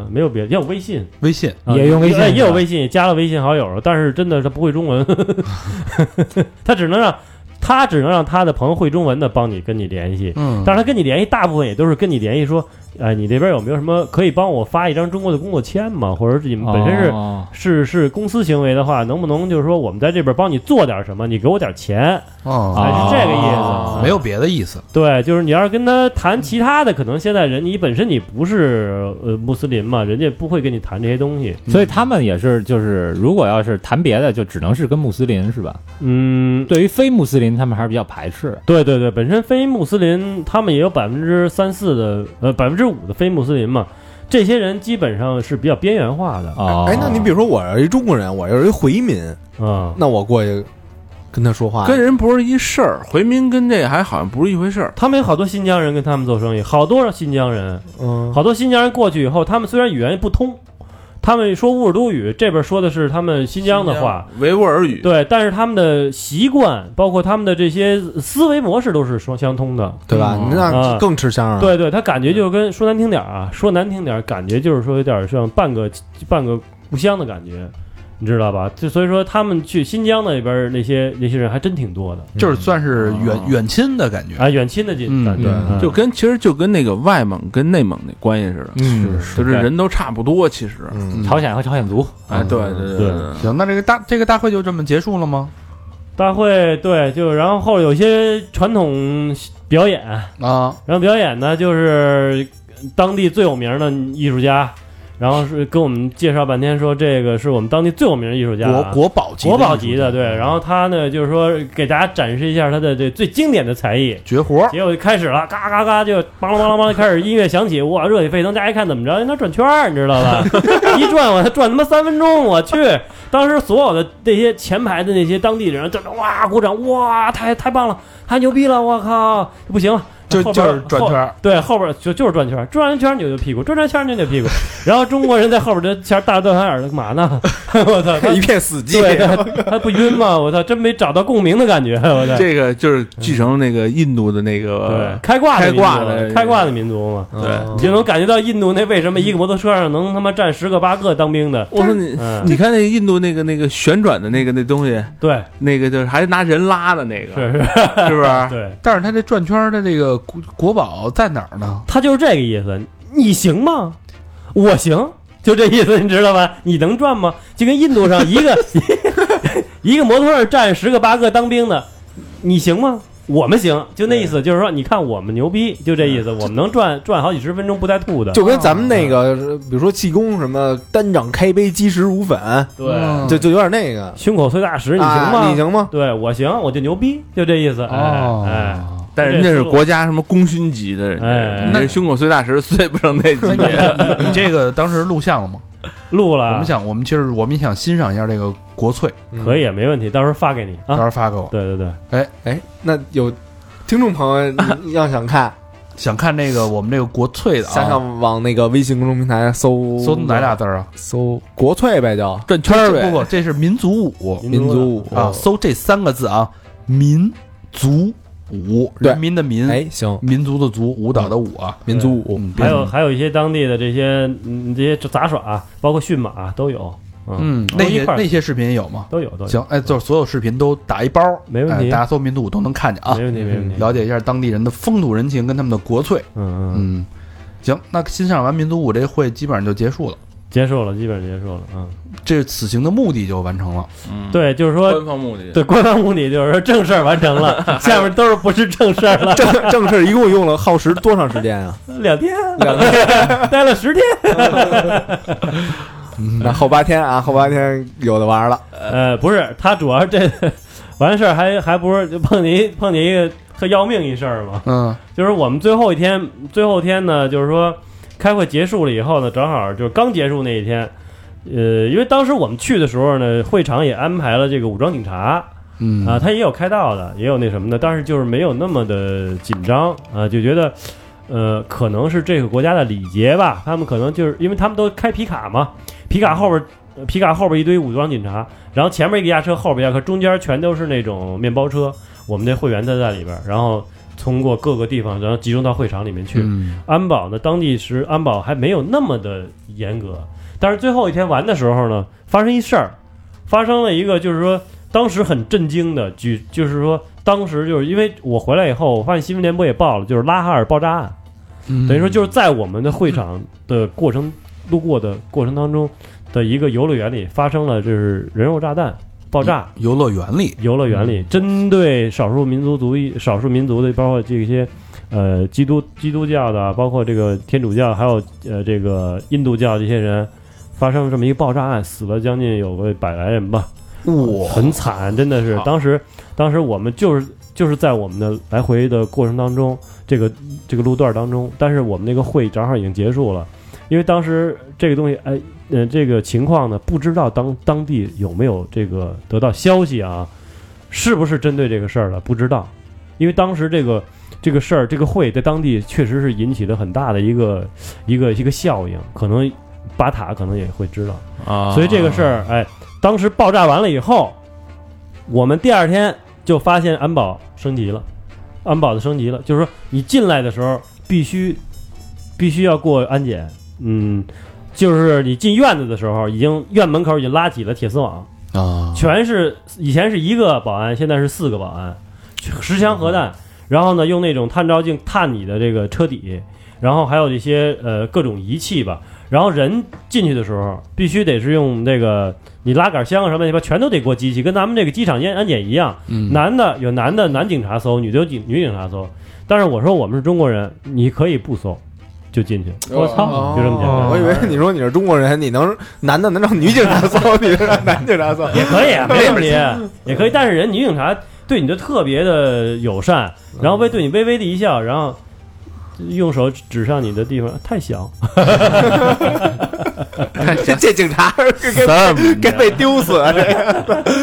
Speaker 6: 嗯，没有别的，要有微信，
Speaker 2: 微信
Speaker 6: 啊
Speaker 5: 也用微信
Speaker 6: 哎也
Speaker 5: 是
Speaker 6: 有
Speaker 5: 吧
Speaker 6: 微信，加了微信好友，但是真的他不会中文， 他只能让他只能让他的朋友会中文的帮你跟你联系，
Speaker 2: 嗯
Speaker 6: 但是他跟你联系大部分也都是跟你联系说，哎，你这边有没有什么可以帮我发一张中国的工作签吗？或者是你们本身是、
Speaker 5: 哦
Speaker 6: 是是公司行为的话，能不能就是说我们在这边帮你做点什么，你给我点钱，
Speaker 2: 哦，
Speaker 6: 还是这个意思，
Speaker 5: 哦
Speaker 6: 啊
Speaker 2: 没有别的意思，
Speaker 6: 对，就是你要是跟他谈其他的，可能现在人你本身你不是呃穆斯林嘛，人家不会跟你谈这些东西。
Speaker 5: 所以他们也是，就是如果要是谈别的，就只能是跟穆斯林是吧？
Speaker 6: 嗯，
Speaker 5: 对于非穆斯林，他们还是比较排斥。
Speaker 6: 对对对，本身非穆斯林他们也有百分之三四的呃百分之五的非穆斯林嘛，这些人基本上是比较边缘化的啊、
Speaker 5: 哦，
Speaker 4: 哎，那你比如说我是一中国人，我又是一回民，
Speaker 6: 嗯
Speaker 4: 那我过去跟他说话，
Speaker 3: 跟人不是一事儿，回民跟这还好像不是一回事儿。
Speaker 6: 他们有好多新疆人跟他们做生意，好多新疆人，
Speaker 4: 嗯，
Speaker 6: 好多新疆人过去以后，他们虽然语言不通，他们说乌尔都语，这边说的是他们新疆的话。，
Speaker 3: 维吾尔语，
Speaker 6: 对，但是他们的习惯，包括他们的这些思维模式都是双相通的。
Speaker 4: 对吧？那
Speaker 6: 啊
Speaker 4: 更吃香了。，
Speaker 6: 对对，他感觉就跟说难听点儿啊，说难听点儿，感觉就是说有点像半个半个故乡的感觉，你知道吧？就所以说他们去新疆那边儿那些那些人还真挺多的
Speaker 2: 就是算是远
Speaker 3: 哦
Speaker 2: 远亲的感觉。
Speaker 6: 啊，远亲的
Speaker 2: 嗯
Speaker 6: 近感觉，
Speaker 2: 对
Speaker 6: 嗯
Speaker 3: 就跟其实就跟那个外蒙跟内蒙那关系似的，
Speaker 4: 嗯，
Speaker 3: 就是人都差不多，其实。
Speaker 4: 嗯，
Speaker 5: 朝鲜和朝鲜族，
Speaker 3: 哎，对对
Speaker 6: 对
Speaker 3: 对，
Speaker 2: 行，那这个大这个大会就这么结束了吗？
Speaker 6: 大会对，就然后后有些传统表演，
Speaker 2: 啊，
Speaker 6: 然后表演呢就是当地最有名的艺术家。然后是跟我们介绍半天，说这个是我们当地最有名的艺术家啊、
Speaker 2: 国国宝级的嗯
Speaker 6: 国宝
Speaker 2: 艺术
Speaker 6: 级
Speaker 2: 家
Speaker 6: 的，对。然后他呢，就是说给大家展示一下他的这最经典的才艺。
Speaker 2: 绝活，
Speaker 6: 结果就开始了，嘎嘎嘎就梆啷梆啷梆啷开始音乐响起，哇，热血沸腾！大家一看怎么着，让他转圈儿，你知道 吧？一转我他转他妈三分钟，我去！当时所有的那些前排的那些当地人，真的哇鼓掌，哇太太棒了，太牛逼了，我靠，不行了，
Speaker 2: 就
Speaker 6: 后边
Speaker 2: 就是转
Speaker 6: 后
Speaker 2: 圈儿，
Speaker 6: 对，后边儿就就是转圈儿，转完圈儿扭扭屁股，转完圈儿扭扭屁股，然后中国人在后边儿这前儿大转翻眼儿干嘛呢？ 我 操，他
Speaker 4: 一片死寂。
Speaker 6: 对，他他不晕吗？我操，真没找到共鸣的感觉，我操。
Speaker 3: 这个就是继承那个印度的那
Speaker 6: 对
Speaker 3: 个，，呃
Speaker 6: 开挂的
Speaker 3: 开
Speaker 6: 民族
Speaker 3: 挂的嗯
Speaker 6: 开挂的民族嘛，
Speaker 3: 对。
Speaker 6: 你就能感觉到印度那为什么一个摩托车上能他妈站十个八个当兵的？
Speaker 3: 我说你，
Speaker 6: 嗯
Speaker 3: 你看那印度那个那个旋转的那个那东西，
Speaker 6: 对，
Speaker 3: 那个就是还拿人拉的那个，
Speaker 6: 是是，
Speaker 3: 是不是？
Speaker 6: 对，
Speaker 2: 但是他这转圈儿的这个国国宝在哪儿呢？
Speaker 6: 他就是这个意思。你行吗？我行，就这意思，你知道吧？你能转吗？就跟印度上一个一个摩托上站十个八个当兵的，你行吗？我们行，就那意思，就是说，你看我们牛逼，就这意思，我们能转转好几十分钟不带吐的。
Speaker 4: 就跟咱们那个，比如说气功什么，单掌开杯，击石如粉，
Speaker 6: 对，
Speaker 2: 嗯
Speaker 4: 就就有点那个。
Speaker 6: 胸口碎大石，你行
Speaker 4: 啊
Speaker 6: 吗？
Speaker 4: 你行吗？
Speaker 6: 对我行，我就牛逼，就这意思。哎
Speaker 2: 哦
Speaker 6: 哎，
Speaker 3: 但人家是国家什么功勋级的，人
Speaker 6: 哎
Speaker 3: 家你这胸口碎大石碎不成 那级别。
Speaker 2: 你这个当时录像了吗？
Speaker 6: 录
Speaker 2: 我
Speaker 6: 了，
Speaker 2: 们想，我们其实我们想欣赏一下这个国粹，
Speaker 6: 可以，没问题，到时候发给你
Speaker 2: 到时
Speaker 6: 啊。
Speaker 2: 候发给我。
Speaker 6: 对对对，
Speaker 4: 嗯哎，那有听众朋 友你要想看，
Speaker 2: 想看这个我们这个国粹的
Speaker 4: 想
Speaker 2: 啊，
Speaker 4: 想往那个微信公众平台搜
Speaker 2: 搜哪俩字儿啊？
Speaker 4: 搜国粹呗，就
Speaker 2: 转
Speaker 4: 圈儿呗
Speaker 2: 不不，这是民族舞
Speaker 4: 民
Speaker 6: 族
Speaker 4: 族舞
Speaker 2: 啊，搜这三个字啊，民族舞，
Speaker 4: 对
Speaker 2: 人民的
Speaker 6: 嗯
Speaker 2: 民，
Speaker 4: 哎，行，
Speaker 2: 民族的族，舞蹈的舞啊，
Speaker 4: 民族舞，
Speaker 2: 嗯
Speaker 6: 还有还有一些当地的这些嗯这些杂耍，包括驯马啊都有，
Speaker 2: 嗯，
Speaker 6: 都
Speaker 2: 那
Speaker 6: 一
Speaker 2: 些
Speaker 6: 块儿
Speaker 2: 那些视频也有吗？
Speaker 6: 都有都有，
Speaker 2: 行，哎，就是所有视频都打一包，
Speaker 6: 没问
Speaker 2: 哎
Speaker 6: 题
Speaker 2: 大家搜民族舞都能看见啊
Speaker 6: 没，问题没问题。
Speaker 2: 了解一下当地人的风土人情跟他们的国粹。
Speaker 6: 嗯嗯，
Speaker 2: 嗯，行，那欣赏完民族舞这会基本上就结束了，
Speaker 6: 结束了，基本结束了。嗯，
Speaker 2: 这此行的目的就完成了。
Speaker 6: 对，就是说
Speaker 3: 官。方目的，
Speaker 6: 对，官方目的就是说正事儿完成 了，下面都是不是正事儿 了。
Speaker 4: 正正事一共用了耗时多长时间啊？
Speaker 6: 两天，两天 待了十天。嗯
Speaker 4: 那后八天啊，后八天有的玩了，
Speaker 6: 呃，不是，他主要是这完事儿还还不是就碰见一碰见一个特要命一事儿嘛，
Speaker 2: 嗯
Speaker 6: 就是我们最后一天最后一天呢，就是说开会结束了以后呢，正好就是刚结束那一天，呃，因为当时我们去的时候呢，会场也安排了这个武装警察。
Speaker 2: 嗯
Speaker 6: 啊，他也有开道的，也有那什么的，但是就是没有那么的紧张啊，就觉得，呃，可能是这个国家的礼节吧，他们可能就是因为他们都开皮卡嘛，皮卡后边呃皮卡后边一堆武装警察，然后前面一个压车，后边一个压车，中间全都是那种面包车，我们这会员都在里边，然后通过各个地方，然后集中到会场里面去。
Speaker 2: 嗯
Speaker 6: 安保呢，当地时安保还没有那么的严格，但是最后一天玩的时候呢，发生一事儿，发生了一个就是说当时很震惊的举，就是说当时就是因为我回来以后，我发现新闻联播也报了，就是拉哈尔爆炸案，
Speaker 2: 嗯
Speaker 6: 等于说就是在我们的会场的过程路过的过程当中的一个游乐园里发生了就是人肉炸弹爆炸，
Speaker 2: 游乐园里，
Speaker 6: 游乐园里，针对少数民族族裔、少数民族的，包括这些呃基督基督教的，包括这个天主教，还有呃这个印度教这些人，发生了这么一个爆炸案，死了将近有个百来人吧，
Speaker 2: 哇，
Speaker 6: 很惨，真的是。当时当时我们就是就是在我们的来回的过程当中，这个这个路段当中，但是我们那个会正好已经结束了，因为当时这个东西，哎，呃，这个情况呢，不知道当当地有没有这个得到消息啊，是不是针对这个事儿了，不知道，因为当时这个。这个事儿，这个会在当地确实是引起了很大的一个一个一个效应，可能巴塔可能也会知道，
Speaker 3: 啊，
Speaker 6: 所以这个事儿，哎，当时爆炸完了以后，我们第二天就发现安保升级了，安保的升级了，就是说你进来的时候必须必须要过安检，嗯，就是你进院子的时候，已经院门口已经拉起了铁丝网，
Speaker 2: 啊，
Speaker 6: 全是以前是一个保安，现在是四个保安，十枪核弹，然后呢用那种探照镜探你的这个车底，然后还有这些呃各种仪器吧，然后人进去的时候必须得是用那个你拉杆箱啊什么乱七八全都得过机器，跟咱们这个机场验安检一样，
Speaker 2: 嗯
Speaker 6: 男的有男的男警察搜，女的有警女警察搜，但是我说我们是中国人，你可以不搜就进去，我
Speaker 4: 哦
Speaker 6: 操，就这么简单，
Speaker 4: 我以为你说你是中国人，你能男的能让女警察搜，你能让男警察搜，
Speaker 6: 也可以啊，没问题，也可以。但是人女警察对你就特别的友善，然后微对你微微的一笑，然后用手指上你的地方太小，
Speaker 4: 这这警察该被该被丢死啊！这个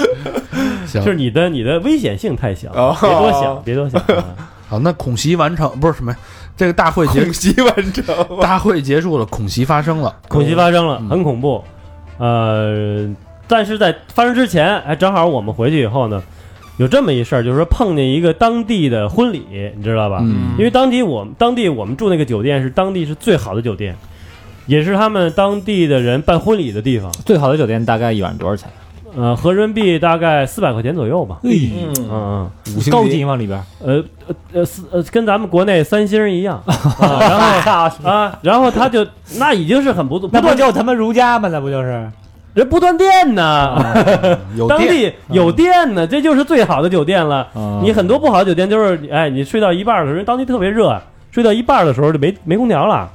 Speaker 2: 行
Speaker 6: 就，是你的你的危险性太小，
Speaker 4: 哦
Speaker 6: 别多想，别多想啊。
Speaker 2: 好，那恐袭完成不是什么呀，这个大会结
Speaker 4: 恐袭完成，
Speaker 2: 大会结束了，恐袭发生了，
Speaker 6: 恐袭发生了，
Speaker 2: 嗯
Speaker 6: 很恐怖。呃，但是在发生之前，哎，正好我们回去以后呢，有这么一事儿，就是说碰见一个当地的婚礼，你知道吧？
Speaker 2: 嗯
Speaker 6: 因为当地我们当地我们住那个酒店是当地是最好的酒店，也是他们当地的人办婚礼的地方。
Speaker 5: 最好的酒店大概一晚上多少钱？
Speaker 6: 呃，合人民币大概四百块钱左右吧。
Speaker 5: 哎，
Speaker 6: 嗯
Speaker 4: 五星
Speaker 5: 高
Speaker 4: 级
Speaker 5: 级吗？里边？
Speaker 6: 嗯，呃呃四呃，跟咱们国内三星儿一样，啊、然后啊，然后他就那已经是很不错，
Speaker 5: 那
Speaker 6: 不
Speaker 5: 不
Speaker 6: 断
Speaker 5: 就他妈如家吗？那不就是？
Speaker 6: 人不断电呢，
Speaker 2: 有
Speaker 6: 当
Speaker 2: 电，
Speaker 6: 地有电呢，这就是最好的酒店了。你很多不好的酒店就是，哎，你睡到一半儿的时候，因为当地特别热，啊睡到一半儿的时候就没没空调了，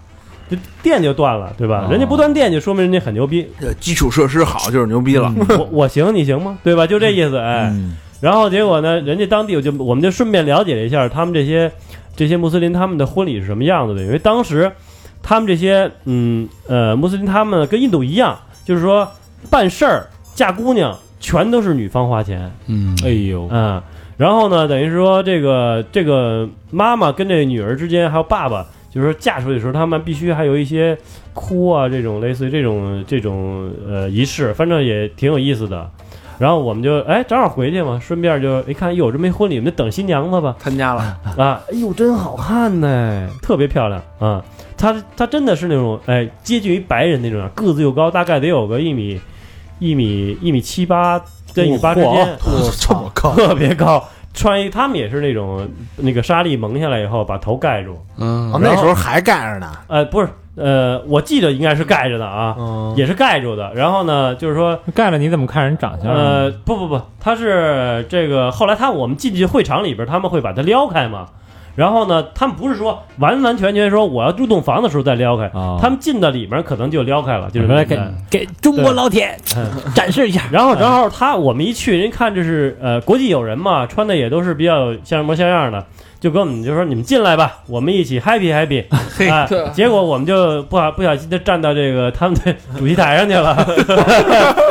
Speaker 6: 就电就断了，对吧？人家不断电就说明人家很牛逼，
Speaker 3: 这基础设施好就是牛逼了，
Speaker 6: 我我行你行吗？对吧？就这意思，哎。
Speaker 5: 嗯
Speaker 6: 然后结果呢，人家当地我就我们就顺便了解了一下他们这些这些穆斯林他们的婚礼是什么样子的，因为当时他们这些嗯呃穆斯林他们跟印度一样，就是说办事儿嫁姑娘全都是女方花钱，
Speaker 2: 嗯，
Speaker 5: 哎呦，
Speaker 6: 嗯，然后呢，等于是说这个这个妈妈跟这个女儿之间，还有爸爸，就是说嫁出去的时候，他们必须还有一些哭啊这种类似于这种这种呃仪式，反正也挺有意思的。然后我们就哎正好回去嘛，顺便就一看，哟，这没婚礼，我们就等新娘子吧。
Speaker 3: 参加了，
Speaker 6: 啊，哎呦，真好看呢、特别漂亮啊！她她真的是那种哎，接近于白人那种，啊个子又高，大概得有个一米一米一米七八跟一米八之间，
Speaker 2: 这 么高，
Speaker 6: 特别高。穿一，他们也是那种那个纱丽蒙下来以后，把头盖住。
Speaker 4: 哦
Speaker 2: 嗯，
Speaker 4: 那时候还盖着呢，
Speaker 6: 呃，不是，呃，我记得应该是盖着的啊，
Speaker 4: 嗯，
Speaker 6: 也是盖住的。然后呢，就是说，
Speaker 5: 盖了你怎么看人长相？啊
Speaker 6: 呃，，不不不，他是这个后来他我们进去会场里边，他们会把它撩开嘛。然后呢，他们不是说完完全全说我要入洞房的时候再撩开，
Speaker 5: 哦
Speaker 6: 他们进到里面可能就撩开了，就是
Speaker 5: 我说
Speaker 6: 明白
Speaker 5: 给中
Speaker 6: 国
Speaker 5: 老铁展示一下。
Speaker 6: 然后正好他我们一去，人看这是呃国际友人嘛，穿的也都是比较像模像样的，就跟我们就说你们进来吧，我们一起 happy happy。
Speaker 3: 嘿
Speaker 6: 啊，结果我们就不好不小心就站到这个他们的主席台上去了，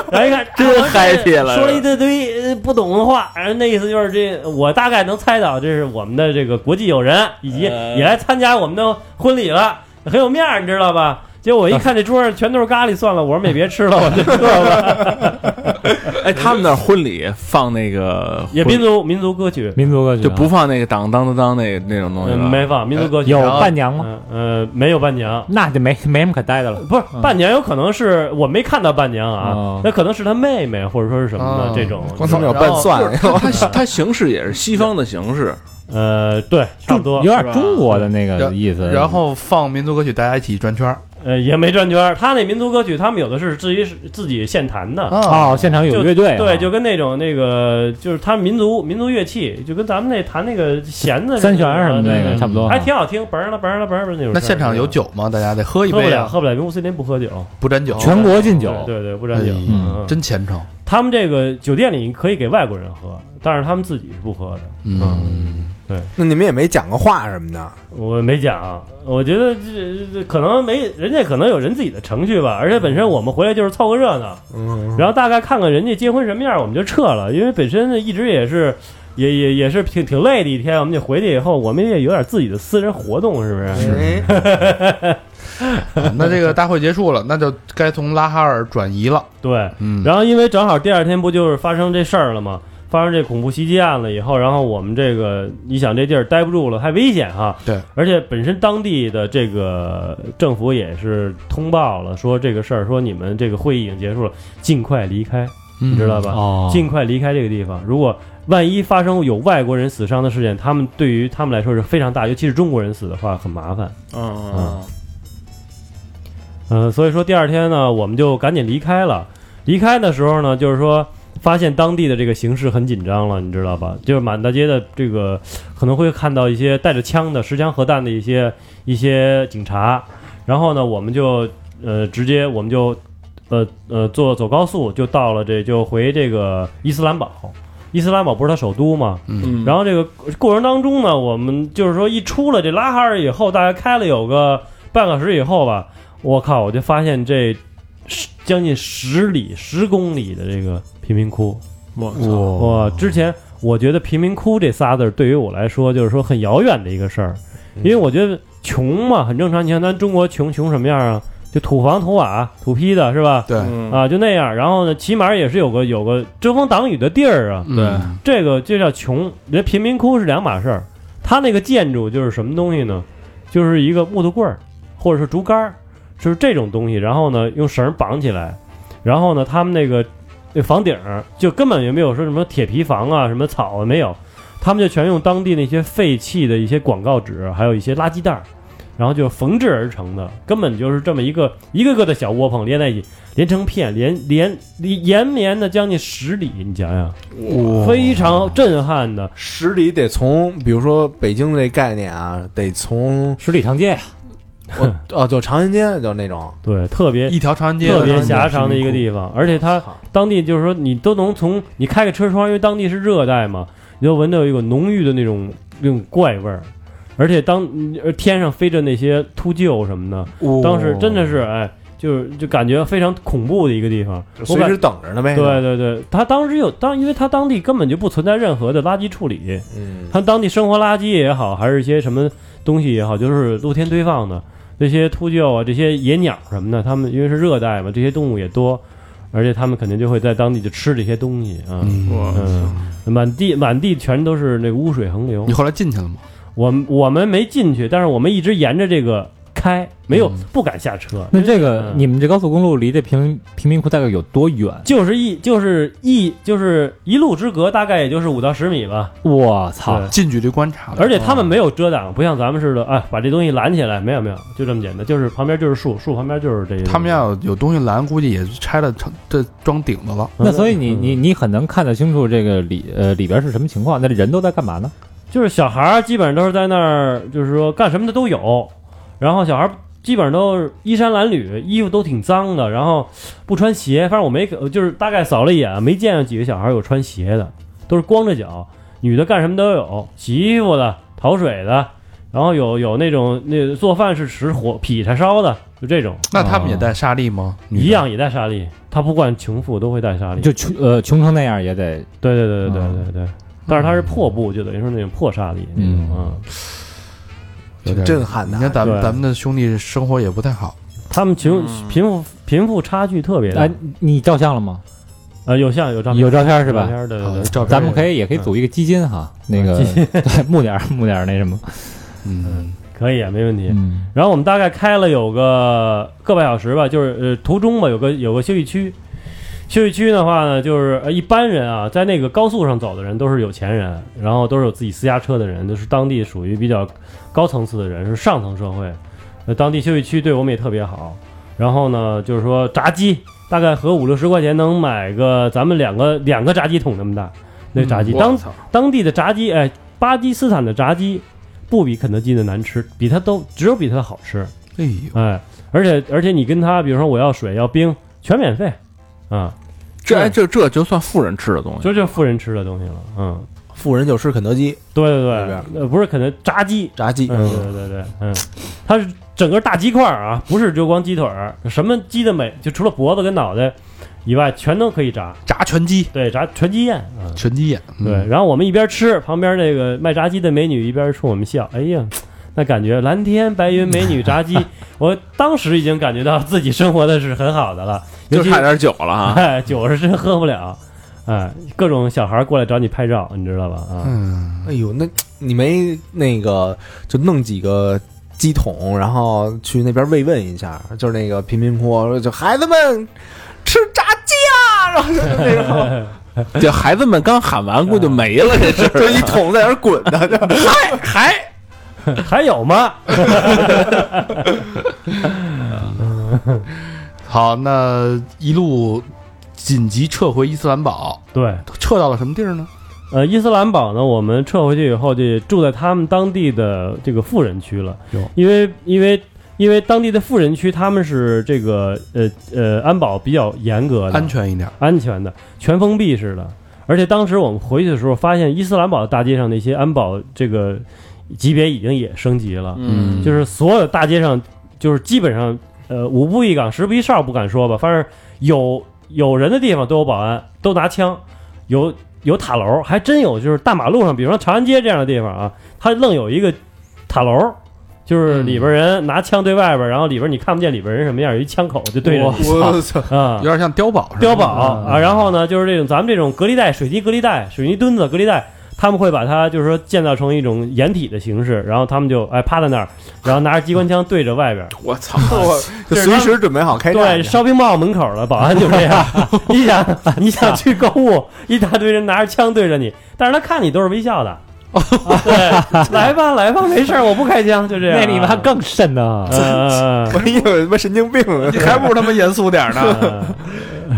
Speaker 6: 然后一看
Speaker 3: 真
Speaker 6: 啊
Speaker 3: happy 了
Speaker 6: 说了一大堆呃不懂的话，然后那意思就是这我大概能猜到这是我们的这个国际友人以及
Speaker 3: 呃
Speaker 6: 也来参加我们的婚礼了，很有面儿，你知道吧？结果我一看这桌上全都是咖喱，算了，我说也别吃了，我就撤了。
Speaker 3: 哎，他们那儿婚礼放那个
Speaker 6: 也
Speaker 3: 婚
Speaker 6: 民族民族歌曲，
Speaker 5: 民族歌曲啊
Speaker 3: 就不放那个当当当当那那种东西
Speaker 6: 嗯，
Speaker 3: 了。
Speaker 6: 没放民族歌曲
Speaker 5: 有
Speaker 6: 然后
Speaker 5: 伴娘吗？
Speaker 6: 嗯呃，没有伴娘，
Speaker 5: 那就没没什么可待的了。
Speaker 6: 不是伴娘，有可能是我没看到伴娘啊
Speaker 5: 嗯哦，
Speaker 6: 那可能是她妹妹或者说是什么
Speaker 2: 哦
Speaker 6: 的这种，
Speaker 4: 光他们有拌蒜，
Speaker 3: 它它形式也是西方的形式，
Speaker 6: 呃，对，差不多
Speaker 5: 有，点中国的那个
Speaker 2: 然
Speaker 5: 意思。
Speaker 2: 然后放民族歌曲，大家一起转圈儿
Speaker 6: 呃，也没转圈儿。他那民族歌曲，他们有的是自己自己现弹的，
Speaker 5: 哦，现场有乐队啊，
Speaker 6: 对，就跟那种那个就是他民族民族乐器，就跟咱们那弹那个弦子
Speaker 5: 三弦儿什么那个
Speaker 2: 嗯
Speaker 5: 差不多。
Speaker 6: 还挺好听，嘣儿了嘣儿了嘣儿了那种。
Speaker 2: 那现场有。酒吗？大家得喝一
Speaker 6: 喝不
Speaker 2: 杯
Speaker 6: 了，
Speaker 2: 啊，
Speaker 6: 喝不了，因为穆斯林不喝酒。
Speaker 2: 不沾酒，
Speaker 5: 全国禁酒，
Speaker 6: 对对，不沾酒。
Speaker 2: 哎
Speaker 6: 嗯，
Speaker 2: 真虔诚。
Speaker 6: 他们这个酒店里可以给外国人喝，但是他们自己是不喝的。
Speaker 2: 嗯，
Speaker 4: 那你们也没讲个话什么的，
Speaker 6: 我没讲，我觉得这这可能没人家可能有人自己的程序吧，而且本身我们回来就是凑个热闹，
Speaker 4: 嗯，
Speaker 6: 然后大概看看人家结婚什么样，我们就撤了，因为本身一直也是。也也也是挺挺累的一天，我们就回去以后，我们也有点自己的私人活动，是不是？
Speaker 4: 哎
Speaker 2: 那这个大会结束了，那就该从拉哈尔转移了。
Speaker 6: 对。
Speaker 2: 嗯，
Speaker 6: 然后因为正好第二天不就是发生这事儿了吗？发生这恐怖袭击案了以后，然后我们这个你想这地儿待不住了，太危险哈。
Speaker 2: 对，
Speaker 6: 而且本身当地的这个政府也是通报了，说这个事儿，说你们这个会议已经结束了，尽快离开，
Speaker 2: 嗯
Speaker 6: 你知道吧？
Speaker 5: 哦，
Speaker 6: 尽快离开这个地方。如果万一发生有外国人死伤的事件，他们对于他们来说是非常大，尤其是中国人死的话很麻烦。
Speaker 3: 嗯，
Speaker 6: 嗯，所以说第二天呢，我们就赶紧离开了。离开的时候呢，就是说发现当地的这个形势很紧张了，你知道吧？就是满大街的这个可能会看到一些带着枪的、持枪核弹的一些一些警察。然后呢，我们就呃直接我们就呃呃坐走高速就到了这就回这个伊斯兰堡。伊斯兰堡不是它首都吗？
Speaker 3: 嗯
Speaker 6: 然后这个过程当中呢，我们就是说一出了这拉哈尔以后，大概开了有个半个小时以后吧，我靠，我就发现这十将近十里、十公里的这个贫民窟。
Speaker 3: 我
Speaker 6: 哇，之前我觉得贫民窟这仨字儿对于我来说就是说很遥远的一个事儿，
Speaker 3: 嗯
Speaker 6: 因为我觉得穷嘛很正常。你看咱中国穷穷什么样啊？就土房土瓦土坯的是吧？
Speaker 2: 对，
Speaker 3: 嗯
Speaker 6: 啊，就那样。然后呢，起码也是有个有个遮风挡雨的地儿啊。
Speaker 2: 对，
Speaker 6: 这个就叫穷，人家贫民窟是两码事儿。它那个建筑就是什么东西呢？就是一个木头棍儿，或者是竹竿儿，就是这种东西。然后呢，用绳儿绑起来，然后呢，他们那个那房顶儿就根本也没有说什么铁皮房啊、什么草啊没有，他们就全用当地那些废弃的一些广告纸，还有一些垃圾袋儿，然后就缝制而成的，根本就是这么一个一个个的小窝棚连在一起，连成片，连连连延绵的将近十里，你想想。非常震撼的。
Speaker 4: 十里得从，比如说北京这概念啊，得从
Speaker 5: 十里长街，
Speaker 4: 我哦，就长安街就那种，
Speaker 6: 对，特别
Speaker 2: 一条长安街，
Speaker 6: 特别狭长的一个地方，而且它当地就是说你都能从你开个车窗，因为当地是热带嘛，你就闻到有一股浓郁的那种那种怪味儿。而且当呃天上飞着那些秃鹫什么的，
Speaker 4: 哦
Speaker 6: 当时真的是哎，就是就感觉非常恐怖的一个地方。
Speaker 4: 就
Speaker 6: 我
Speaker 4: 随
Speaker 6: 感
Speaker 4: 时等着呢呗。
Speaker 6: 对，对对，他当时有当，因为他当地根本就不存在任何的垃圾处理，
Speaker 4: 嗯，
Speaker 6: 他当地生活垃圾也好，还是一些什么东西也好，就是露天堆放的这些秃鹫啊，这些野鸟什么的，它们因为是热带嘛，这些动物也多，而且他们肯定就会在当地就吃这些东西啊，
Speaker 3: 我
Speaker 6: 嗯，满地满地全都是那个污水横流
Speaker 2: 你。后来进去了吗？
Speaker 6: 我们我们没进去，但是我们一直沿着这个开，没有
Speaker 2: 嗯
Speaker 6: 不敢下车，
Speaker 5: 那这个
Speaker 6: 嗯
Speaker 5: 你们这高速公路离这贫贫民窟大概有多远？
Speaker 6: 就是一就是一就是一路之隔，大概也就是五到十米吧。
Speaker 5: 我操！
Speaker 6: 对
Speaker 2: 近距离观察的，哦
Speaker 6: 而且他们没有遮挡，不像咱们似的，哎，把这东西拦起来，没有没有，就这么简单，就是旁边就是树，树旁边就是这些东西。
Speaker 2: 他们要有东西拦，估计也拆了成这装顶子了。
Speaker 6: 嗯
Speaker 5: 那所以你
Speaker 6: 嗯
Speaker 5: 你你很能看得清楚这个里呃里边是什么情况，那人都在干嘛呢？
Speaker 6: 就是小孩儿基本上都是在那儿，就是说干什么的都有，然后小孩儿基本上都是衣衫褴褛，衣服都挺脏的，然后不穿鞋，反正我没就是大概扫了一眼，没见着几个小孩儿有穿鞋的，都是光着脚，女的干什么都有，洗衣服的、淘水的，然后有有那种那做饭是吃火劈柴烧的，就这种，
Speaker 2: 那他们也带沙粒吗？女的
Speaker 6: 哦一。样也带沙粒，他不管穷富都会带沙粒，
Speaker 5: 就嗯穷呃穷成那样也得
Speaker 6: 对对对对对对对，但是它是破布，就等于说那种破沙粒那种，嗯。
Speaker 2: 有点
Speaker 4: 挺震撼的
Speaker 2: 你
Speaker 4: 啊
Speaker 2: 看咱们
Speaker 6: 对
Speaker 2: 咱们的兄弟生活也不太好，
Speaker 6: 他们穷
Speaker 3: 嗯
Speaker 6: 贫富贫富差距特别大
Speaker 5: 哎，，你照相了吗？
Speaker 6: 呃，有像有照片，
Speaker 5: 有照片是吧
Speaker 6: 照？片对嗯对对，
Speaker 2: 照片
Speaker 5: 咱们可
Speaker 2: 以，
Speaker 5: 以也可以组一个基金哈，那个 对募点儿募点儿那什么，
Speaker 2: 嗯，
Speaker 6: 可以啊，没问题。
Speaker 5: 嗯，
Speaker 6: 然后我们大概开了有个个半小时吧，就是呃途中吧，有个有个休息区。休息区的话呢，就是呃一般人啊，在那个高速上走的人都是有钱人，然后都是有自己私家车的人，就是当地属于比较高层次的人，是上层社会。呃，当地休息区对我们也特别好。然后呢，就是说炸鸡，大概合五六十块钱能买个咱们两个两个炸鸡桶那么大，那炸鸡、
Speaker 1: 嗯
Speaker 6: 当当地的炸鸡，哎，巴基斯坦的炸鸡不比肯德基的难吃，比它都只有比它好吃，
Speaker 2: 哎呦，
Speaker 6: 哎，而且而且你跟他，比如说我要水要冰，全免费，啊，
Speaker 3: 这哎这这就算富人吃的东西，
Speaker 6: 这就是富人吃的东西了，嗯，
Speaker 4: 富人就吃肯德基
Speaker 6: 对对
Speaker 4: 里边
Speaker 6: 对，呃，不是肯德炸鸡，
Speaker 4: 炸鸡，
Speaker 6: 嗯，对对对，嗯，它是整个大鸡块儿啊，不是就光鸡腿儿，什么鸡的美，就除了脖子跟脑袋以外，全都可以炸，
Speaker 2: 炸全鸡，
Speaker 6: 对，炸全鸡宴，嗯。
Speaker 2: 全鸡眼，嗯
Speaker 6: 对，，然后我们一边吃，旁边那个卖炸鸡的美女一边冲我们笑，哎呀，那感觉蓝天白云、美女、炸鸡，我当时已经感觉到自己生活的是很好的了，尤
Speaker 3: 就
Speaker 6: 其
Speaker 3: 差点酒了啊！
Speaker 6: 哎，酒是真喝不了，哎，各种小孩过来找你拍照，你知道吧？啊，
Speaker 2: 嗯，
Speaker 4: 哎呦，那你没那个就弄几个鸡桶，然后去那边慰问一下，就是那个贫民窟，就孩子们吃炸鸡啊，然后就那 种
Speaker 3: 这孩子们刚喊完，估计就没了这事
Speaker 4: 就一桶在那儿滚的，就嗨嗨，
Speaker 6: 还有吗？
Speaker 2: 好，那一路紧急撤回伊斯兰堡，
Speaker 6: 对，
Speaker 2: 撤到了什么地儿呢？
Speaker 6: 呃，伊斯兰堡呢，我们撤回去以后，就住在他们当地的这个富人区了
Speaker 2: 哟，
Speaker 6: 因为因为因为当地的富人区他们是这个呃呃安保比较严格的，
Speaker 2: 安全一点，
Speaker 6: 安全的，全封闭式的。而且当时我们回去的时候，发现伊斯兰堡的大街上那些安保这个级别已经也升级了，
Speaker 3: 嗯
Speaker 6: 就是所有的大街上，就是基本上，呃，五步一岗，十步一哨，不敢说吧，反正有有人的地方都有保安，都拿枪，有有塔楼，还真有，就是大马路上，比如说长安街这样的地方啊，它愣有一个塔楼，就是里边人拿枪对外边，然后里边你看不见里边人什么样，有一枪口就对着你
Speaker 4: 我操，
Speaker 6: 啊
Speaker 2: 有，点像碉堡似的，
Speaker 6: 碉 堡啊，然后呢，就是这种咱们这种隔离带、水泥隔离带、水泥墩子隔离带，他们会把它就是说建造成一种掩体的形式，然后他们就哎趴在那儿，然后拿着机关枪对着外边。
Speaker 3: 我操！
Speaker 4: 我就随时准备好开
Speaker 6: 哎对
Speaker 4: 战，
Speaker 6: ，shopping mall 门口的保安就这样，你想你想去购物，一大堆人拿着枪对着你，但是他看你都是微笑的。 啊对，来吧来吧，没事儿，我不开枪，就这样啊。
Speaker 5: 那你妈更甚呢。
Speaker 6: 嗯，
Speaker 4: 我以为他妈神经病啊呢
Speaker 2: 你还不如他妈严肃点儿 呢。
Speaker 6: 嗯嗯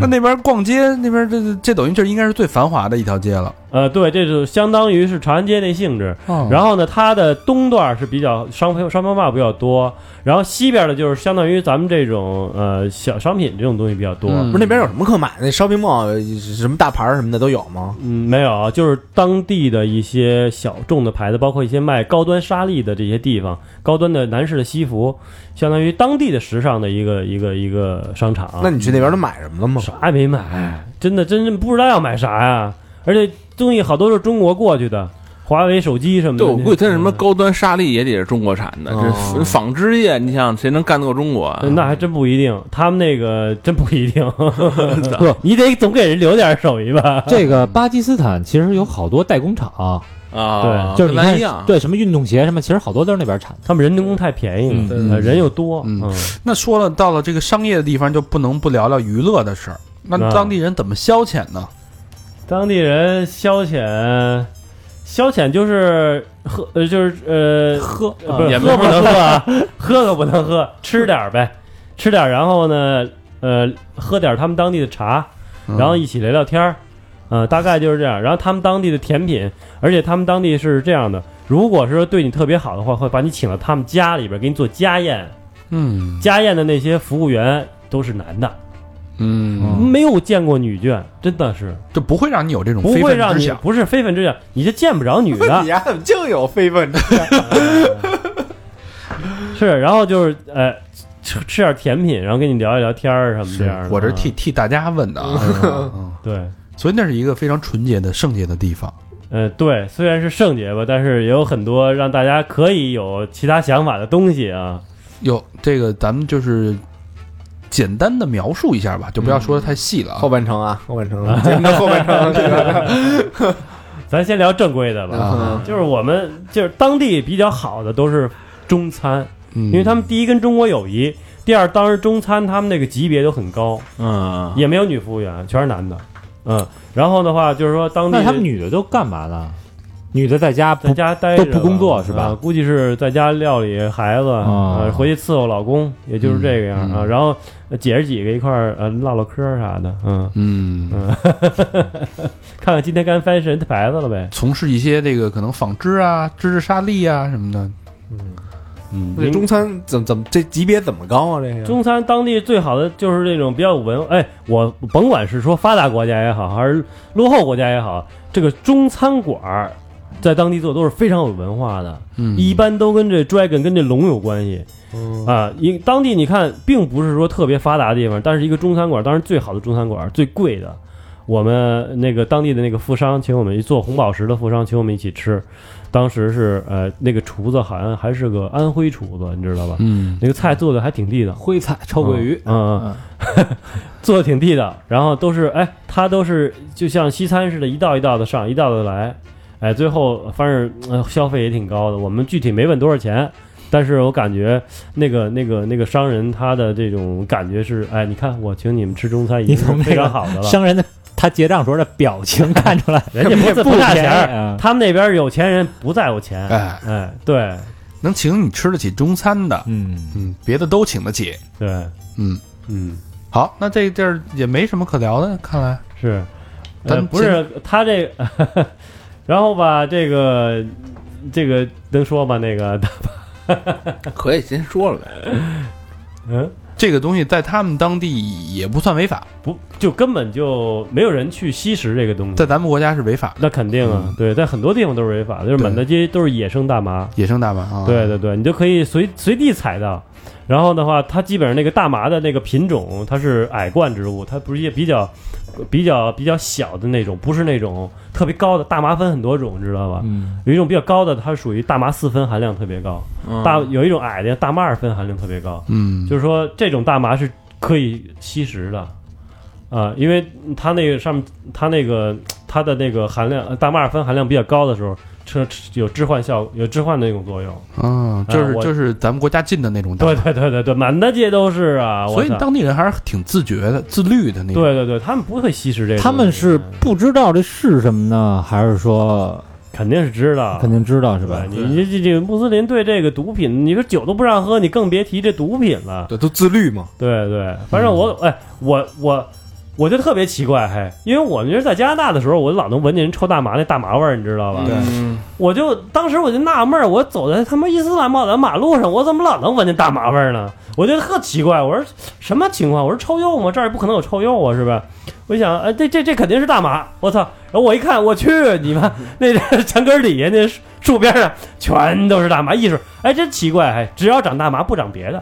Speaker 2: 那那边逛街，那边这这等于这应该是最繁华的一条街了。
Speaker 6: 呃，对，这就相当于是长安街那性质。
Speaker 2: 哦
Speaker 6: 然后呢，它的东段是比较商品商品化比较多，然后西边呢就是相当于咱们这种呃小商品这种东西比较多。
Speaker 2: 嗯
Speaker 6: 嗯
Speaker 4: 不是那边有什么可买的？那 shopping mall 什么大牌儿什么的都有吗？
Speaker 6: 没有啊，就是当地的一些小众的牌子，包括一些卖高端纱丽的这些地方，高端的男士的西服，相当于当地的时尚的一个一个一个商场。啊
Speaker 4: 那你去那边都买什么了吗？
Speaker 6: 啥也没买，真的真正不知道要买啥呀、而且东西好多是中国过去的，华为手机什么的
Speaker 3: 对，
Speaker 6: 那
Speaker 3: 我
Speaker 6: 些。
Speaker 3: 估计它什么高端纱丽也得是中国产的，
Speaker 4: 哦
Speaker 3: 这纺织业，你想谁能干得过中国啊？
Speaker 6: 嗯那还真不一定，他们那个真不一定，不，你得总给人留点手艺吧？
Speaker 5: 这个巴基斯坦其实有好多代工厂，
Speaker 3: 啊，
Speaker 6: 对
Speaker 5: 就是你
Speaker 3: 跟咱
Speaker 5: 看
Speaker 3: 一样，
Speaker 5: 对什么运动鞋什么，其实好多都是那边产的。
Speaker 6: 他们人工太便宜了，
Speaker 4: 嗯
Speaker 6: 呃人又多，
Speaker 2: 嗯那说了到了这个商业的地方，就不能不聊聊娱乐的事儿。那
Speaker 6: 啊
Speaker 2: 当地人怎么消遣呢？
Speaker 6: 当地人消遣，消遣就是喝，呃，就是呃，喝
Speaker 5: 啊
Speaker 6: 不是
Speaker 3: 也
Speaker 6: 喝不能喝啊，喝可不能喝，吃点儿呗，吃点儿，然后呢，呃，喝点儿他们当地的茶，
Speaker 2: 嗯
Speaker 6: 然后一起聊聊天儿，呃，大概就是这样。然后他们当地的甜品，而且他们当地是这样的，如果是说对你特别好的话，会把你请到他们家里边儿给你做家宴，
Speaker 2: 嗯
Speaker 6: 家宴的那些服务员都是男的，
Speaker 2: 嗯，
Speaker 6: 没有见过女眷，真的是。
Speaker 2: 就不会让你有这种
Speaker 6: 不
Speaker 2: 非
Speaker 6: 会
Speaker 2: 分
Speaker 6: 让
Speaker 2: 之
Speaker 6: 你
Speaker 2: 想。
Speaker 6: 不是非分之想，你就见不着女的
Speaker 4: 你。丫怎么净有非分之
Speaker 6: 是，然后就是呃，吃吃点甜品，然后跟你聊一聊天儿什么这样的。
Speaker 2: 我这是替替大家问的啊，嗯
Speaker 6: 啊对，
Speaker 2: 所以那是一个非常纯洁的圣洁的地方。
Speaker 6: 呃对，虽然是圣洁吧，但是也有很多让大家可以有其他想法的东西啊。
Speaker 2: 有这个，咱们就是简单的描述一下吧，就不要说的太细了啊。
Speaker 4: 后半程啊，后 半程，节目的后半程，啊 这个
Speaker 6: 咱先聊正规的吧，
Speaker 2: 啊，
Speaker 6: 就是我们就是当地比较好的都是中餐，
Speaker 2: 因
Speaker 6: 因为他们第一跟中国友谊，第二当时中餐他们那个级别都很高，
Speaker 3: 嗯，
Speaker 2: 啊
Speaker 6: 也没有女服务员，全是男的。嗯，然后的话就是说当地
Speaker 5: 那他们女的都干嘛呢？女的在家
Speaker 6: 在
Speaker 5: 不
Speaker 6: 家待着
Speaker 5: 都不工作是吧
Speaker 6: 啊估计是在家料理孩子，
Speaker 5: 啊
Speaker 6: 呃，回去伺候老公，也就是这个样
Speaker 2: 嗯
Speaker 6: 啊。然后呃姐儿几个一块儿呃唠唠嗑儿啥的，嗯，
Speaker 2: 嗯，
Speaker 6: 看看今天该翻谁的牌子了呗。
Speaker 2: 从事一些这个可能纺织啊、织织纱丽啊什么的。嗯
Speaker 4: 这中餐怎么怎么这级别怎么高啊？这个
Speaker 6: 中餐当地最好的就是那种比较有文，哎，我甭管是说发达国家也好，还是落后国家也好，这个中餐馆儿在当地做都是非常有文化的，
Speaker 2: 嗯，哦
Speaker 6: 一般都跟这 dragon 跟这龙有关系。啊，因当地你看，并不是说特别发达的地方，但是一个中餐馆，当然最好的中餐馆，最贵的。我们那个当地的那个富商请我们做红宝石的富商请我们一起吃，当时是呃那个厨子好像还是个安徽厨子，你知道吧？
Speaker 2: 嗯
Speaker 6: 那个菜做的还挺地道，
Speaker 5: 徽菜臭鳜鱼，
Speaker 6: 嗯，嗯 做的挺地道，然后都是哎，他都是就像西餐似的，一道一道的上，一道的来，哎，最后反正、呃、消费也挺高的。我们具体没问多少钱，但是我感觉那个那个那个商人他的这种感觉是，哎，你看我请你们吃中餐已经
Speaker 5: 你从
Speaker 6: 是
Speaker 5: 那个
Speaker 6: 非常好的了，
Speaker 5: 商人的他结账时候的表 情看出来，
Speaker 6: 人家不是不
Speaker 5: 便宜
Speaker 6: 差钱儿，
Speaker 5: 啊。
Speaker 6: 他们那边有钱人不在乎钱，
Speaker 2: 哎，
Speaker 6: 哎，对
Speaker 2: 能请你吃得起中餐的，
Speaker 5: 嗯，
Speaker 2: 嗯，别的都请得起。
Speaker 6: 对，
Speaker 2: 嗯，
Speaker 6: 嗯，
Speaker 2: 好，那这地儿也没什么可聊的，看来。
Speaker 6: 是。呃，
Speaker 2: 咱
Speaker 6: 不是他这个， 然后吧，这个这个能说吗？那个，
Speaker 3: 可以先说了呗。
Speaker 6: 嗯，
Speaker 2: 这个东西在他们当地也不算违法，
Speaker 6: 不，就根本就没有人去吸食这个东
Speaker 2: 在
Speaker 6: 西。
Speaker 2: 咱们国家是违法的，
Speaker 6: 那肯定啊，对，在很多地方都是违法的，就是
Speaker 2: 对
Speaker 6: 满大街都是野生大麻。
Speaker 2: 野生大麻啊。
Speaker 6: 对对对，你就可以随随地采到。然后的话，它基本上那个大麻的那个品种，它是矮冠植物，它不是也比较比较比较小的那种，不是那种特别高的。大麻分很多种，你知道吧？
Speaker 5: 嗯，
Speaker 6: 有一种比较高的，它属于大麻四分含量特别高，
Speaker 3: 嗯
Speaker 6: 大有一种矮的大麻二分含量特别高，
Speaker 2: 嗯，
Speaker 6: 就是说这种大麻是可以吸食的，啊、因为它那个上面它那个它的那个含量呃大麻二分含量比较高的时候，吃吃有致幻效有致幻的那种作用。
Speaker 2: 啊，就是
Speaker 6: 哎我
Speaker 2: 就是咱们国家禁的那种大麻
Speaker 6: 对。对对对对，满大街都是啊，
Speaker 2: 所
Speaker 6: 我
Speaker 2: 以
Speaker 6: 操！
Speaker 2: 当地人还是挺自觉的、自律的那种。
Speaker 6: 对对对，他们不会吸食这个东西，
Speaker 5: 他们是不知道这是什么呢，还是说
Speaker 6: 肯定是知道，
Speaker 5: 肯定知道是吧
Speaker 6: 啊对？你这这这穆斯林对这个毒品，你说酒都不让喝，你更别提这毒品了。
Speaker 4: 对都自律嘛，
Speaker 6: 对对，反正我、哎，我我我就特别奇怪，嘿，因为我们就是在加拿大的时候，我老能闻见人抽大麻那大麻味儿，你知道吧？
Speaker 3: 嗯，
Speaker 6: 我就当时我就纳闷儿，我走在他妈伊斯兰堡的马路上，我怎么老能闻见大麻味儿呢？我就特奇怪，我说什么情况？我说抽右吗？这儿不可能有抽右啊，是吧？我一想，哎，这这这肯定是大麻，我操！然后我一看，我去你妈，那墙根儿底下那树边上全都是大麻，一说，哎，真奇怪，哎，只要长大麻不长别的，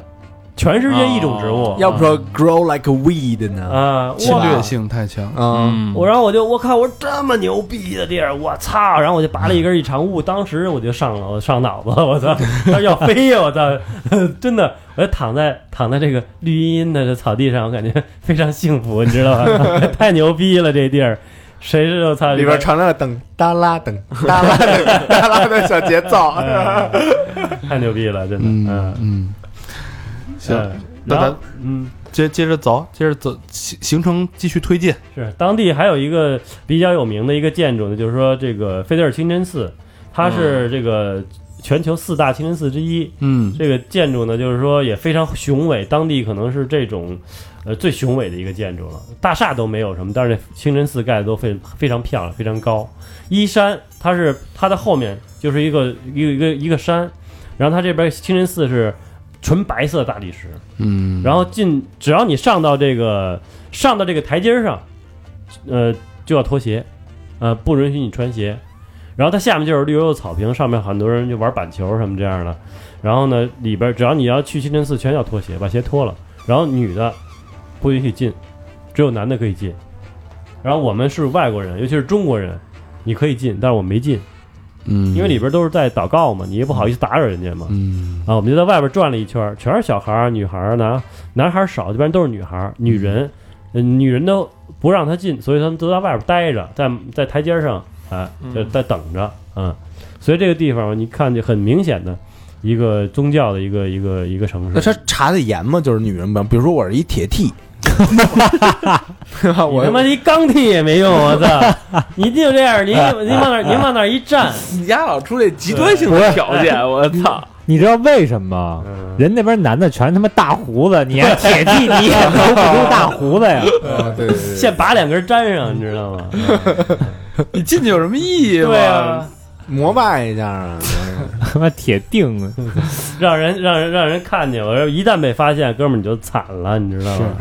Speaker 6: 全世界一种植物，
Speaker 4: 要不说 grow like a weed 呢？
Speaker 6: 啊，
Speaker 2: 嗯侵
Speaker 6: 哇
Speaker 2: 略性太强。
Speaker 4: 嗯，
Speaker 6: 我然后我就我靠，我说这么牛逼的地儿，我操！然后我就拔了一根异常物，当时我就上了，我上脑子了，我操，要要飞呀！我操， 真的，我就躺在躺在这个绿茵茵的这草地上，我感觉非常幸福，你知道吧？ 太牛逼了，这地儿，谁知道操
Speaker 4: 里边传来了噔哒啦噔哒啦噔哒啦的小节奏。
Speaker 6: 哎太牛逼了，真的，
Speaker 2: 嗯
Speaker 6: 嗯，
Speaker 2: 嗯，行
Speaker 6: 嗯，
Speaker 2: 那
Speaker 6: 然
Speaker 2: 咱
Speaker 6: 后嗯。
Speaker 2: 接接着走，接着走，行行程继续推进。
Speaker 6: 是当地还有一个比较有名的一个建筑呢，就是说这个菲德尔清真寺，它是这个全球四大清真寺之一。
Speaker 2: 嗯
Speaker 6: 这个建筑呢，就是说也非常雄伟，当地可能是这种呃最雄伟的一个建筑了，大厦都没有什么，但是清真寺盖的都非非常漂亮，非常高。依山它是它的后面就是一个一个一个一个山，然后它这边清真寺是纯白色大理石，
Speaker 2: 嗯，
Speaker 6: 然后进，只要你上到这个上到这个台阶儿上，呃，就要脱鞋，呃，不允许你穿鞋。然后它下面就是绿油油的草坪，上面很多人就玩板球什么这样的。然后呢，里边儿只要你要去清真寺，全要脱鞋，把鞋脱了。然后女的不允许进，只有男的可以进。然后我们是外国人，尤其是中国人，你可以进，但是我没进，
Speaker 2: 嗯，
Speaker 6: 因为里边儿都是在祷告嘛，你也不好意思打扰人家嘛。
Speaker 2: 嗯
Speaker 6: 啊，我们就在外边转了一圈儿，全是小孩儿、啊女孩儿，男男孩儿少，一般都是女孩儿、女人，呃女人都不让他进，所以他们都在外边待着，在在台阶上，哎，就在等着，嗯，所以这个地方你看就很明显的一个宗教的一个一个一个 城
Speaker 4: 那
Speaker 6: 市。
Speaker 4: 他查的严吗？就是女人不，比如说我是一铁 T，
Speaker 6: 你他妈一钢铁也没用，我操！ 你就这样，你你往那儿你往那儿一站，
Speaker 3: 你家老出这极端性的条件，我操！
Speaker 5: 你知道为什么吗？
Speaker 6: 嗯
Speaker 5: 人那边男的全他妈大胡子，你还 铁弟，你也留不出大胡子呀？
Speaker 4: 呃对对对
Speaker 6: 先拔两根粘上，你知道吗？
Speaker 2: 你进去有什么意义吗？
Speaker 6: 对啊，
Speaker 4: 膜拜一下啊！
Speaker 5: 他妈铁定啊，
Speaker 6: 嗯让人让人让人看见，我说一旦被发现，哥们儿你就惨了，你知道吗？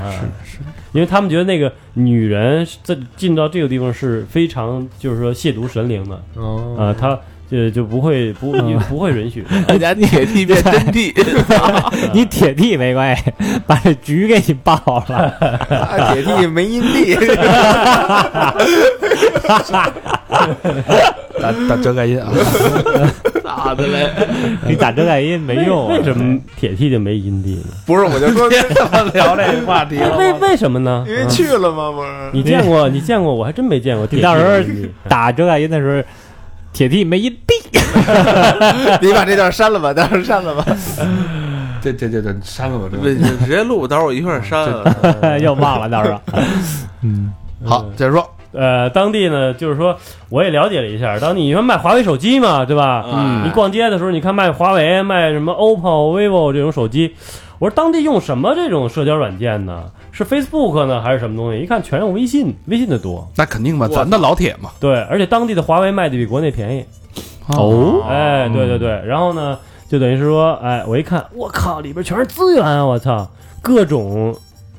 Speaker 6: 是是因为他们觉得那个女人这进到这个地方是非常就是说亵渎神灵的
Speaker 4: 哦
Speaker 6: 啊，他就就不会不
Speaker 5: 嗯
Speaker 6: 不会允许的。
Speaker 3: 俺家铁弟变真弟，
Speaker 5: 你铁弟没关系，把这局给你爆 了。
Speaker 4: 啊铁 T 没阴蒂，
Speaker 2: 打打遮盖音啊，
Speaker 3: 咋的嘞？
Speaker 5: 你打遮盖音没用啊，
Speaker 6: 为什么铁梯就没阴蒂呢？
Speaker 4: 不是我就说，
Speaker 2: 聊这个话题
Speaker 4: 哎
Speaker 6: 为为为什么呢？啊
Speaker 4: 因为去了吗？不是，
Speaker 6: 你见过你见过，我还真没见过铁
Speaker 5: 你
Speaker 6: 梯
Speaker 5: 到
Speaker 6: 有
Speaker 5: 时
Speaker 6: 阴蒂。
Speaker 5: 候打遮盖音的时候，铁弟没一滴。
Speaker 4: 你把这段删了吧，到时候删了吧。
Speaker 2: 这这这这 删了吧这
Speaker 3: 不
Speaker 2: 个。
Speaker 3: 直接录，到时候我一块儿删了。
Speaker 6: 哎
Speaker 5: 又忘了，到时候。
Speaker 2: 嗯好，接着说，
Speaker 6: 呃，当地呢，就是说我也了解了一下，当地你说卖华为手机嘛，对吧？
Speaker 3: 嗯
Speaker 6: 你逛街的时候，你看卖华为、卖什么 OPPO、vivo 这种手机，我说当地用什么这种社交软件呢？是 Facebook 呢，还是什么东西？一看全用微信，微信的多。
Speaker 2: 那肯定吧，咱的老铁嘛。啊
Speaker 6: 对，而且当地的华为卖的比国内便宜。
Speaker 5: 哦，
Speaker 6: 哎，对对对，然后呢，就等于是说，哎，我一看，我靠，里边全是资源啊！我操，各种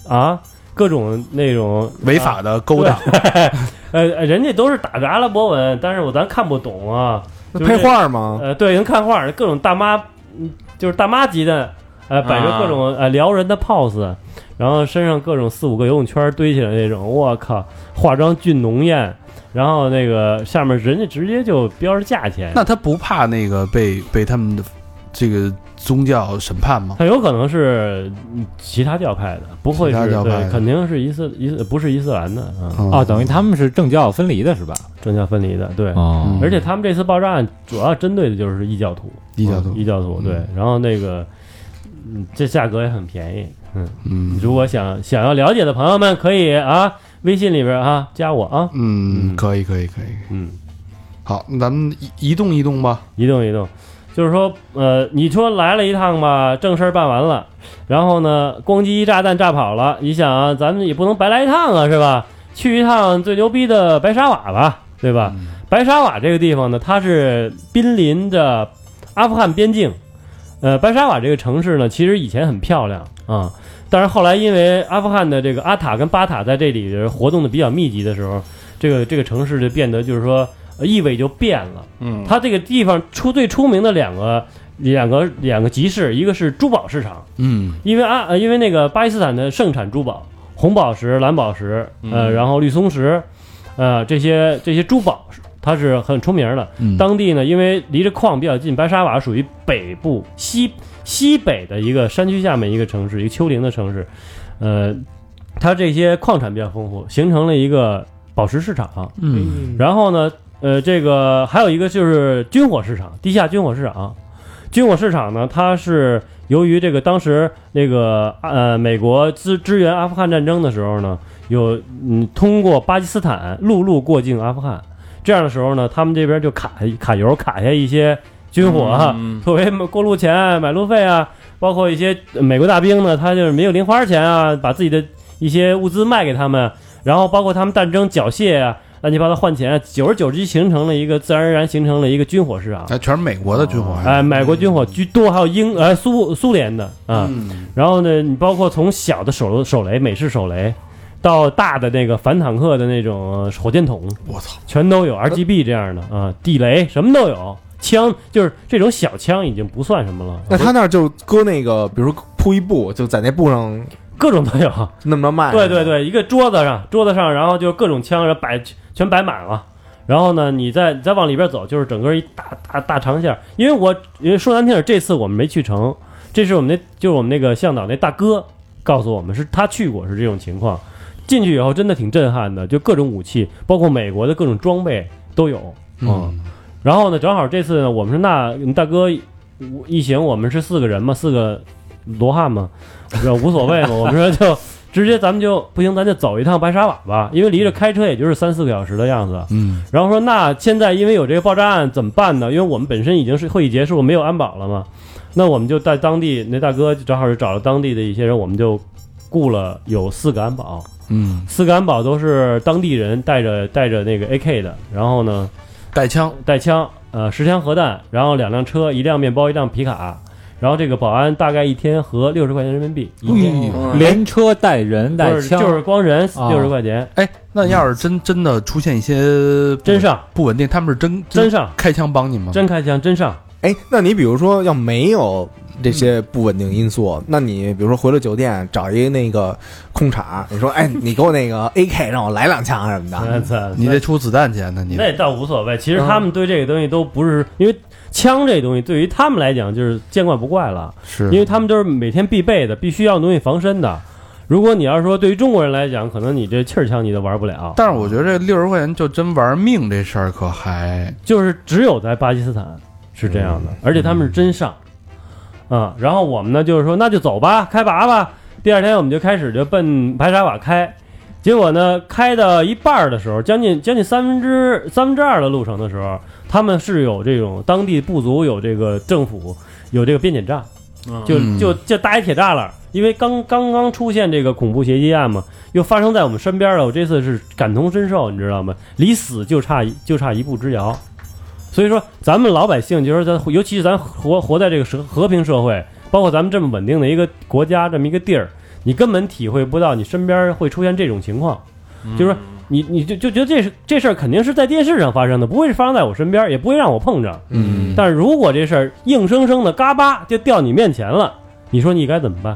Speaker 6: 啊，各种那种
Speaker 2: 违法的勾当，
Speaker 6: 呃，人家都是打着阿拉伯文，但是我咱看不懂啊。就是
Speaker 4: 配画
Speaker 2: 啊
Speaker 4: 吗？
Speaker 6: 呃，对，人看画，各种大妈，嗯，就是大妈级的，呃，摆着各
Speaker 2: 啊
Speaker 6: 种、呃撩人的 pose，然后身上各种四五个游泳圈堆起来那种，我靠，化妆巨浓艳，然后那个下面人家直接就标着价钱，
Speaker 2: 那他不怕那个被被他们的这个宗教审判吗？
Speaker 6: 很有可能是嗯其他教派的，不会
Speaker 2: 其他
Speaker 6: 是
Speaker 2: 教派
Speaker 6: 对
Speaker 2: 的，
Speaker 6: 肯定是伊斯伊斯不是伊斯兰的啊，
Speaker 2: 嗯
Speaker 5: 哦，等于他们是政教分离的是吧？
Speaker 6: 政教分离的，对。
Speaker 2: 嗯
Speaker 5: 哦
Speaker 6: 而且他们这次爆炸案主要针对的就是异教徒，嗯
Speaker 2: 异教徒，
Speaker 6: 异教徒对，然后那个，嗯，这价格也很便宜。嗯，
Speaker 2: 嗯
Speaker 6: 如果想想要了解的朋友们，可以啊，微信里边啊加我啊。
Speaker 2: 嗯，
Speaker 6: 嗯
Speaker 2: 可以可以可以。
Speaker 6: 嗯，
Speaker 2: 好，那咱们移移动移动吧。
Speaker 6: 移动移动，就是说，呃，你说来了一趟吧，正事儿办完了，然后呢，咣叽一炸弹炸跑了，你想啊，咱们也不能白来一趟啊，是吧？去一趟最牛逼的白沙瓦吧，对吧？白沙瓦这个地方呢，它是濒临着阿富汗边境。呃，白沙瓦这个城市呢，其实以前很漂亮啊，但是后来因为阿富汗的这个阿塔跟巴塔在这里活动的比较密集的时候，这个这个城市就变得就是说呃意味就变了。
Speaker 3: 嗯，
Speaker 6: 它这个地方出最出名的两个两个两个集市，一个是珠宝市场，
Speaker 2: 嗯
Speaker 6: 因为啊，呃因为那个巴基斯坦的盛产珠宝，红宝石、蓝宝石，呃，然后绿松石，呃，这些这些珠宝它是很出名的。
Speaker 2: 嗯，
Speaker 6: 当地呢，因为离着矿比较近，白沙瓦属于北部西西北的一个山区下面一个城市，一个丘陵的城市，呃，它这些矿产比较丰富，形成了一个宝石市场。
Speaker 2: 嗯
Speaker 6: 然后呢，呃，这个还有一个就是军火市场，地下军火市场。军火市场呢，它是由于这个当时那个呃美国支支援阿富汗战争的时候呢，有嗯通过巴基斯坦陆路过境阿富汗，这样的时候呢，他们这边就卡卡油卡下一些军火啊、
Speaker 3: 嗯
Speaker 6: 作为过路钱、买路费啊，包括一些呃美国大兵呢，他就是没有零花钱啊，把自己的一些物资卖给他们，然后包括他们战争缴械啊，乱七八糟换钱啊，久而久之形成了一个自然而然形成了一个军火市场。
Speaker 2: 哎，全是美国的军火，
Speaker 6: 哎，美国军火居多，还有英呃苏苏联的啊、
Speaker 2: 嗯
Speaker 6: 然后呢，你包括从小的手手雷美式手雷，到大的那个反坦克的那种呃火箭筒，
Speaker 2: 我操，
Speaker 6: 全都有 RGB 这样的啊，地雷什么都有，枪就是这种小枪已经不算什么了，
Speaker 4: 那他那儿就搁那个，比如说铺一布，就在那布上
Speaker 6: 各种都有。
Speaker 4: 那么着卖。
Speaker 6: 对对，对，一个桌子上，桌子上，然后就各种枪，然后摆全摆满了。然后呢，你再你再往里边走，就是整个一大大大长线儿。因为我因为说难听点，这次我们没去成，这是我们那就是我们那个向导那大哥告诉我们，是他去过是这种情况。进去以后真的挺震撼的，就各种武器，包括美国的各种装备都有。
Speaker 2: 嗯
Speaker 6: 然后呢，正好这次呢，我们是那大哥我一行，我们是四个人嘛，四个罗汉嘛，这无所谓嘛。我们说就直接咱们就不行，咱就走一趟白沙瓦吧，因为离着开车也就是三四个小时的样子。
Speaker 2: 嗯
Speaker 6: 然后说那现在因为有这个爆炸案怎么办呢？因为我们本身已经是会议结束，没有安保了嘛。那我们就在当地那大哥正好是找了当地的一些人，我们就雇了有四个安保，
Speaker 2: 嗯，
Speaker 6: 四个安保都是当地人带着带着那个 AK 的，然后呢。
Speaker 2: 带枪，
Speaker 6: 带枪，呃，十箱核弹，然后两辆车，一辆面包，一辆皮卡，然后这个保安大概一天合六十块钱人民币，
Speaker 5: 连车带人带
Speaker 6: 嗯就是
Speaker 5: 枪，
Speaker 6: 就是光人
Speaker 5: 啊
Speaker 6: 六十块钱，
Speaker 2: 哎，那要是真真的出现一些
Speaker 6: 真上
Speaker 2: 不稳定，他们是啊真
Speaker 6: 真上
Speaker 2: 开枪帮你吗？
Speaker 6: 真开枪真上，
Speaker 4: 哎，那你比如说要没有这些不稳定因素，那你比如说回了酒店找一那个空场，你说哎，你给我那个 AK 让我来两枪什么的，
Speaker 6: 那那
Speaker 2: 啊你得出子弹钱呢，你
Speaker 6: 哎
Speaker 2: 啊
Speaker 6: 那倒无所谓。其实他们对这个东西都不是因为枪这东西对于他们来讲就是见怪不怪了，
Speaker 2: 是
Speaker 6: 因为他们都是每天必备的，必须要东西防身的。如果你要是说对于中国人来讲，可能你这气儿枪你都玩不了，
Speaker 2: 但是我觉得这六十块钱就真玩命这事儿可还
Speaker 6: 就是只有在巴基斯坦是这样的，而且他们是真上，啊、然后我们呢就是说那就走吧，开拔吧。第二天我们就开始就奔白沙瓦开，结果呢开到一半儿的时候，将近将近三分之三分之二的路程的时候，他们是有这种当地部族有这个政府有这个边检站，就
Speaker 2: 嗯
Speaker 6: 就就搭一铁栅栏，因为刚刚刚出现这个恐怖袭击案嘛，又发生在我们身边了，我这次是感同身受，你知道吗？离死就差一就差一步之遥。所以说，咱们老百姓就是咱，尤其是咱活活在这个社和平社会，包括咱们这么稳定的一个国家，这么一个地儿，你根本体会不到你身边会出现这种情况。就是说你你就就觉得这是这事儿肯定是在电视上发生的，不会是发生在我身边，也不会让我碰着。
Speaker 2: 嗯
Speaker 6: 但是如果这事儿硬生生的嘎巴就掉你面前了，你说你该怎么办？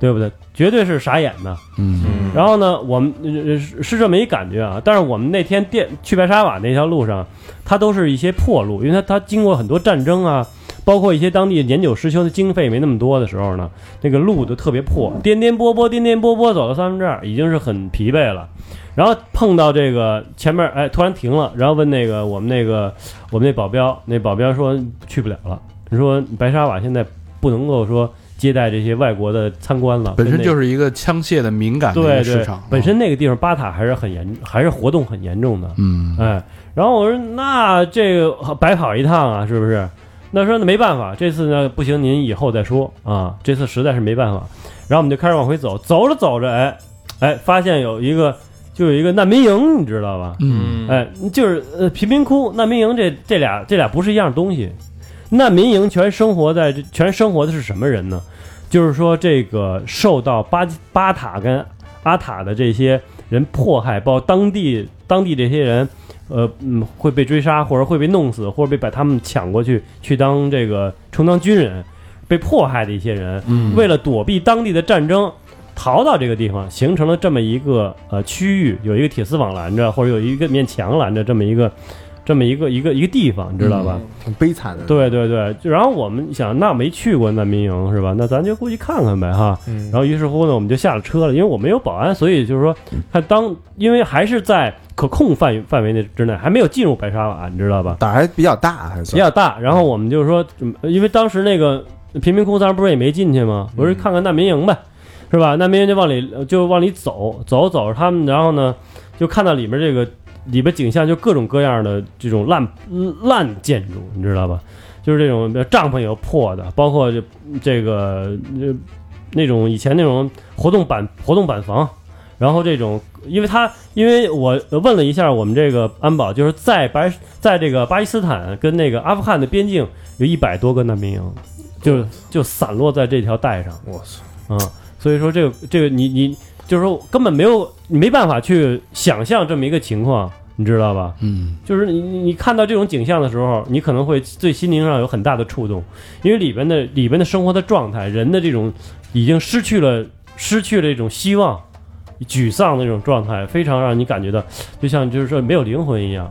Speaker 6: 对不对？绝对是傻眼的。
Speaker 2: 嗯
Speaker 3: 嗯
Speaker 6: 然后呢，我们呃是是这么一感觉啊，但是我们那天电去白沙瓦那条路上，它都是一些破路，因为它它经过很多战争啊，包括一些当地年久失修的经费没那么多的时候呢，那个路就特别破，颠颠簸簸，颠颠簸簸走到三分之二，已经是很疲惫了。然后碰到这个前面，哎，突然停了，然后问那个我们那个我们那保镖，那保镖说去不了了，说白沙瓦现在不能够说接待这些外国的参观了，
Speaker 2: 本身
Speaker 6: 跟那
Speaker 2: 就是一个枪械的敏感的一
Speaker 6: 对
Speaker 2: 个
Speaker 6: 对
Speaker 2: 市场，啊
Speaker 6: 本身那个地方巴塔还是很严，还是活动很严重的。
Speaker 2: 嗯
Speaker 6: 哎，然后我说那这个白跑一趟啊，是不是？那说那没办法，这次呢不行，您以后再说啊，这次实在是没办法。然后我们就开始往回走，走着走着，哎哎，发现有一个就有一个难民营，你知道吧？
Speaker 2: 嗯
Speaker 6: 哎，就是呃贫民窟、难民营这这俩这俩不是一样东西。难民营全生活在这全生活的是什么人呢？就是说这个受到巴基巴塔跟阿塔的这些人迫害，包括当地当地这些人呃嗯会被追杀，或者会被弄死，或者被把他们抢过去去当这个充当军人，被迫害的一些人，
Speaker 2: 嗯
Speaker 6: 为了躲避当地的战争。逃到这个地方，形成了这么一个呃区域，有一个铁丝网拦着，或者有一个面墙拦着，这么一个，这么一个一个一个地方，你知道吧？
Speaker 4: 挺悲惨的。，
Speaker 6: 对对对，就然后我们想，那没去过难民营是吧？那咱就过去看看呗哈。
Speaker 4: 嗯
Speaker 6: 然后于是乎呢，我们就下了车了，因为我没有保安，所以就是说，他当因为还是在可控范围范围内之内，还没有进入白沙瓦，你知道吧？
Speaker 4: 胆儿还比较大，还
Speaker 6: 比
Speaker 4: 算
Speaker 6: 较大。然后我们就是说，嗯因为当时那个贫民窟，当时不是也没进去吗？我说看看难民营呗，是吧？难民营就往里就往里走，走走着他们，然后呢，就看到里面这个里边景象，就各种各样的这种烂烂建筑，你知道吧？就是这种呃帐篷有破的，包括这这个呃那种以前那种活动板活动板房，然后这种，因为他因为我问了一下我们这个安保，就是在白在这个巴基斯坦跟那个阿富汗的边境有一百多个难民营，就就散落在这条带上，
Speaker 4: 我操，
Speaker 6: 啊、所以说这个这个你你就是说根本没有你没办法去想象这么一个情况，你知道吧？
Speaker 2: 嗯
Speaker 6: 就是你你你看到这种景象的时候，你可能会对心灵上有很大的触动，因为里边的里边的生活的状态，人的这种已经失去了失去了一种希望、沮丧的这种状态，非常让你感觉到就像就是说没有灵魂一样。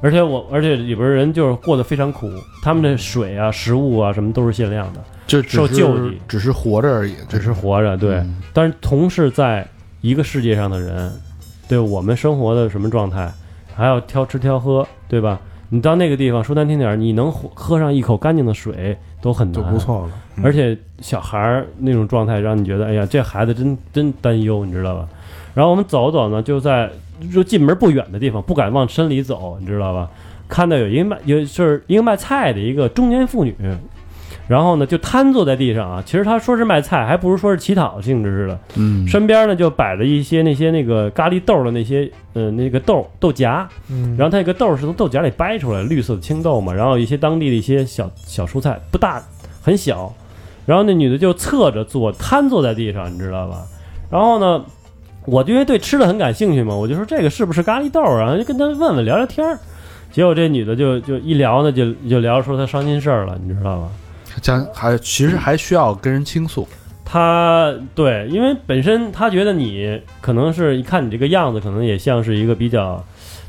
Speaker 6: 而且我而且里边人就是过得非常苦，他们的水啊、食物啊什么都是限量的，
Speaker 2: 这只
Speaker 6: 受
Speaker 2: 是
Speaker 6: 救济
Speaker 2: 只是活着而已，
Speaker 6: 只是活着。对，
Speaker 2: 嗯
Speaker 6: 但是同是在一个世界上的人，对我们生活的什么状态，还要挑吃挑喝，对吧？你到那个地方，说难听点儿，你能喝喝上一口干净的水都很难，
Speaker 4: 就不。错了。嗯
Speaker 6: 而且小孩儿那种状态，让你觉得，哎呀，这孩子真真担忧，你哎知道吧？然后我们走走呢，就在就进门不远的地方，不敢往深里走，你知道吧？看到有一个卖，有就是一个卖菜的一个中年妇女，然后呢就瘫坐在地上啊。其实她说是卖菜，还不如说是乞讨性质似的。
Speaker 2: 嗯
Speaker 6: 身边呢就摆了一些那些那个咖喱豆的那些呃那个豆豆荚，
Speaker 4: 嗯
Speaker 6: 然后它那个豆儿是从豆荚里掰出来，绿色的青豆嘛，然后一些当地的一些小小蔬菜，不大很小，然后那女的就侧着坐，瘫坐在地上，你知道吧？然后呢，我就因为对吃的很感兴趣嘛，我就说这个是不是咖喱豆儿啊？然后就跟她问问聊聊天儿。结果这女的就就一聊呢，就就聊出她伤心事儿了，你知道吧？
Speaker 2: 将还其实还需要跟人倾诉，
Speaker 6: 他对，因为本身他觉得你可能是一看你这个样子，可能也像是一个比较，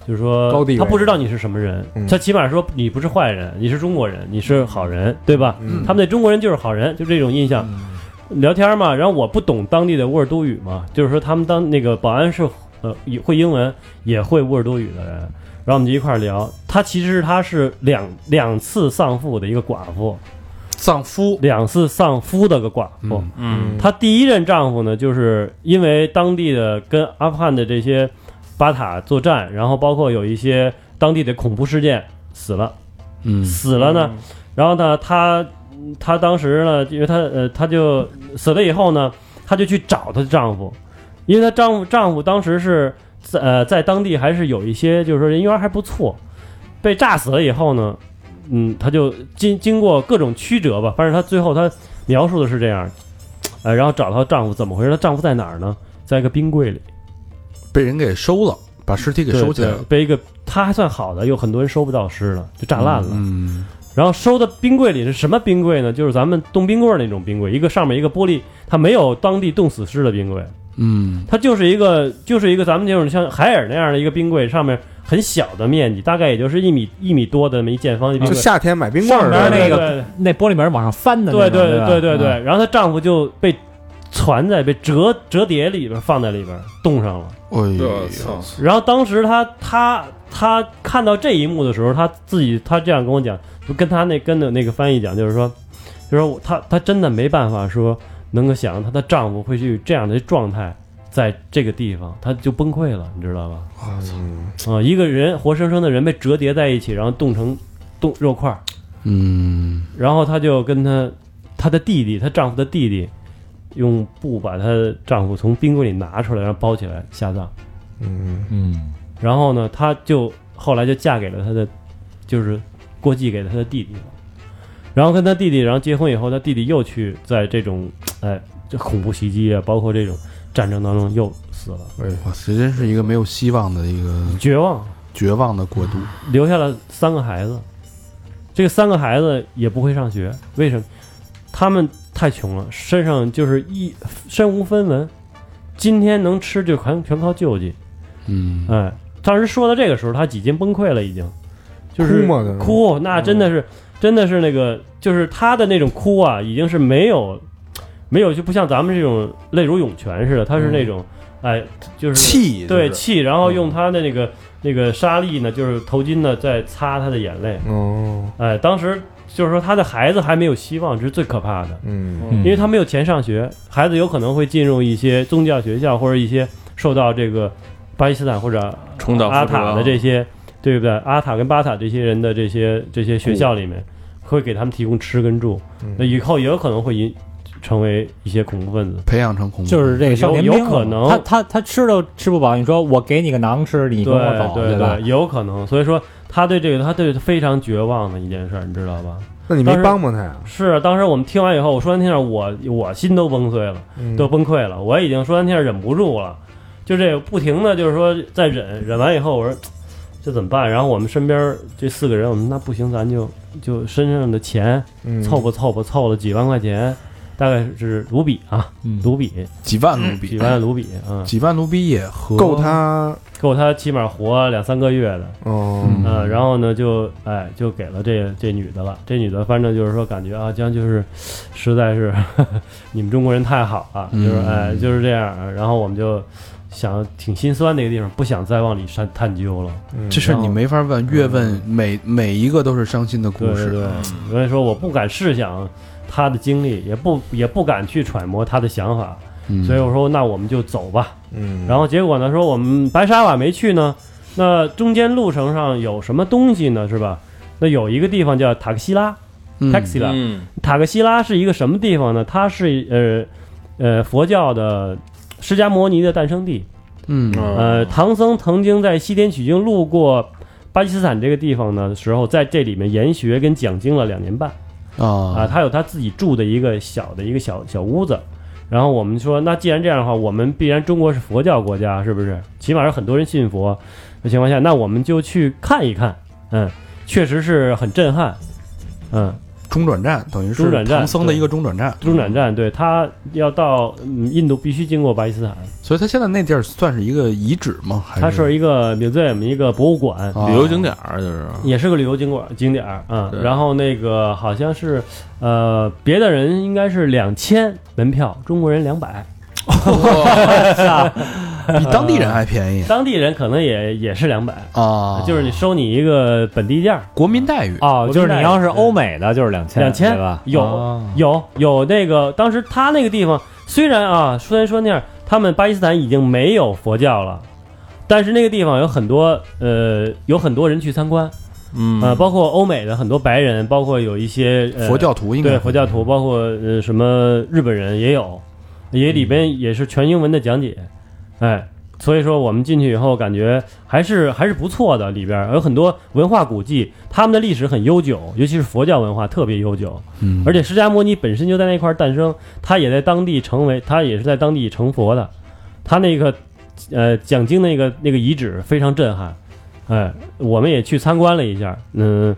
Speaker 6: 就是说
Speaker 4: 高地位
Speaker 6: 他不知道你是什么人，
Speaker 4: 嗯
Speaker 6: 他起码说你不是坏人，你是中国人，你是好人，对吧？
Speaker 4: 嗯
Speaker 6: 他们对中国人就是好人，就这种印象。聊天嘛，然后我不懂当地的乌尔都语嘛，就是说他们当那个保安是呃也会英文也会乌尔都语的人，然后我们就一块儿聊。他其实他是两两次丧父的一个寡妇，
Speaker 2: 丧夫，
Speaker 6: 两次丧夫的个寡妇。
Speaker 2: 嗯
Speaker 3: 嗯
Speaker 6: 她第一任丈夫呢，就是因为当地的跟阿富汗的这些巴塔作战，然后包括有一些当地的恐怖事件死了，
Speaker 2: 嗯
Speaker 6: 死了呢，然后呢，她她当时呢，因为她呃，她就死了以后呢，呃她就去找她丈夫，因为她丈夫丈夫当时是在呃在当地还是有一些就是说人缘还不错，被炸死了以后呢，嗯，她就经经过各种曲折吧，反正她最后她描述的是这样，呃，然后找到丈夫怎么回事？她丈夫在哪儿呢？在一个冰柜里
Speaker 2: 被人给收了，把尸体给
Speaker 6: 对
Speaker 2: 收起来
Speaker 6: 对
Speaker 2: 了，
Speaker 6: 被一个她还算好的，有很多人收不到尸了，就炸烂了。
Speaker 2: 嗯
Speaker 6: 然后收的冰柜里是什么冰柜呢？就是咱们冻冰棍儿那种冰柜，一个上面一个玻璃，它没有当地冻死尸的冰柜，
Speaker 2: 嗯
Speaker 6: 它就是一个就是一个咱们这种像海尔那样的一个冰柜，上面很小的面积，大概也就是一米一米多的那么一见方的冰
Speaker 4: 就
Speaker 6: 柜。
Speaker 4: 夏天买冰棍儿
Speaker 5: 上边
Speaker 4: 的
Speaker 5: 那个
Speaker 6: 对
Speaker 5: 那玻璃门往上翻的那
Speaker 6: 对
Speaker 5: 种，
Speaker 6: 对
Speaker 5: 吧啊
Speaker 6: 对对对，然后她丈夫就被攒在被折折叠里边放在里边冻上了。
Speaker 2: 哎
Speaker 3: 我
Speaker 2: 呦，
Speaker 3: 操，
Speaker 6: 然后当时她她她看到这一幕的时候，她自己她这样跟我讲，就跟她那跟的那个翻译讲，就是说，就是说我她她真的没办法说能够想到她的丈夫会去这样的状态，在这个地方，她就崩溃了，你知道吧？
Speaker 4: 嗯
Speaker 6: 啊、一个人活生生的人被折叠在一起，然后冻成冻肉块儿，
Speaker 2: 嗯
Speaker 6: 然后她就跟她她的弟弟，她丈夫的弟弟，用布把她丈夫从冰柜里拿出来，然后包起来下葬。
Speaker 4: 嗯，
Speaker 5: 嗯，
Speaker 6: 然后呢，她就后来就嫁给了她的，就是过继给了她的弟弟了。然后跟她弟弟，然后结婚以后，她弟弟又去在这种，哎，这恐怖袭击啊，包括这种战争当中又死了，
Speaker 2: 哇，这真是一个没有希望的一个
Speaker 6: 绝望。
Speaker 2: 绝望的国度。
Speaker 6: 留下了三个孩子，这个三个孩子也不会上学，为什么？他们太穷了，身上就是一身无分文，今天能吃就全全靠救济。
Speaker 2: 嗯，
Speaker 6: 哎，当时说到这个时候，他几近崩溃了，已经就是
Speaker 4: 哭吗嗯那是
Speaker 6: 哭那真的是、真的是那个，就是他的那种哭啊，已经是没有没有，就不像咱们这种泪如涌泉似的，
Speaker 4: 嗯
Speaker 6: 他是那种、哎，就是
Speaker 4: 气
Speaker 6: 对，气，然后用他的那个那个沙粒呢，就是头巾呢，在擦他的眼泪。
Speaker 4: 哦，
Speaker 6: 哎，当时就是说他的孩子还没有希望，这是最可怕的，
Speaker 4: 嗯
Speaker 5: 嗯
Speaker 6: 因为他没有钱上学，孩子有可能会进入一些宗教学校或者一些受到这个巴基斯坦或者
Speaker 3: 重蹈覆辙
Speaker 6: 阿塔的这些，对不对？阿塔跟巴塔这些人的这些这些学校里面，会给他们提供吃跟住
Speaker 4: 嗯，
Speaker 6: 那以后也有可能会引成为一些恐怖分子。
Speaker 2: 培养成恐怖，
Speaker 5: 就是这个少年
Speaker 6: 有
Speaker 5: 兵
Speaker 6: 有可能
Speaker 5: 他他他吃都吃不饱，你说我给你个馕吃，你跟我走，
Speaker 6: 对对
Speaker 5: 吧？
Speaker 6: 有可能。所以说，他对这个，他对非常绝望的一件事儿，你知道吧？
Speaker 4: 那你没帮帮他呀？
Speaker 6: 是，当时我们听完以后，我说完天上，我我心都崩碎了，
Speaker 4: 嗯
Speaker 6: 都崩溃了，我已经说完天上忍不住了，就这个不停的就是说在忍，忍完以后，我说这怎么办？然后我们身边这四个人，我们那不行，咱就就身上的钱
Speaker 4: 嗯
Speaker 6: 凑吧凑吧，凑了几万块钱，大概是卢比啊，
Speaker 5: 嗯
Speaker 6: 卢比
Speaker 2: 几万卢比，
Speaker 6: 几万卢比啊，
Speaker 2: 几万卢比也合
Speaker 4: 够他
Speaker 6: 够他起码活两三个月的。
Speaker 4: 哦，
Speaker 2: 嗯
Speaker 6: 嗯，然后呢，就哎，就给了这这女的了。这女的反正就是说，感觉啊，将就是，实在是 你们中国人太好了，就是
Speaker 2: 嗯
Speaker 6: 哎，就是这样。然后我们就想挺心酸的一个地方，不想再往里探探究了。
Speaker 4: 嗯
Speaker 2: 这事儿你没法问，越问每每一个都是伤心的故
Speaker 6: 对嗯对
Speaker 2: 事。啊
Speaker 6: 对，所以说我不敢试想她的经历，也不也不敢去揣摩她的想法。
Speaker 2: 嗯
Speaker 6: 所以我说，那我们就走吧。
Speaker 4: 嗯，
Speaker 6: 然后结果呢，说我们白沙瓦没去呢，那中间路程上有什么东西呢？是吧？那有一个地方叫塔克西拉。
Speaker 2: 嗯
Speaker 6: taxi 了。
Speaker 3: 嗯，
Speaker 6: 塔克西拉是一个什么地方呢？它是呃呃佛教的释迦摩尼的诞生地。
Speaker 2: 嗯
Speaker 6: 呃，唐僧曾经在西天取经路过巴基斯坦这个地方的时候，在这里面研学跟讲经了两年半啊。
Speaker 2: 啊，
Speaker 6: 他有他自己住的一个小的一个小小屋子。然后我们说，那既然这样的话，我们必然中国是佛教国家，是不是？起码是很多人信佛的情况下，那我们就去看一看。嗯，确实是很震撼。嗯，
Speaker 2: 中转站等于
Speaker 6: 中
Speaker 2: 是
Speaker 6: 转站
Speaker 2: 唐僧的一个中转站，
Speaker 6: 中转站，对他要到、嗯、印度必须经过巴基斯坦，
Speaker 2: 所以他现在那地儿算是一个遗址吗？还
Speaker 6: 它是一个 museum 一个博物馆，
Speaker 2: 啊
Speaker 3: 旅游景点儿就是，
Speaker 6: 也是个旅游景馆景点儿啊、
Speaker 3: 对
Speaker 6: 然后那个好像是呃，别的人应该是两千门票，中国人两百，
Speaker 2: 比当地人还便宜
Speaker 6: 当地人可能也也是两百、
Speaker 2: 啊，
Speaker 6: 就是啊你收你一个本地价。
Speaker 2: 国民待遇
Speaker 5: 哦，就是你要是欧美的，就是两千，
Speaker 6: 两千
Speaker 5: 对吧？
Speaker 6: 有、
Speaker 5: 哦
Speaker 6: 有有那个，当时他那个地方虽然啊，虽然说那样，他们巴基斯坦已经没有佛教了，但是那个地方有很多呃，有很多人去参观，
Speaker 3: 嗯
Speaker 6: 呃，包括欧美的很多白人，包括有一些、呃、
Speaker 2: 佛教徒应该
Speaker 6: 对佛教徒，包括呃什么日本人也有，也里边也是全英文的讲解，哎，所以说我们进去以后感觉还是还是不错的，里边儿有很多文化古迹，他们的历史很悠久，尤其是佛教文化特别悠久，
Speaker 2: 嗯
Speaker 6: 而且释迦摩尼本身就在那块儿诞生，他也在当地成为他也是在当地成佛的，他那个呃讲经那个那个遗址非常震撼，哎，我们也去参观了一下，嗯。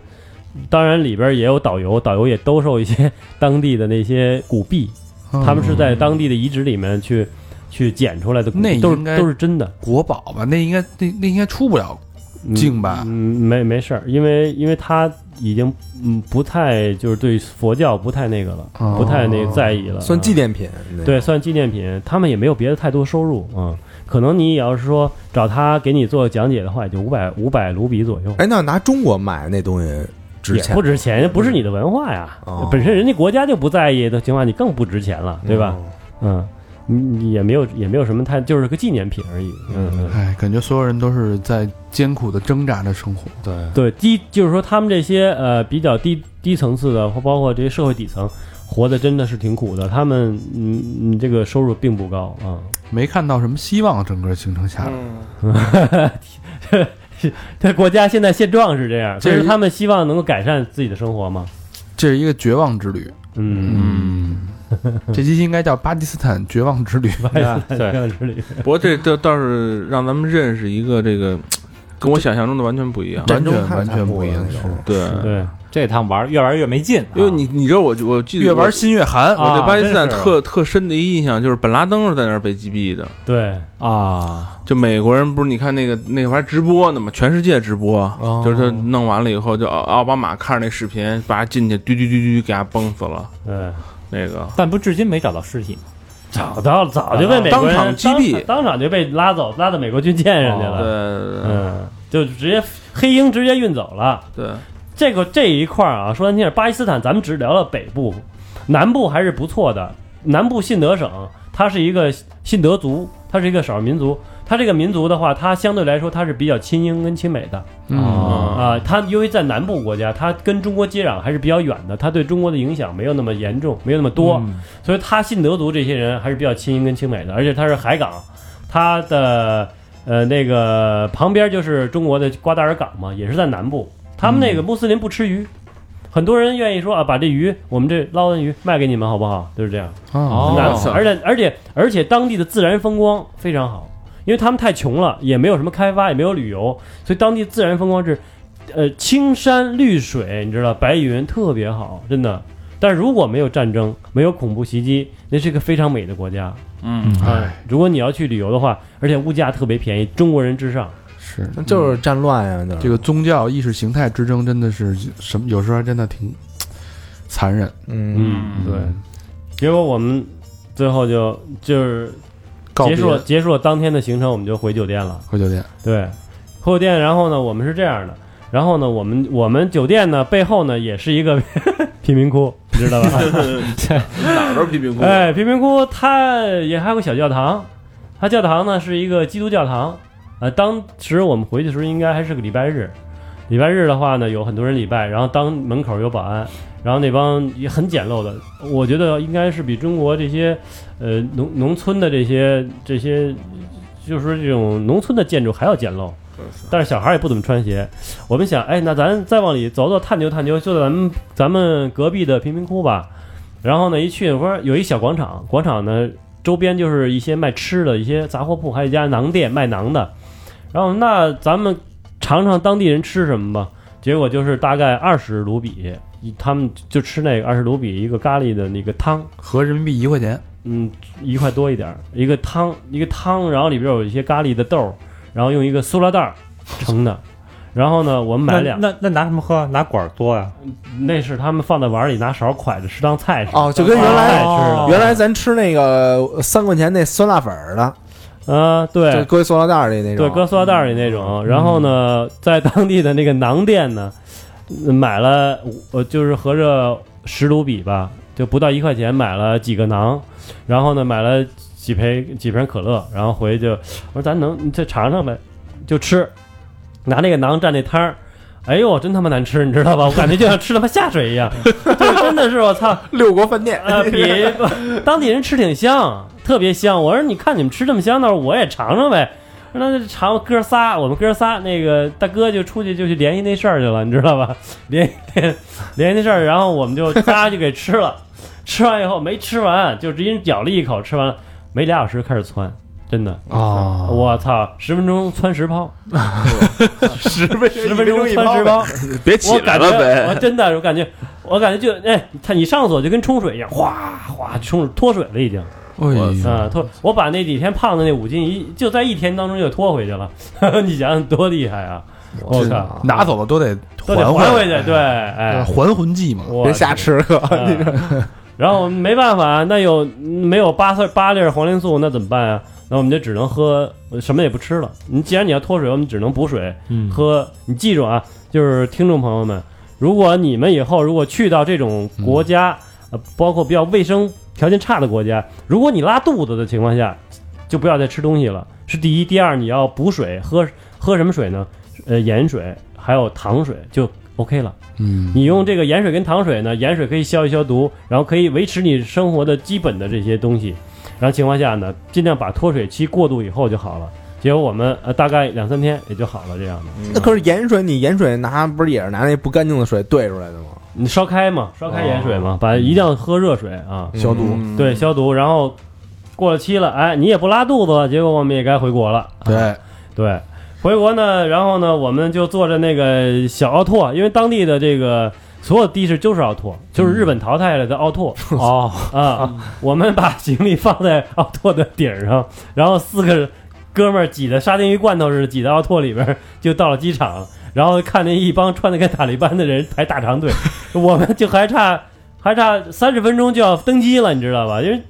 Speaker 6: 当然，里边也有导游，导游也兜售一些 当地的那些古币，
Speaker 2: 嗯
Speaker 6: 他们是在当地的遗址里面去去捡出来的古
Speaker 2: 那
Speaker 6: 币，都
Speaker 2: 应
Speaker 6: 是
Speaker 2: 该
Speaker 6: 都是真的。
Speaker 2: 国宝吧？那应该那那应该出不了
Speaker 6: 嗯
Speaker 2: 境吧
Speaker 6: 嗯，没没事儿，因为因为他已经嗯不太就是对佛教不太那个了，
Speaker 2: 哦
Speaker 6: 不太那在意了，
Speaker 4: 算
Speaker 6: 啊
Speaker 4: 纪念品，那
Speaker 6: 对，算纪念品，他们也没有别的太多收入啊、嗯可能你也要是说找他给你做讲解的话，也就五百五百卢比左右，
Speaker 4: 哎，那拿中国买那东西值
Speaker 6: 也
Speaker 4: 钱
Speaker 6: 不值钱，不是你的文化呀。
Speaker 4: 哦
Speaker 6: 本身人家国家就不在意的情况下，你更不值钱了，对吧？？
Speaker 4: 哦
Speaker 6: 嗯，你你也没有也没有什么太，就是个纪念品而已。嗯嗯。
Speaker 2: 哎，感觉所有人都是在艰苦的挣扎着生活。对，
Speaker 4: 嗯
Speaker 6: 对，低就是说他们这些呃比较低低层次的，或包括这些社会底层，活的真的是挺苦的。他们嗯嗯，这个收入并不高啊。
Speaker 2: 没看到什么希望，整个行程下来，
Speaker 6: 这国家 现在现状是这样，
Speaker 2: 这
Speaker 6: 所
Speaker 2: 是
Speaker 6: 以他们希望能够改善自己的生活嘛。
Speaker 2: 这是一个绝望之旅。
Speaker 6: 嗯，
Speaker 2: 嗯，这期应该叫巴基斯坦绝望 之旅。
Speaker 6: 对
Speaker 3: 不过这这倒是让咱们认识一个这个跟我想象中的完全不一样。
Speaker 4: 战
Speaker 2: 完
Speaker 4: 争
Speaker 2: 全
Speaker 4: 太
Speaker 2: 完全
Speaker 4: 残
Speaker 2: 不
Speaker 4: 酷
Speaker 2: 一
Speaker 4: 了
Speaker 2: 样
Speaker 4: 那，种
Speaker 2: 是
Speaker 3: 对，
Speaker 6: 对，
Speaker 5: 这趟玩越玩越没劲啊，
Speaker 3: 因为你你知道我我记得
Speaker 2: 越玩
Speaker 3: 我
Speaker 2: 心越寒
Speaker 5: 啊
Speaker 3: 我对巴基斯坦
Speaker 5: 真是
Speaker 3: 特特深的一印象就是本拉登是在那儿被击毙的。
Speaker 6: 对，
Speaker 5: 啊，
Speaker 3: 就美国人不是你看那个那会儿还直播呢嘛，全世界直播，
Speaker 4: 哦
Speaker 3: 就是他弄完了以后，就奥奥巴马看着那视频，把他进去，嘟嘟嘟嘟给他崩死了。
Speaker 6: 对，
Speaker 3: 那个
Speaker 5: 但不至今没找到尸体嘛
Speaker 6: 找到了早就被美国人
Speaker 3: 当场击毙
Speaker 6: 当当场就被拉走，拉到美国军舰上去
Speaker 3: 对
Speaker 6: 了，
Speaker 3: 对
Speaker 6: 嗯，就直接黑鹰直接运走了。
Speaker 3: 对，
Speaker 6: 这个这一块儿啊，说难听点，巴基斯坦咱们只聊了北部，南部还是不错的。南部信德省，它是一个信德族，它是一个少数民族。它这个民族的话，它相对来说它是比较亲英跟亲美的
Speaker 2: 嗯
Speaker 4: 嗯
Speaker 5: 啊，
Speaker 6: 啊、它由于在南部国家，它跟中国接壤还是比较远的，它对中国的影响没有那么严重，没有那么多。
Speaker 5: 嗯
Speaker 6: 所以他信德族这些人还是比较亲英跟亲美的，而且他是海港，他的呃那个旁边就是中国的瓜达尔港嘛，也是在南部。他们那个穆斯林不吃鱼，很多人愿意说啊，把这鱼我们这捞完鱼卖给你们好不好？就是这样。
Speaker 2: 啊
Speaker 5: 哦
Speaker 6: 南
Speaker 3: 是
Speaker 6: 而且而且而且当地的自然风光非常好，因为他们太穷了，也没有什么开发，也没有旅游，所以当地自然风光是，呃，青山绿水，你知道，白云特别好，真的。但如果没有战争，没有恐怖袭击，那是一个非常美的国家。
Speaker 3: 嗯，
Speaker 6: 哎，如果你要去旅游的话，而且物价特别便宜，中国人至上。
Speaker 2: 是
Speaker 4: 那
Speaker 6: 嗯
Speaker 4: 就是战乱呀，就是
Speaker 2: 这个宗教意识形态之争真的是什么，有时候还真的挺残忍。
Speaker 4: 嗯，
Speaker 6: 对。结果我们最后就就是
Speaker 2: 告
Speaker 6: 结
Speaker 2: 别
Speaker 6: 束了结束了当天的行程，我们就回酒店了。
Speaker 2: 回酒店，
Speaker 6: 对，后店，然后呢，我们是这样的，然后呢，我们我们酒店呢背后呢也是一个 贫民窟，你知道吧？
Speaker 3: 哪儿都是批评工。
Speaker 6: 哎，贫民窟它也还有个小教堂，它教堂呢是一个基督教堂，呃，当时我们回去的时候应该还是个礼拜日，礼拜日的话呢有很多人礼拜，然后当门口有保安。然后那帮也很简陋的，我觉得应该是比中国这些，呃，农农村的这些这些，就是说这种农村的建筑还要简陋。但是小孩也不怎么穿鞋，我们想，哎，那咱再往里走走，探究探究，就在咱们咱们隔壁的贫民窟吧。然后呢，一去我说有一小广场，广场呢周边就是一些卖吃的、一些杂货铺，还有一家馕店卖馕的。然后那咱们尝尝当地人吃什么吧。结果就是大概二十卢比，一他们就吃那个二十卢比一个咖喱的那个汤，
Speaker 2: 合人民币一块钱，
Speaker 6: 嗯，一块多一点，儿，一个汤，一个汤，然后里边有一些咖喱的豆儿，然后用一个塑料袋儿盛的。然后呢，我们买
Speaker 5: 那
Speaker 6: 两，
Speaker 5: 那那拿什么喝？拿管儿嘬呀？
Speaker 6: 那是他们放在碗里拿勺蒯着吃当菜吃。
Speaker 4: 哦，就跟原来
Speaker 6: 当菜吃的
Speaker 4: 原来咱吃那个三块钱那酸辣粉儿的，
Speaker 6: 啊、对，
Speaker 4: 就搁塑料袋儿里那种，嗯
Speaker 6: 对，搁塑料袋里那种。然后呢，在当地的那个馕店呢，呃买了五呃，就是合着十卢比吧，就不到一块钱买了几个馕，然后呢买了几瓶几瓶可乐，然后回去就我说咱能你再尝尝呗，就吃，拿那个馕蘸那汤儿。哎呦，真他妈难吃，你知道吧？我感觉就像吃他妈下水一样， 就是真的是我操，
Speaker 4: 六国饭店，
Speaker 6: 呃， 比当地人吃挺香，特别香。我说你看你们吃这么香，那我也尝尝呗。那就尝哥仨，我们哥仨那个大哥就出去就去联系那事儿去了，你知道吧？ 联系联联系那事儿，然后我们就仨就给吃了。 吃完以后没吃完，就直接咬了一口，吃完了没俩小时开始窜，真的，
Speaker 2: 啊
Speaker 6: 我操，十分钟窜十泡，
Speaker 4: 十分
Speaker 6: 十分钟窜十泡，
Speaker 3: 别起
Speaker 6: 我
Speaker 3: 来
Speaker 6: 感
Speaker 3: 了
Speaker 6: 觉，
Speaker 3: 呗。
Speaker 6: 我真的，我感觉，我感觉就哎，他你上锁就跟冲水一样，哗哗冲脱水了已经。
Speaker 2: 哎呦
Speaker 6: 啊，脱！我把那几天胖的那五斤一就在一天当中就脱回去了， 你想想多厉害啊！我靠，
Speaker 2: 拿走了都得
Speaker 6: 都得
Speaker 2: 还
Speaker 6: 回去，对，哎，
Speaker 2: 还魂计嘛，
Speaker 6: 我
Speaker 4: 别瞎吃可，
Speaker 6: 嗯 然后我们没办法，那有没有八色八粒儿黄连素，那怎么办啊？那我们就只能喝，什么也不吃了。你既然你要脱水，我们只能补水
Speaker 5: 嗯
Speaker 6: 喝。你记住啊，就是听众朋友们，如果你们以后如果去到这种国家，呃，包括比较卫生条件差的国家，如果你拉肚子的情况下，就不要再吃东西了。是第一，第二，你要补水，喝喝什么水呢？呃，盐水还有糖水就 OK 了。
Speaker 2: 嗯，
Speaker 6: 你用这个盐水跟糖水呢，盐水可以消一消毒，然后可以维持你生活的基本的这些东西。然后情况下呢，尽量把脱水期过渡以后就好了。结果我们呃大概两三天也就好了，这样的。
Speaker 4: 那可是盐水，你盐水拿不是也是拿那不干净的水兑出来的吗？
Speaker 6: 你烧开嘛，烧开盐水嘛，把一定要喝热水啊，
Speaker 4: 消毒
Speaker 3: 嗯
Speaker 6: 对，消毒。然后过了期了，哎，你也不拉肚子了，结果我们也该回国了。
Speaker 2: 对，
Speaker 6: 对，回国呢，然后呢，我们就坐着那个小奥拓，因为当地的这个所有的的士就是奥拓，就是日本淘汰了的奥拓。
Speaker 5: 哦，
Speaker 6: 啊， 我们把行李放在奥拓的顶上，然后四个哥们儿挤的沙丁鱼罐头似的挤到奥拓里边儿，就到了机场，然后看见一帮穿的跟塔利班的人排大长队， 我们就还差还差三十分钟就要登机了，你知道吧？因为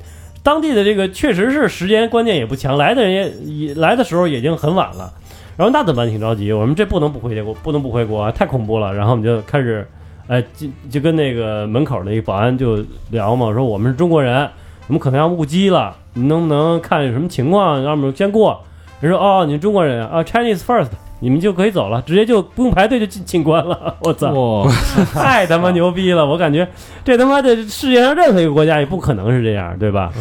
Speaker 6: 当地的这个确实是时间观念也不强，来的人也也来的时候已经很晚了。然后那怎么办？挺着急，我们这不能不回国，不能不回国啊，太恐怖了。然后我们就开始哎，就就跟那个门口的一个保安就聊嘛，说我们是中国人，我们可能要误机了，你能不能看有什么情况，让我们先过？人说哦，你是中国人啊，Chinese first，你们就可以走了，直接就不用排队就进进关了。我操，
Speaker 5: 哇，
Speaker 6: 太他妈牛逼了！我感觉这他妈的世界上任何一个国家也不可能是这样，对吧？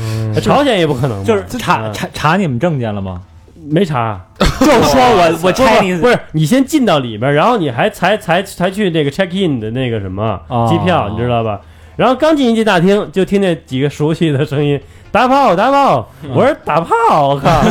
Speaker 6: 朝鲜也不可能吧，
Speaker 5: 就是查
Speaker 6: 嗯
Speaker 5: 查查你们证件了吗？
Speaker 6: 没查，
Speaker 5: 就说我我
Speaker 6: 不不
Speaker 5: Chinese
Speaker 6: 不是你先进到里边，然后你还才才才去那个 check in 的那个什么
Speaker 5: 哦
Speaker 6: 机票，你知道吧？然后刚进一进大厅，就听见几个熟悉的声音：“打炮，打炮！”我说：“打炮！”我 靠，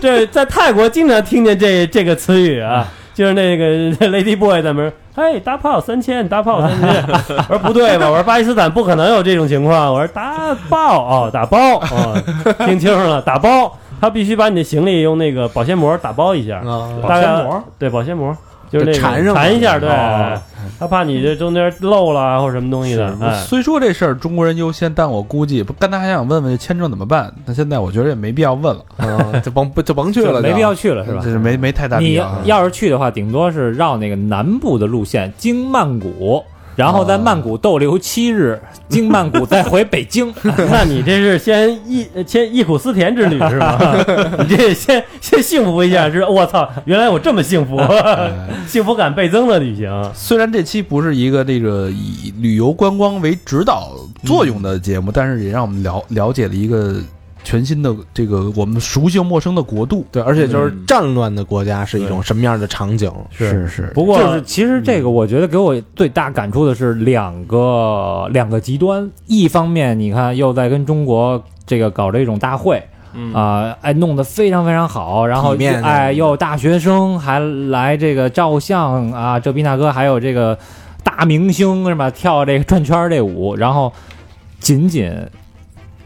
Speaker 6: 这在泰国经常听见这这个词语啊，就是那个 Lady Boy 在门，嘿，打炮三千，打炮三千。我说不对吧？我说巴基斯坦不可能有这种情况。我说打爆哦，打包哦，听清楚了，打包。他必须把你的行李用那个保鲜膜打包一下，
Speaker 4: 啊
Speaker 6: 大概
Speaker 4: 保鲜膜，
Speaker 6: 对保鲜膜，就是那个
Speaker 4: 就缠上了
Speaker 6: 缠一下，对
Speaker 5: 哦，
Speaker 6: 他怕你这中间漏了啊或者什么东西的
Speaker 2: 是，
Speaker 6: 哎，
Speaker 2: 虽说这事儿中国人优先，但我估计不，刚才还想问问签证怎么办，但现在我觉得也没必要问了，
Speaker 4: 啊，就甭不就甭去
Speaker 5: 就
Speaker 4: 了，
Speaker 5: 没必要去了是吧
Speaker 2: 嗯这？是没没太大必
Speaker 5: 你
Speaker 2: 要啊。
Speaker 5: 要是去的话，顶多是绕那个南部的路线，经曼谷，然后在曼谷逗留七日，经曼谷再回北京。
Speaker 6: 哎那你这是先忆呃先忆苦思甜之旅是吧？你这先先幸福一下，是我操，原来我这么幸福，幸福感倍增的旅行。
Speaker 2: 虽然这期不是一个这个以旅游观光为指导作用的节目，但是也让我们了了解了一个全新的这个我们熟悉又陌生的国度。
Speaker 4: 对，而且就是
Speaker 6: 嗯
Speaker 4: 战乱的国家是一种什么样的场景？
Speaker 6: 是
Speaker 2: 嗯是，
Speaker 5: 不过 就是其实这个，我觉得给我最大感触的是两个两个极端。一方面，你看又在跟中国这个搞这种大会。
Speaker 2: 嗯
Speaker 3: 嗯
Speaker 5: 啊、哎，弄得非常非常好，然后
Speaker 4: 体面
Speaker 5: 哎，又有大学生还来这个照相啊，这逼那哥，还有这个大明星是吧？跳这个转圈儿这舞，然后仅仅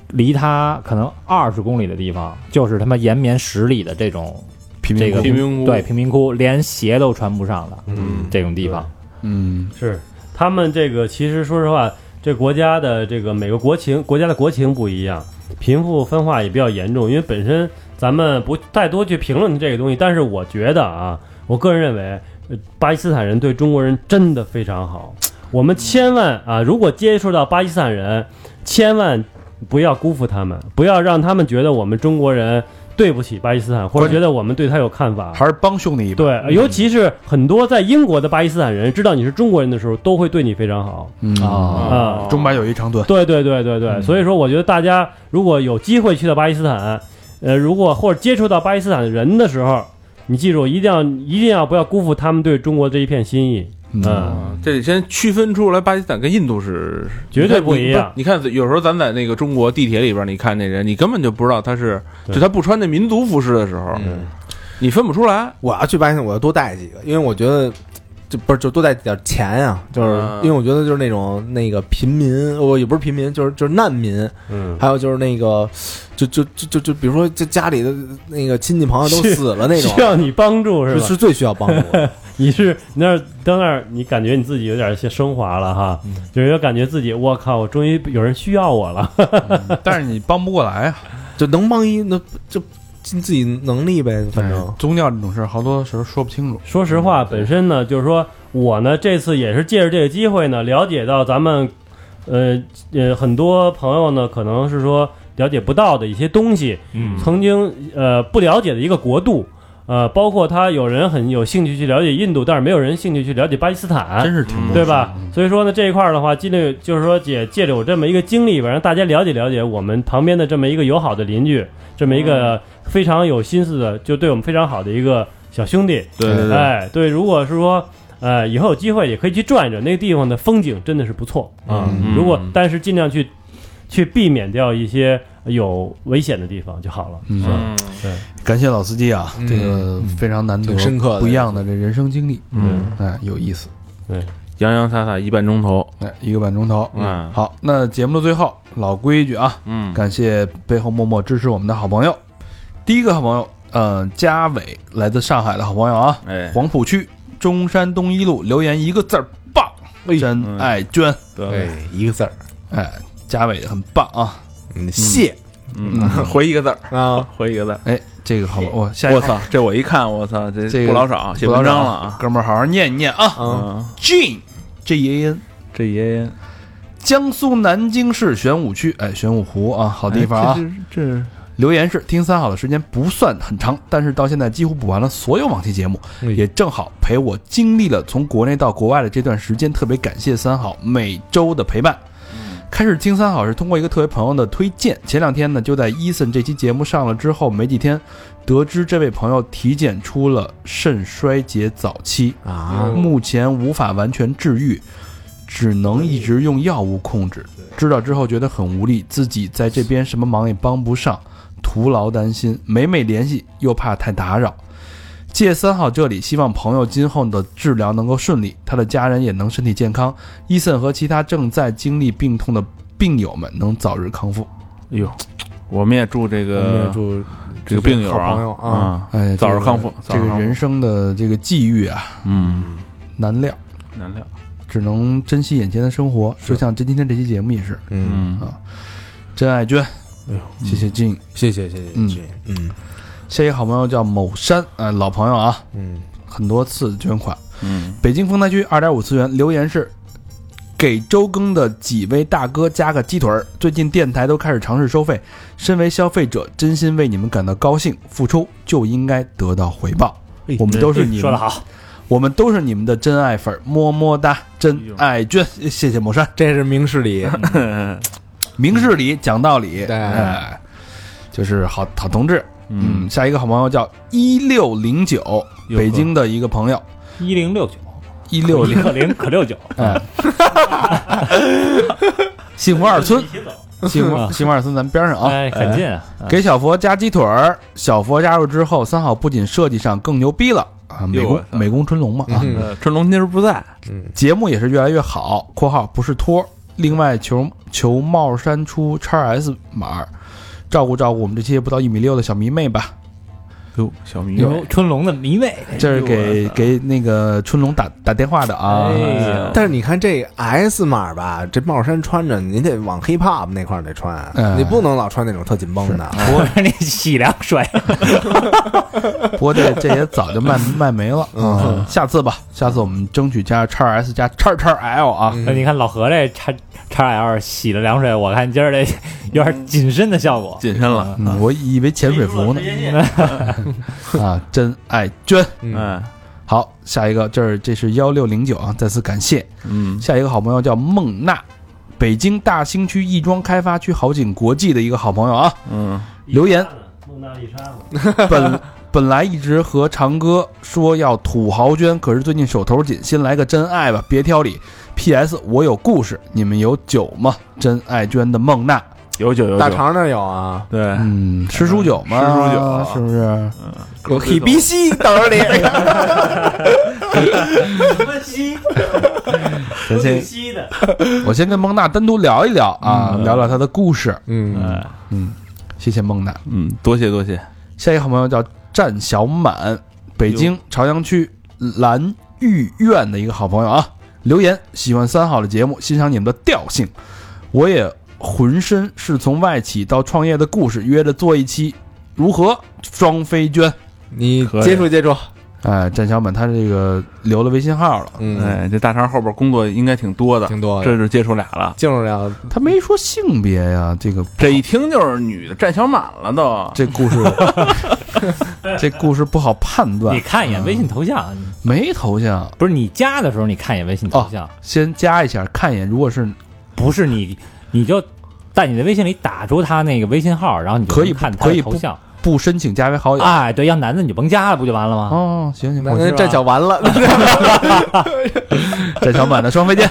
Speaker 5: 离他可能二十公里的地方，就是他妈延绵十里的这种
Speaker 2: 贫民
Speaker 5: 这个
Speaker 2: 窟
Speaker 3: 贫民窟
Speaker 5: 对贫民窟，连鞋都穿不上
Speaker 6: 嗯
Speaker 5: 的这种地方。
Speaker 2: 嗯，
Speaker 6: 是他们这个其实说实话，这国家的这个每个国情，国家的国情不一样，贫富分化也比较严重。因为本身咱们不太多去评论这个东西，但是我觉得啊，我个人认为，呃巴基斯坦人对中国人真的非常好。我们千万啊，如果接触到巴基斯坦人，千万不要辜负他们，不要让他们觉得我们中国人对不起巴基斯坦，或者觉得我们对他有看法。
Speaker 2: 还是帮兄弟一把。
Speaker 6: 对，呃尤其是很多在英国的巴基斯坦人知道你是中国人的时候，都会对你非常好
Speaker 2: 嗯
Speaker 3: 哦
Speaker 5: 啊
Speaker 6: 啊、
Speaker 2: 中白友谊长存。
Speaker 6: 对对对对对，
Speaker 5: 嗯
Speaker 6: 所以说我觉得大家如果有机会去到巴基斯坦，呃，如果或者接触到巴基斯坦人的时候，你记住一定要一定要不要辜负他们对中国这一片心意，嗯，
Speaker 3: 这得先区分出来，巴基斯坦跟印度是
Speaker 6: 绝对不一样
Speaker 3: 你看，有时候咱在那个中国地铁里边，你看那人，你根本就不知道他是，
Speaker 6: 对
Speaker 3: 就他不穿那民族服饰的时候，
Speaker 6: 嗯
Speaker 3: 你分不出来。
Speaker 4: 嗯我要去巴基斯坦，我要多带几个，因为我觉得就不是就多带点钱啊，就是
Speaker 3: 嗯
Speaker 4: 因为我觉得就是那种那个贫民，我也不是贫民，就是就是难民，
Speaker 6: 嗯，
Speaker 4: 还有就是那个就就就就就比如说这家里的那个亲戚朋友都
Speaker 6: 需
Speaker 4: 死了那种
Speaker 6: 嗯需，要你帮助是
Speaker 4: 是
Speaker 6: 吧？
Speaker 4: 是最需要帮助的。
Speaker 6: 你是你那儿到那儿，你感觉你自己有点些升华了哈，就是有感觉自己我靠，我终于有人需要我了，
Speaker 2: 但是你帮不过来啊。
Speaker 4: 就能帮一那就尽自己能力呗，反正
Speaker 2: 哎宗教这种事儿，好多时候说不清楚。
Speaker 6: 说实
Speaker 2: 嗯
Speaker 6: 话，本身呢，就是说我呢，这次也是借着这个机会呢，了解到咱们，呃呃，很多朋友呢，可能是说了解不到的一些东西，
Speaker 5: 嗯
Speaker 6: 曾经呃不了解的一个国度，呃，包括他有人很有兴趣去了解印度，但是没有人兴趣去了解巴基斯
Speaker 3: 哎
Speaker 6: 坦，
Speaker 2: 真是嗯挺
Speaker 3: 嗯
Speaker 2: 多
Speaker 6: 对吧？所以说呢，这一块儿的话，尽量就是说也借着我这么一个经历吧，让大家了解了解我们旁边的这么一个友好的邻居，这么一
Speaker 2: 嗯
Speaker 6: 个非常有心思的，就对我们非常好的一个小兄弟。
Speaker 3: 对对对，
Speaker 6: 哎，对，如果是说。呃，以后有机会也可以去转一转，那个地方的风景真的是不错啊。
Speaker 2: 嗯
Speaker 6: 如果
Speaker 3: 嗯
Speaker 6: 但是尽量去去避免掉一些有危险的地方就好了。
Speaker 2: 嗯，
Speaker 3: 嗯，
Speaker 2: 感谢老司机啊，这个非常难得、
Speaker 4: 挺深刻的
Speaker 2: 不一样的这人生经历，
Speaker 3: 嗯，
Speaker 2: 哎，有意思。
Speaker 3: 洋洋洒洒一半钟头，
Speaker 2: 哎，一个半钟头。
Speaker 3: 嗯
Speaker 2: 好，那节目的最后，老规矩啊，
Speaker 3: 嗯，
Speaker 2: 感谢背后默默支持我们的好朋友。第一个好朋友，呃，嘉伟，来自上海的好朋友啊，
Speaker 3: 哎，
Speaker 2: 黄浦区中山东一路留言一个字儿棒，
Speaker 3: 哎
Speaker 2: 真爱娟。
Speaker 3: 对，
Speaker 4: 哎，一个字儿，
Speaker 2: 哎，嘉伟很棒啊。
Speaker 4: 嗯谢
Speaker 3: 嗯， 回一个字儿，
Speaker 4: 啊，
Speaker 3: 回一个字儿。
Speaker 2: 哎，这个好，我下一
Speaker 3: 我
Speaker 2: 个
Speaker 3: 操，这我一看，我操，这
Speaker 2: 这个
Speaker 3: 不老少写
Speaker 2: 不
Speaker 3: 文
Speaker 2: 老
Speaker 3: 章
Speaker 2: 少
Speaker 3: 了啊。
Speaker 2: 哥们儿好好念一念啊。
Speaker 4: 嗯，
Speaker 3: 嗯，
Speaker 2: Jean J E A N，
Speaker 3: 这爷爷
Speaker 2: 江苏南京市玄武区，哎，玄武湖啊，
Speaker 3: 好
Speaker 2: 好地方啊。
Speaker 3: 哎这是
Speaker 2: 留言是听三好的时间不算很长，但是到现在几乎补完了所有往期节目，
Speaker 3: 哎
Speaker 4: 嗯
Speaker 2: 也正好陪我经历了从国内到国外的这段时间，特别感谢三好每周的陪伴。开始听三好是通过一个特别朋友的推荐，前两天呢就在伊森这期节目上了之后没几天，得知这位朋友体检出了肾衰竭早期，
Speaker 4: 啊，
Speaker 2: 目前无法完全治愈，只能一直用药物控制。知道之后觉得很无力，自己在这边什么忙也帮不上，徒劳担心。每每联系又怕太打扰。借三号这里，希望朋友今后的治疗能够顺利，他的家人也能身体健康。伊森和其他正在经历病痛的病友们能早日康复。
Speaker 3: 哟，我们也祝这
Speaker 4: 我们
Speaker 3: 个
Speaker 4: 也祝
Speaker 3: 呃这个病友
Speaker 4: 好朋友
Speaker 3: 啊
Speaker 4: 啊，
Speaker 2: 哎，
Speaker 3: 早日
Speaker 2: 这个
Speaker 3: 康复，早
Speaker 2: 这
Speaker 3: 日
Speaker 2: 个
Speaker 3: 康复
Speaker 2: 人生的这个际遇啊，
Speaker 3: 嗯，
Speaker 2: 难料，
Speaker 3: 难料，
Speaker 2: 只能珍惜眼前的生活。就像今天这期节目也是，
Speaker 4: 嗯，
Speaker 3: 嗯
Speaker 2: 真爱娟，
Speaker 4: 哎呦
Speaker 2: 谢谢静。
Speaker 4: 谢谢谢谢，
Speaker 2: 嗯
Speaker 4: 谢谢嗯
Speaker 2: 下一个好朋友叫某山，呃，老朋友啊，
Speaker 4: 嗯，
Speaker 2: 很多次捐款。
Speaker 3: 嗯，
Speaker 2: 北京丰台区二点五次元留言是：给周更的几位大哥加个鸡腿儿。最近电台都开始尝试收费，身为消费者，真心为你们感到高兴。付出就应该得到回报。我们都是你
Speaker 6: 说
Speaker 2: 们
Speaker 6: 的，好，
Speaker 2: 我们都是你们的真爱粉儿，么么哒，真爱娟，谢谢某山。
Speaker 4: 这是明事理，
Speaker 2: 明事理，讲道理，
Speaker 4: 对
Speaker 2: 哎，就是好好同志。
Speaker 3: 嗯，
Speaker 2: 下一个好朋友叫一六零九，
Speaker 3: 有
Speaker 2: 北京的一个朋友，
Speaker 5: 一零六九，
Speaker 2: 一六零，
Speaker 5: 可零可六九，
Speaker 2: 哎，幸福二村，
Speaker 6: 起走。
Speaker 2: 幸福幸福二村，咱们边上啊。
Speaker 5: 哎，很近啊，
Speaker 2: 给小佛加鸡腿儿，小佛加入之后，三好不仅设计上更牛逼了啊，美
Speaker 3: 哟
Speaker 2: 工
Speaker 3: 我操
Speaker 2: 美工春龙嘛啊，
Speaker 4: 嗯
Speaker 3: 呃 春龙今儿不在，
Speaker 4: 嗯
Speaker 2: 节目也是越来越好（括号不是托）。另外求求帽山出 x S 码，照顾照顾我们这些不到一米六的小迷妹吧。
Speaker 3: 哟，小
Speaker 2: 哎
Speaker 3: 迷
Speaker 5: 有春龙的迷妹，
Speaker 3: 哎
Speaker 2: 这是
Speaker 3: 呦
Speaker 2: 给
Speaker 3: 我操
Speaker 2: 给那个春龙打打电话的啊。
Speaker 5: 哎呀
Speaker 4: 但是你看这 S 码吧，这帽衫穿着，你得往 hip hop 那块儿得穿，
Speaker 2: 哎
Speaker 4: 你不能老穿那种特紧绷的。
Speaker 5: 我是那喜凉水，
Speaker 2: 不过这这也早就卖卖没了啊。下次吧，下次我们争取加 x S 加 x x L 啊。
Speaker 5: 那你看老何这叉叉 L 洗了凉水，我看今儿这有点紧身的效果，
Speaker 3: 近身了，
Speaker 2: 嗯，我以为潜水 服呢。啊，真爱娟。
Speaker 4: 嗯，
Speaker 3: 哎，
Speaker 2: 好，下一个，这是这是幺六零九啊，再次感谢。
Speaker 3: 嗯
Speaker 2: 下一个好朋友叫孟娜，北京大兴区亦庄开发区好景国际的一个好朋友啊，
Speaker 3: 嗯
Speaker 2: 留言，
Speaker 6: 孟娜丽莎嘛，
Speaker 2: 本本来一直和长哥说要土豪捐，可是最近手头紧，先来个真爱吧，别挑理。P.S. 我有故事，你们有酒吗？真爱捐的孟娜，
Speaker 3: 有酒有酒
Speaker 4: 大肠那儿有啊，
Speaker 3: 对，
Speaker 2: 嗯，吃书酒吗？
Speaker 3: 吃书酒
Speaker 2: 是不是？
Speaker 3: 嗯
Speaker 4: 有 T B C 等着你。
Speaker 6: 温西
Speaker 2: 咱先，
Speaker 6: 西的，
Speaker 2: 我先跟孟娜单独聊一聊啊，聊聊她的故事。
Speaker 4: 嗯，
Speaker 3: 哎，
Speaker 2: 谢谢孟娜。
Speaker 3: 嗯，多谢多谢，
Speaker 2: 下一个好朋友叫战小满，北京朝阳区蓝玉苑的一个好朋友啊，留言喜欢三好的节目，欣赏你们的调性，我也浑身是从外企到创业的故事，约着做一期，如何？双飞娟，
Speaker 4: 你
Speaker 3: 可以
Speaker 4: 接触接触，
Speaker 2: 哎，战小满他这个留了微信号了，
Speaker 4: 嗯，
Speaker 3: 哎，这大肠后边工作应该挺多的，
Speaker 4: 挺多
Speaker 3: 这
Speaker 4: 的，
Speaker 3: 就接触俩了。
Speaker 4: 进入了
Speaker 2: 他没说性别呀，这个
Speaker 3: 这一听就是女的，占小满了都。
Speaker 2: 这故事，这故事不好判断
Speaker 5: 你，看一眼微信头像，
Speaker 2: 没头像，
Speaker 5: 不是你加的时候你看一眼微信头像，
Speaker 2: 先加一下看一眼，如果是
Speaker 5: 不是你你就在你的微信里打出他那个微信号，然后你就
Speaker 2: 可以
Speaker 5: 能看
Speaker 2: 不
Speaker 5: 他
Speaker 2: 可以
Speaker 5: 的头
Speaker 2: 不
Speaker 5: 像，
Speaker 2: 不申请加为好友。
Speaker 5: 哎，对，要
Speaker 2: 啊
Speaker 5: 男的你就甭加了，不就完了吗？
Speaker 2: 哦，行行，
Speaker 4: 那
Speaker 2: 我
Speaker 4: 那
Speaker 2: 知道
Speaker 4: 站小完了，
Speaker 2: 加强版的双飞剑，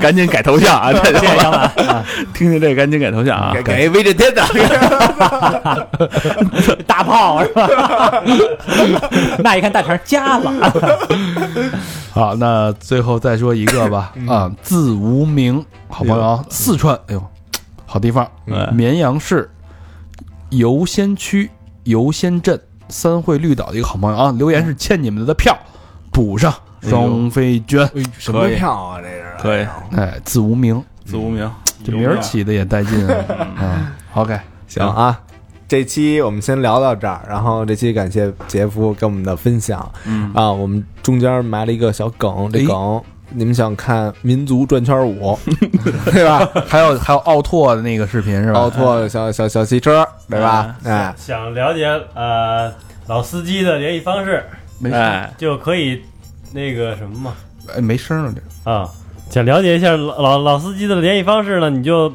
Speaker 3: 赶紧改头像 啊！这这 听见这赶紧改头像 啊！
Speaker 4: 给威震天的，
Speaker 5: 大炮是吧？ 那一看大肠加了，
Speaker 2: 好，那最后再说一个吧，啊，字无名，好朋友啊，四川，哎呦，哎好地方，
Speaker 3: 嗯
Speaker 2: 绵阳市游仙区游仙镇三汇绿岛的一个好朋友啊，留言是欠你们的票，补上双飞娟，
Speaker 4: 什么票啊？这是
Speaker 3: 可以，
Speaker 2: 哎，字无名，
Speaker 3: 字无名，
Speaker 2: 这名儿起的也带劲 啊，嗯，OK，
Speaker 4: 行啊，这期我们先聊到这儿，然后这期感谢杰夫给我们的分享，嗯啊，我们中间埋了一个小梗，这梗你们想看民族转圈舞，对吧？
Speaker 2: 还有还有奥拓的那个视频是吧？
Speaker 4: 奥拓小小小汽车，对吧？哎，
Speaker 6: 想了解呃老司机的联系方式，
Speaker 2: 没事儿，
Speaker 3: 哎，
Speaker 6: 就可以那个什么嘛
Speaker 2: 哎，没声儿了，这
Speaker 6: 啊，想了解一下老老老司机的联系方式呢，你就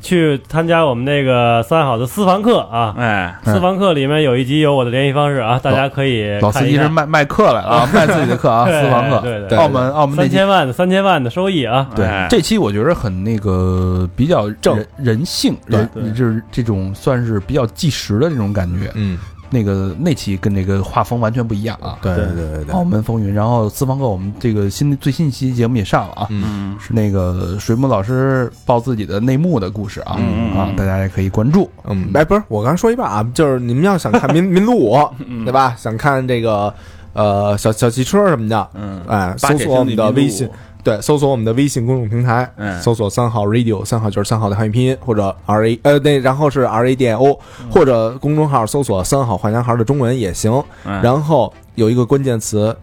Speaker 6: 去参加我们那个三好的私房课啊。
Speaker 3: 哎，
Speaker 2: 嗯
Speaker 6: 私房课里面有一集有我的联系方式啊，大家可以
Speaker 2: 老司
Speaker 6: 看一
Speaker 2: 机是
Speaker 6: 看
Speaker 2: 卖卖课来了啊，卖自己的课啊，
Speaker 6: 对
Speaker 2: 私房课。
Speaker 6: 对对
Speaker 4: 对
Speaker 2: 澳门澳门那
Speaker 6: 三
Speaker 2: 期，
Speaker 6: 千万的三千万的收益啊，
Speaker 2: 对
Speaker 3: 哎
Speaker 2: 这期我觉得很那个比较
Speaker 4: 正
Speaker 2: 人人性，人
Speaker 3: 对
Speaker 2: 就是这种算是比较纪实的这种感觉。
Speaker 4: 嗯，
Speaker 2: 那个那期跟这个画风完全不一样啊。
Speaker 4: 对对对对
Speaker 2: 澳，门风云，然后私房课我们这个新最新一期节目也上了啊，
Speaker 3: 嗯，
Speaker 2: 是那个水母老师爆自己的内幕的故事啊
Speaker 3: 嗯嗯嗯
Speaker 2: 啊，大家也可以关注。
Speaker 4: 嗯，哎，不是，我刚说一半啊，就是你们要想看民 民族舞，
Speaker 3: 嗯
Speaker 4: 对吧？想看这个呃小小汽车什么的，
Speaker 3: 嗯
Speaker 4: 哎，
Speaker 3: 八
Speaker 4: 搜
Speaker 3: 戒
Speaker 4: 索我们的
Speaker 3: 兄弟
Speaker 4: 微
Speaker 3: 民族
Speaker 4: 信，对，搜索我们的微信公众平台，
Speaker 3: 嗯
Speaker 4: 搜索三号 radio，三号就是三号的汉语拼音，或者 R A 呃那然后是 R A 点 O，或者公众号搜索三号坏男孩的中文也行。
Speaker 3: 嗯
Speaker 4: 然后有一个关键词，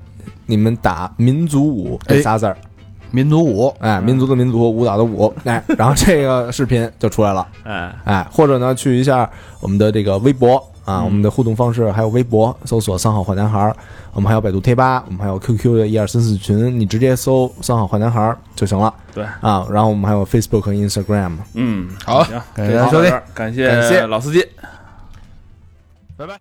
Speaker 4: 你们打民族舞
Speaker 3: 哎
Speaker 4: 这仨字儿，
Speaker 2: 民族舞，
Speaker 4: 哎，
Speaker 3: 嗯
Speaker 4: 民族的民族，舞蹈的舞，哎，然后这个视频就出来了。
Speaker 3: 哎，
Speaker 4: 哎，或者呢去一下我们的这个微博啊，我们的互动方式还有微博，搜索“三好坏男孩儿”，我们还有百度贴吧，我们还有 QQ 的一二三四群，你直接搜“三好坏男孩儿”就行了。
Speaker 3: 对
Speaker 4: 啊，然后我们还有 Facebook 和 Instagram。
Speaker 3: 嗯，
Speaker 2: 好
Speaker 3: 行，
Speaker 2: 感
Speaker 3: 这
Speaker 2: 谢
Speaker 3: 就到
Speaker 2: 大家收听
Speaker 3: 这。儿感
Speaker 4: 感谢
Speaker 3: 谢老司机。
Speaker 2: 拜拜。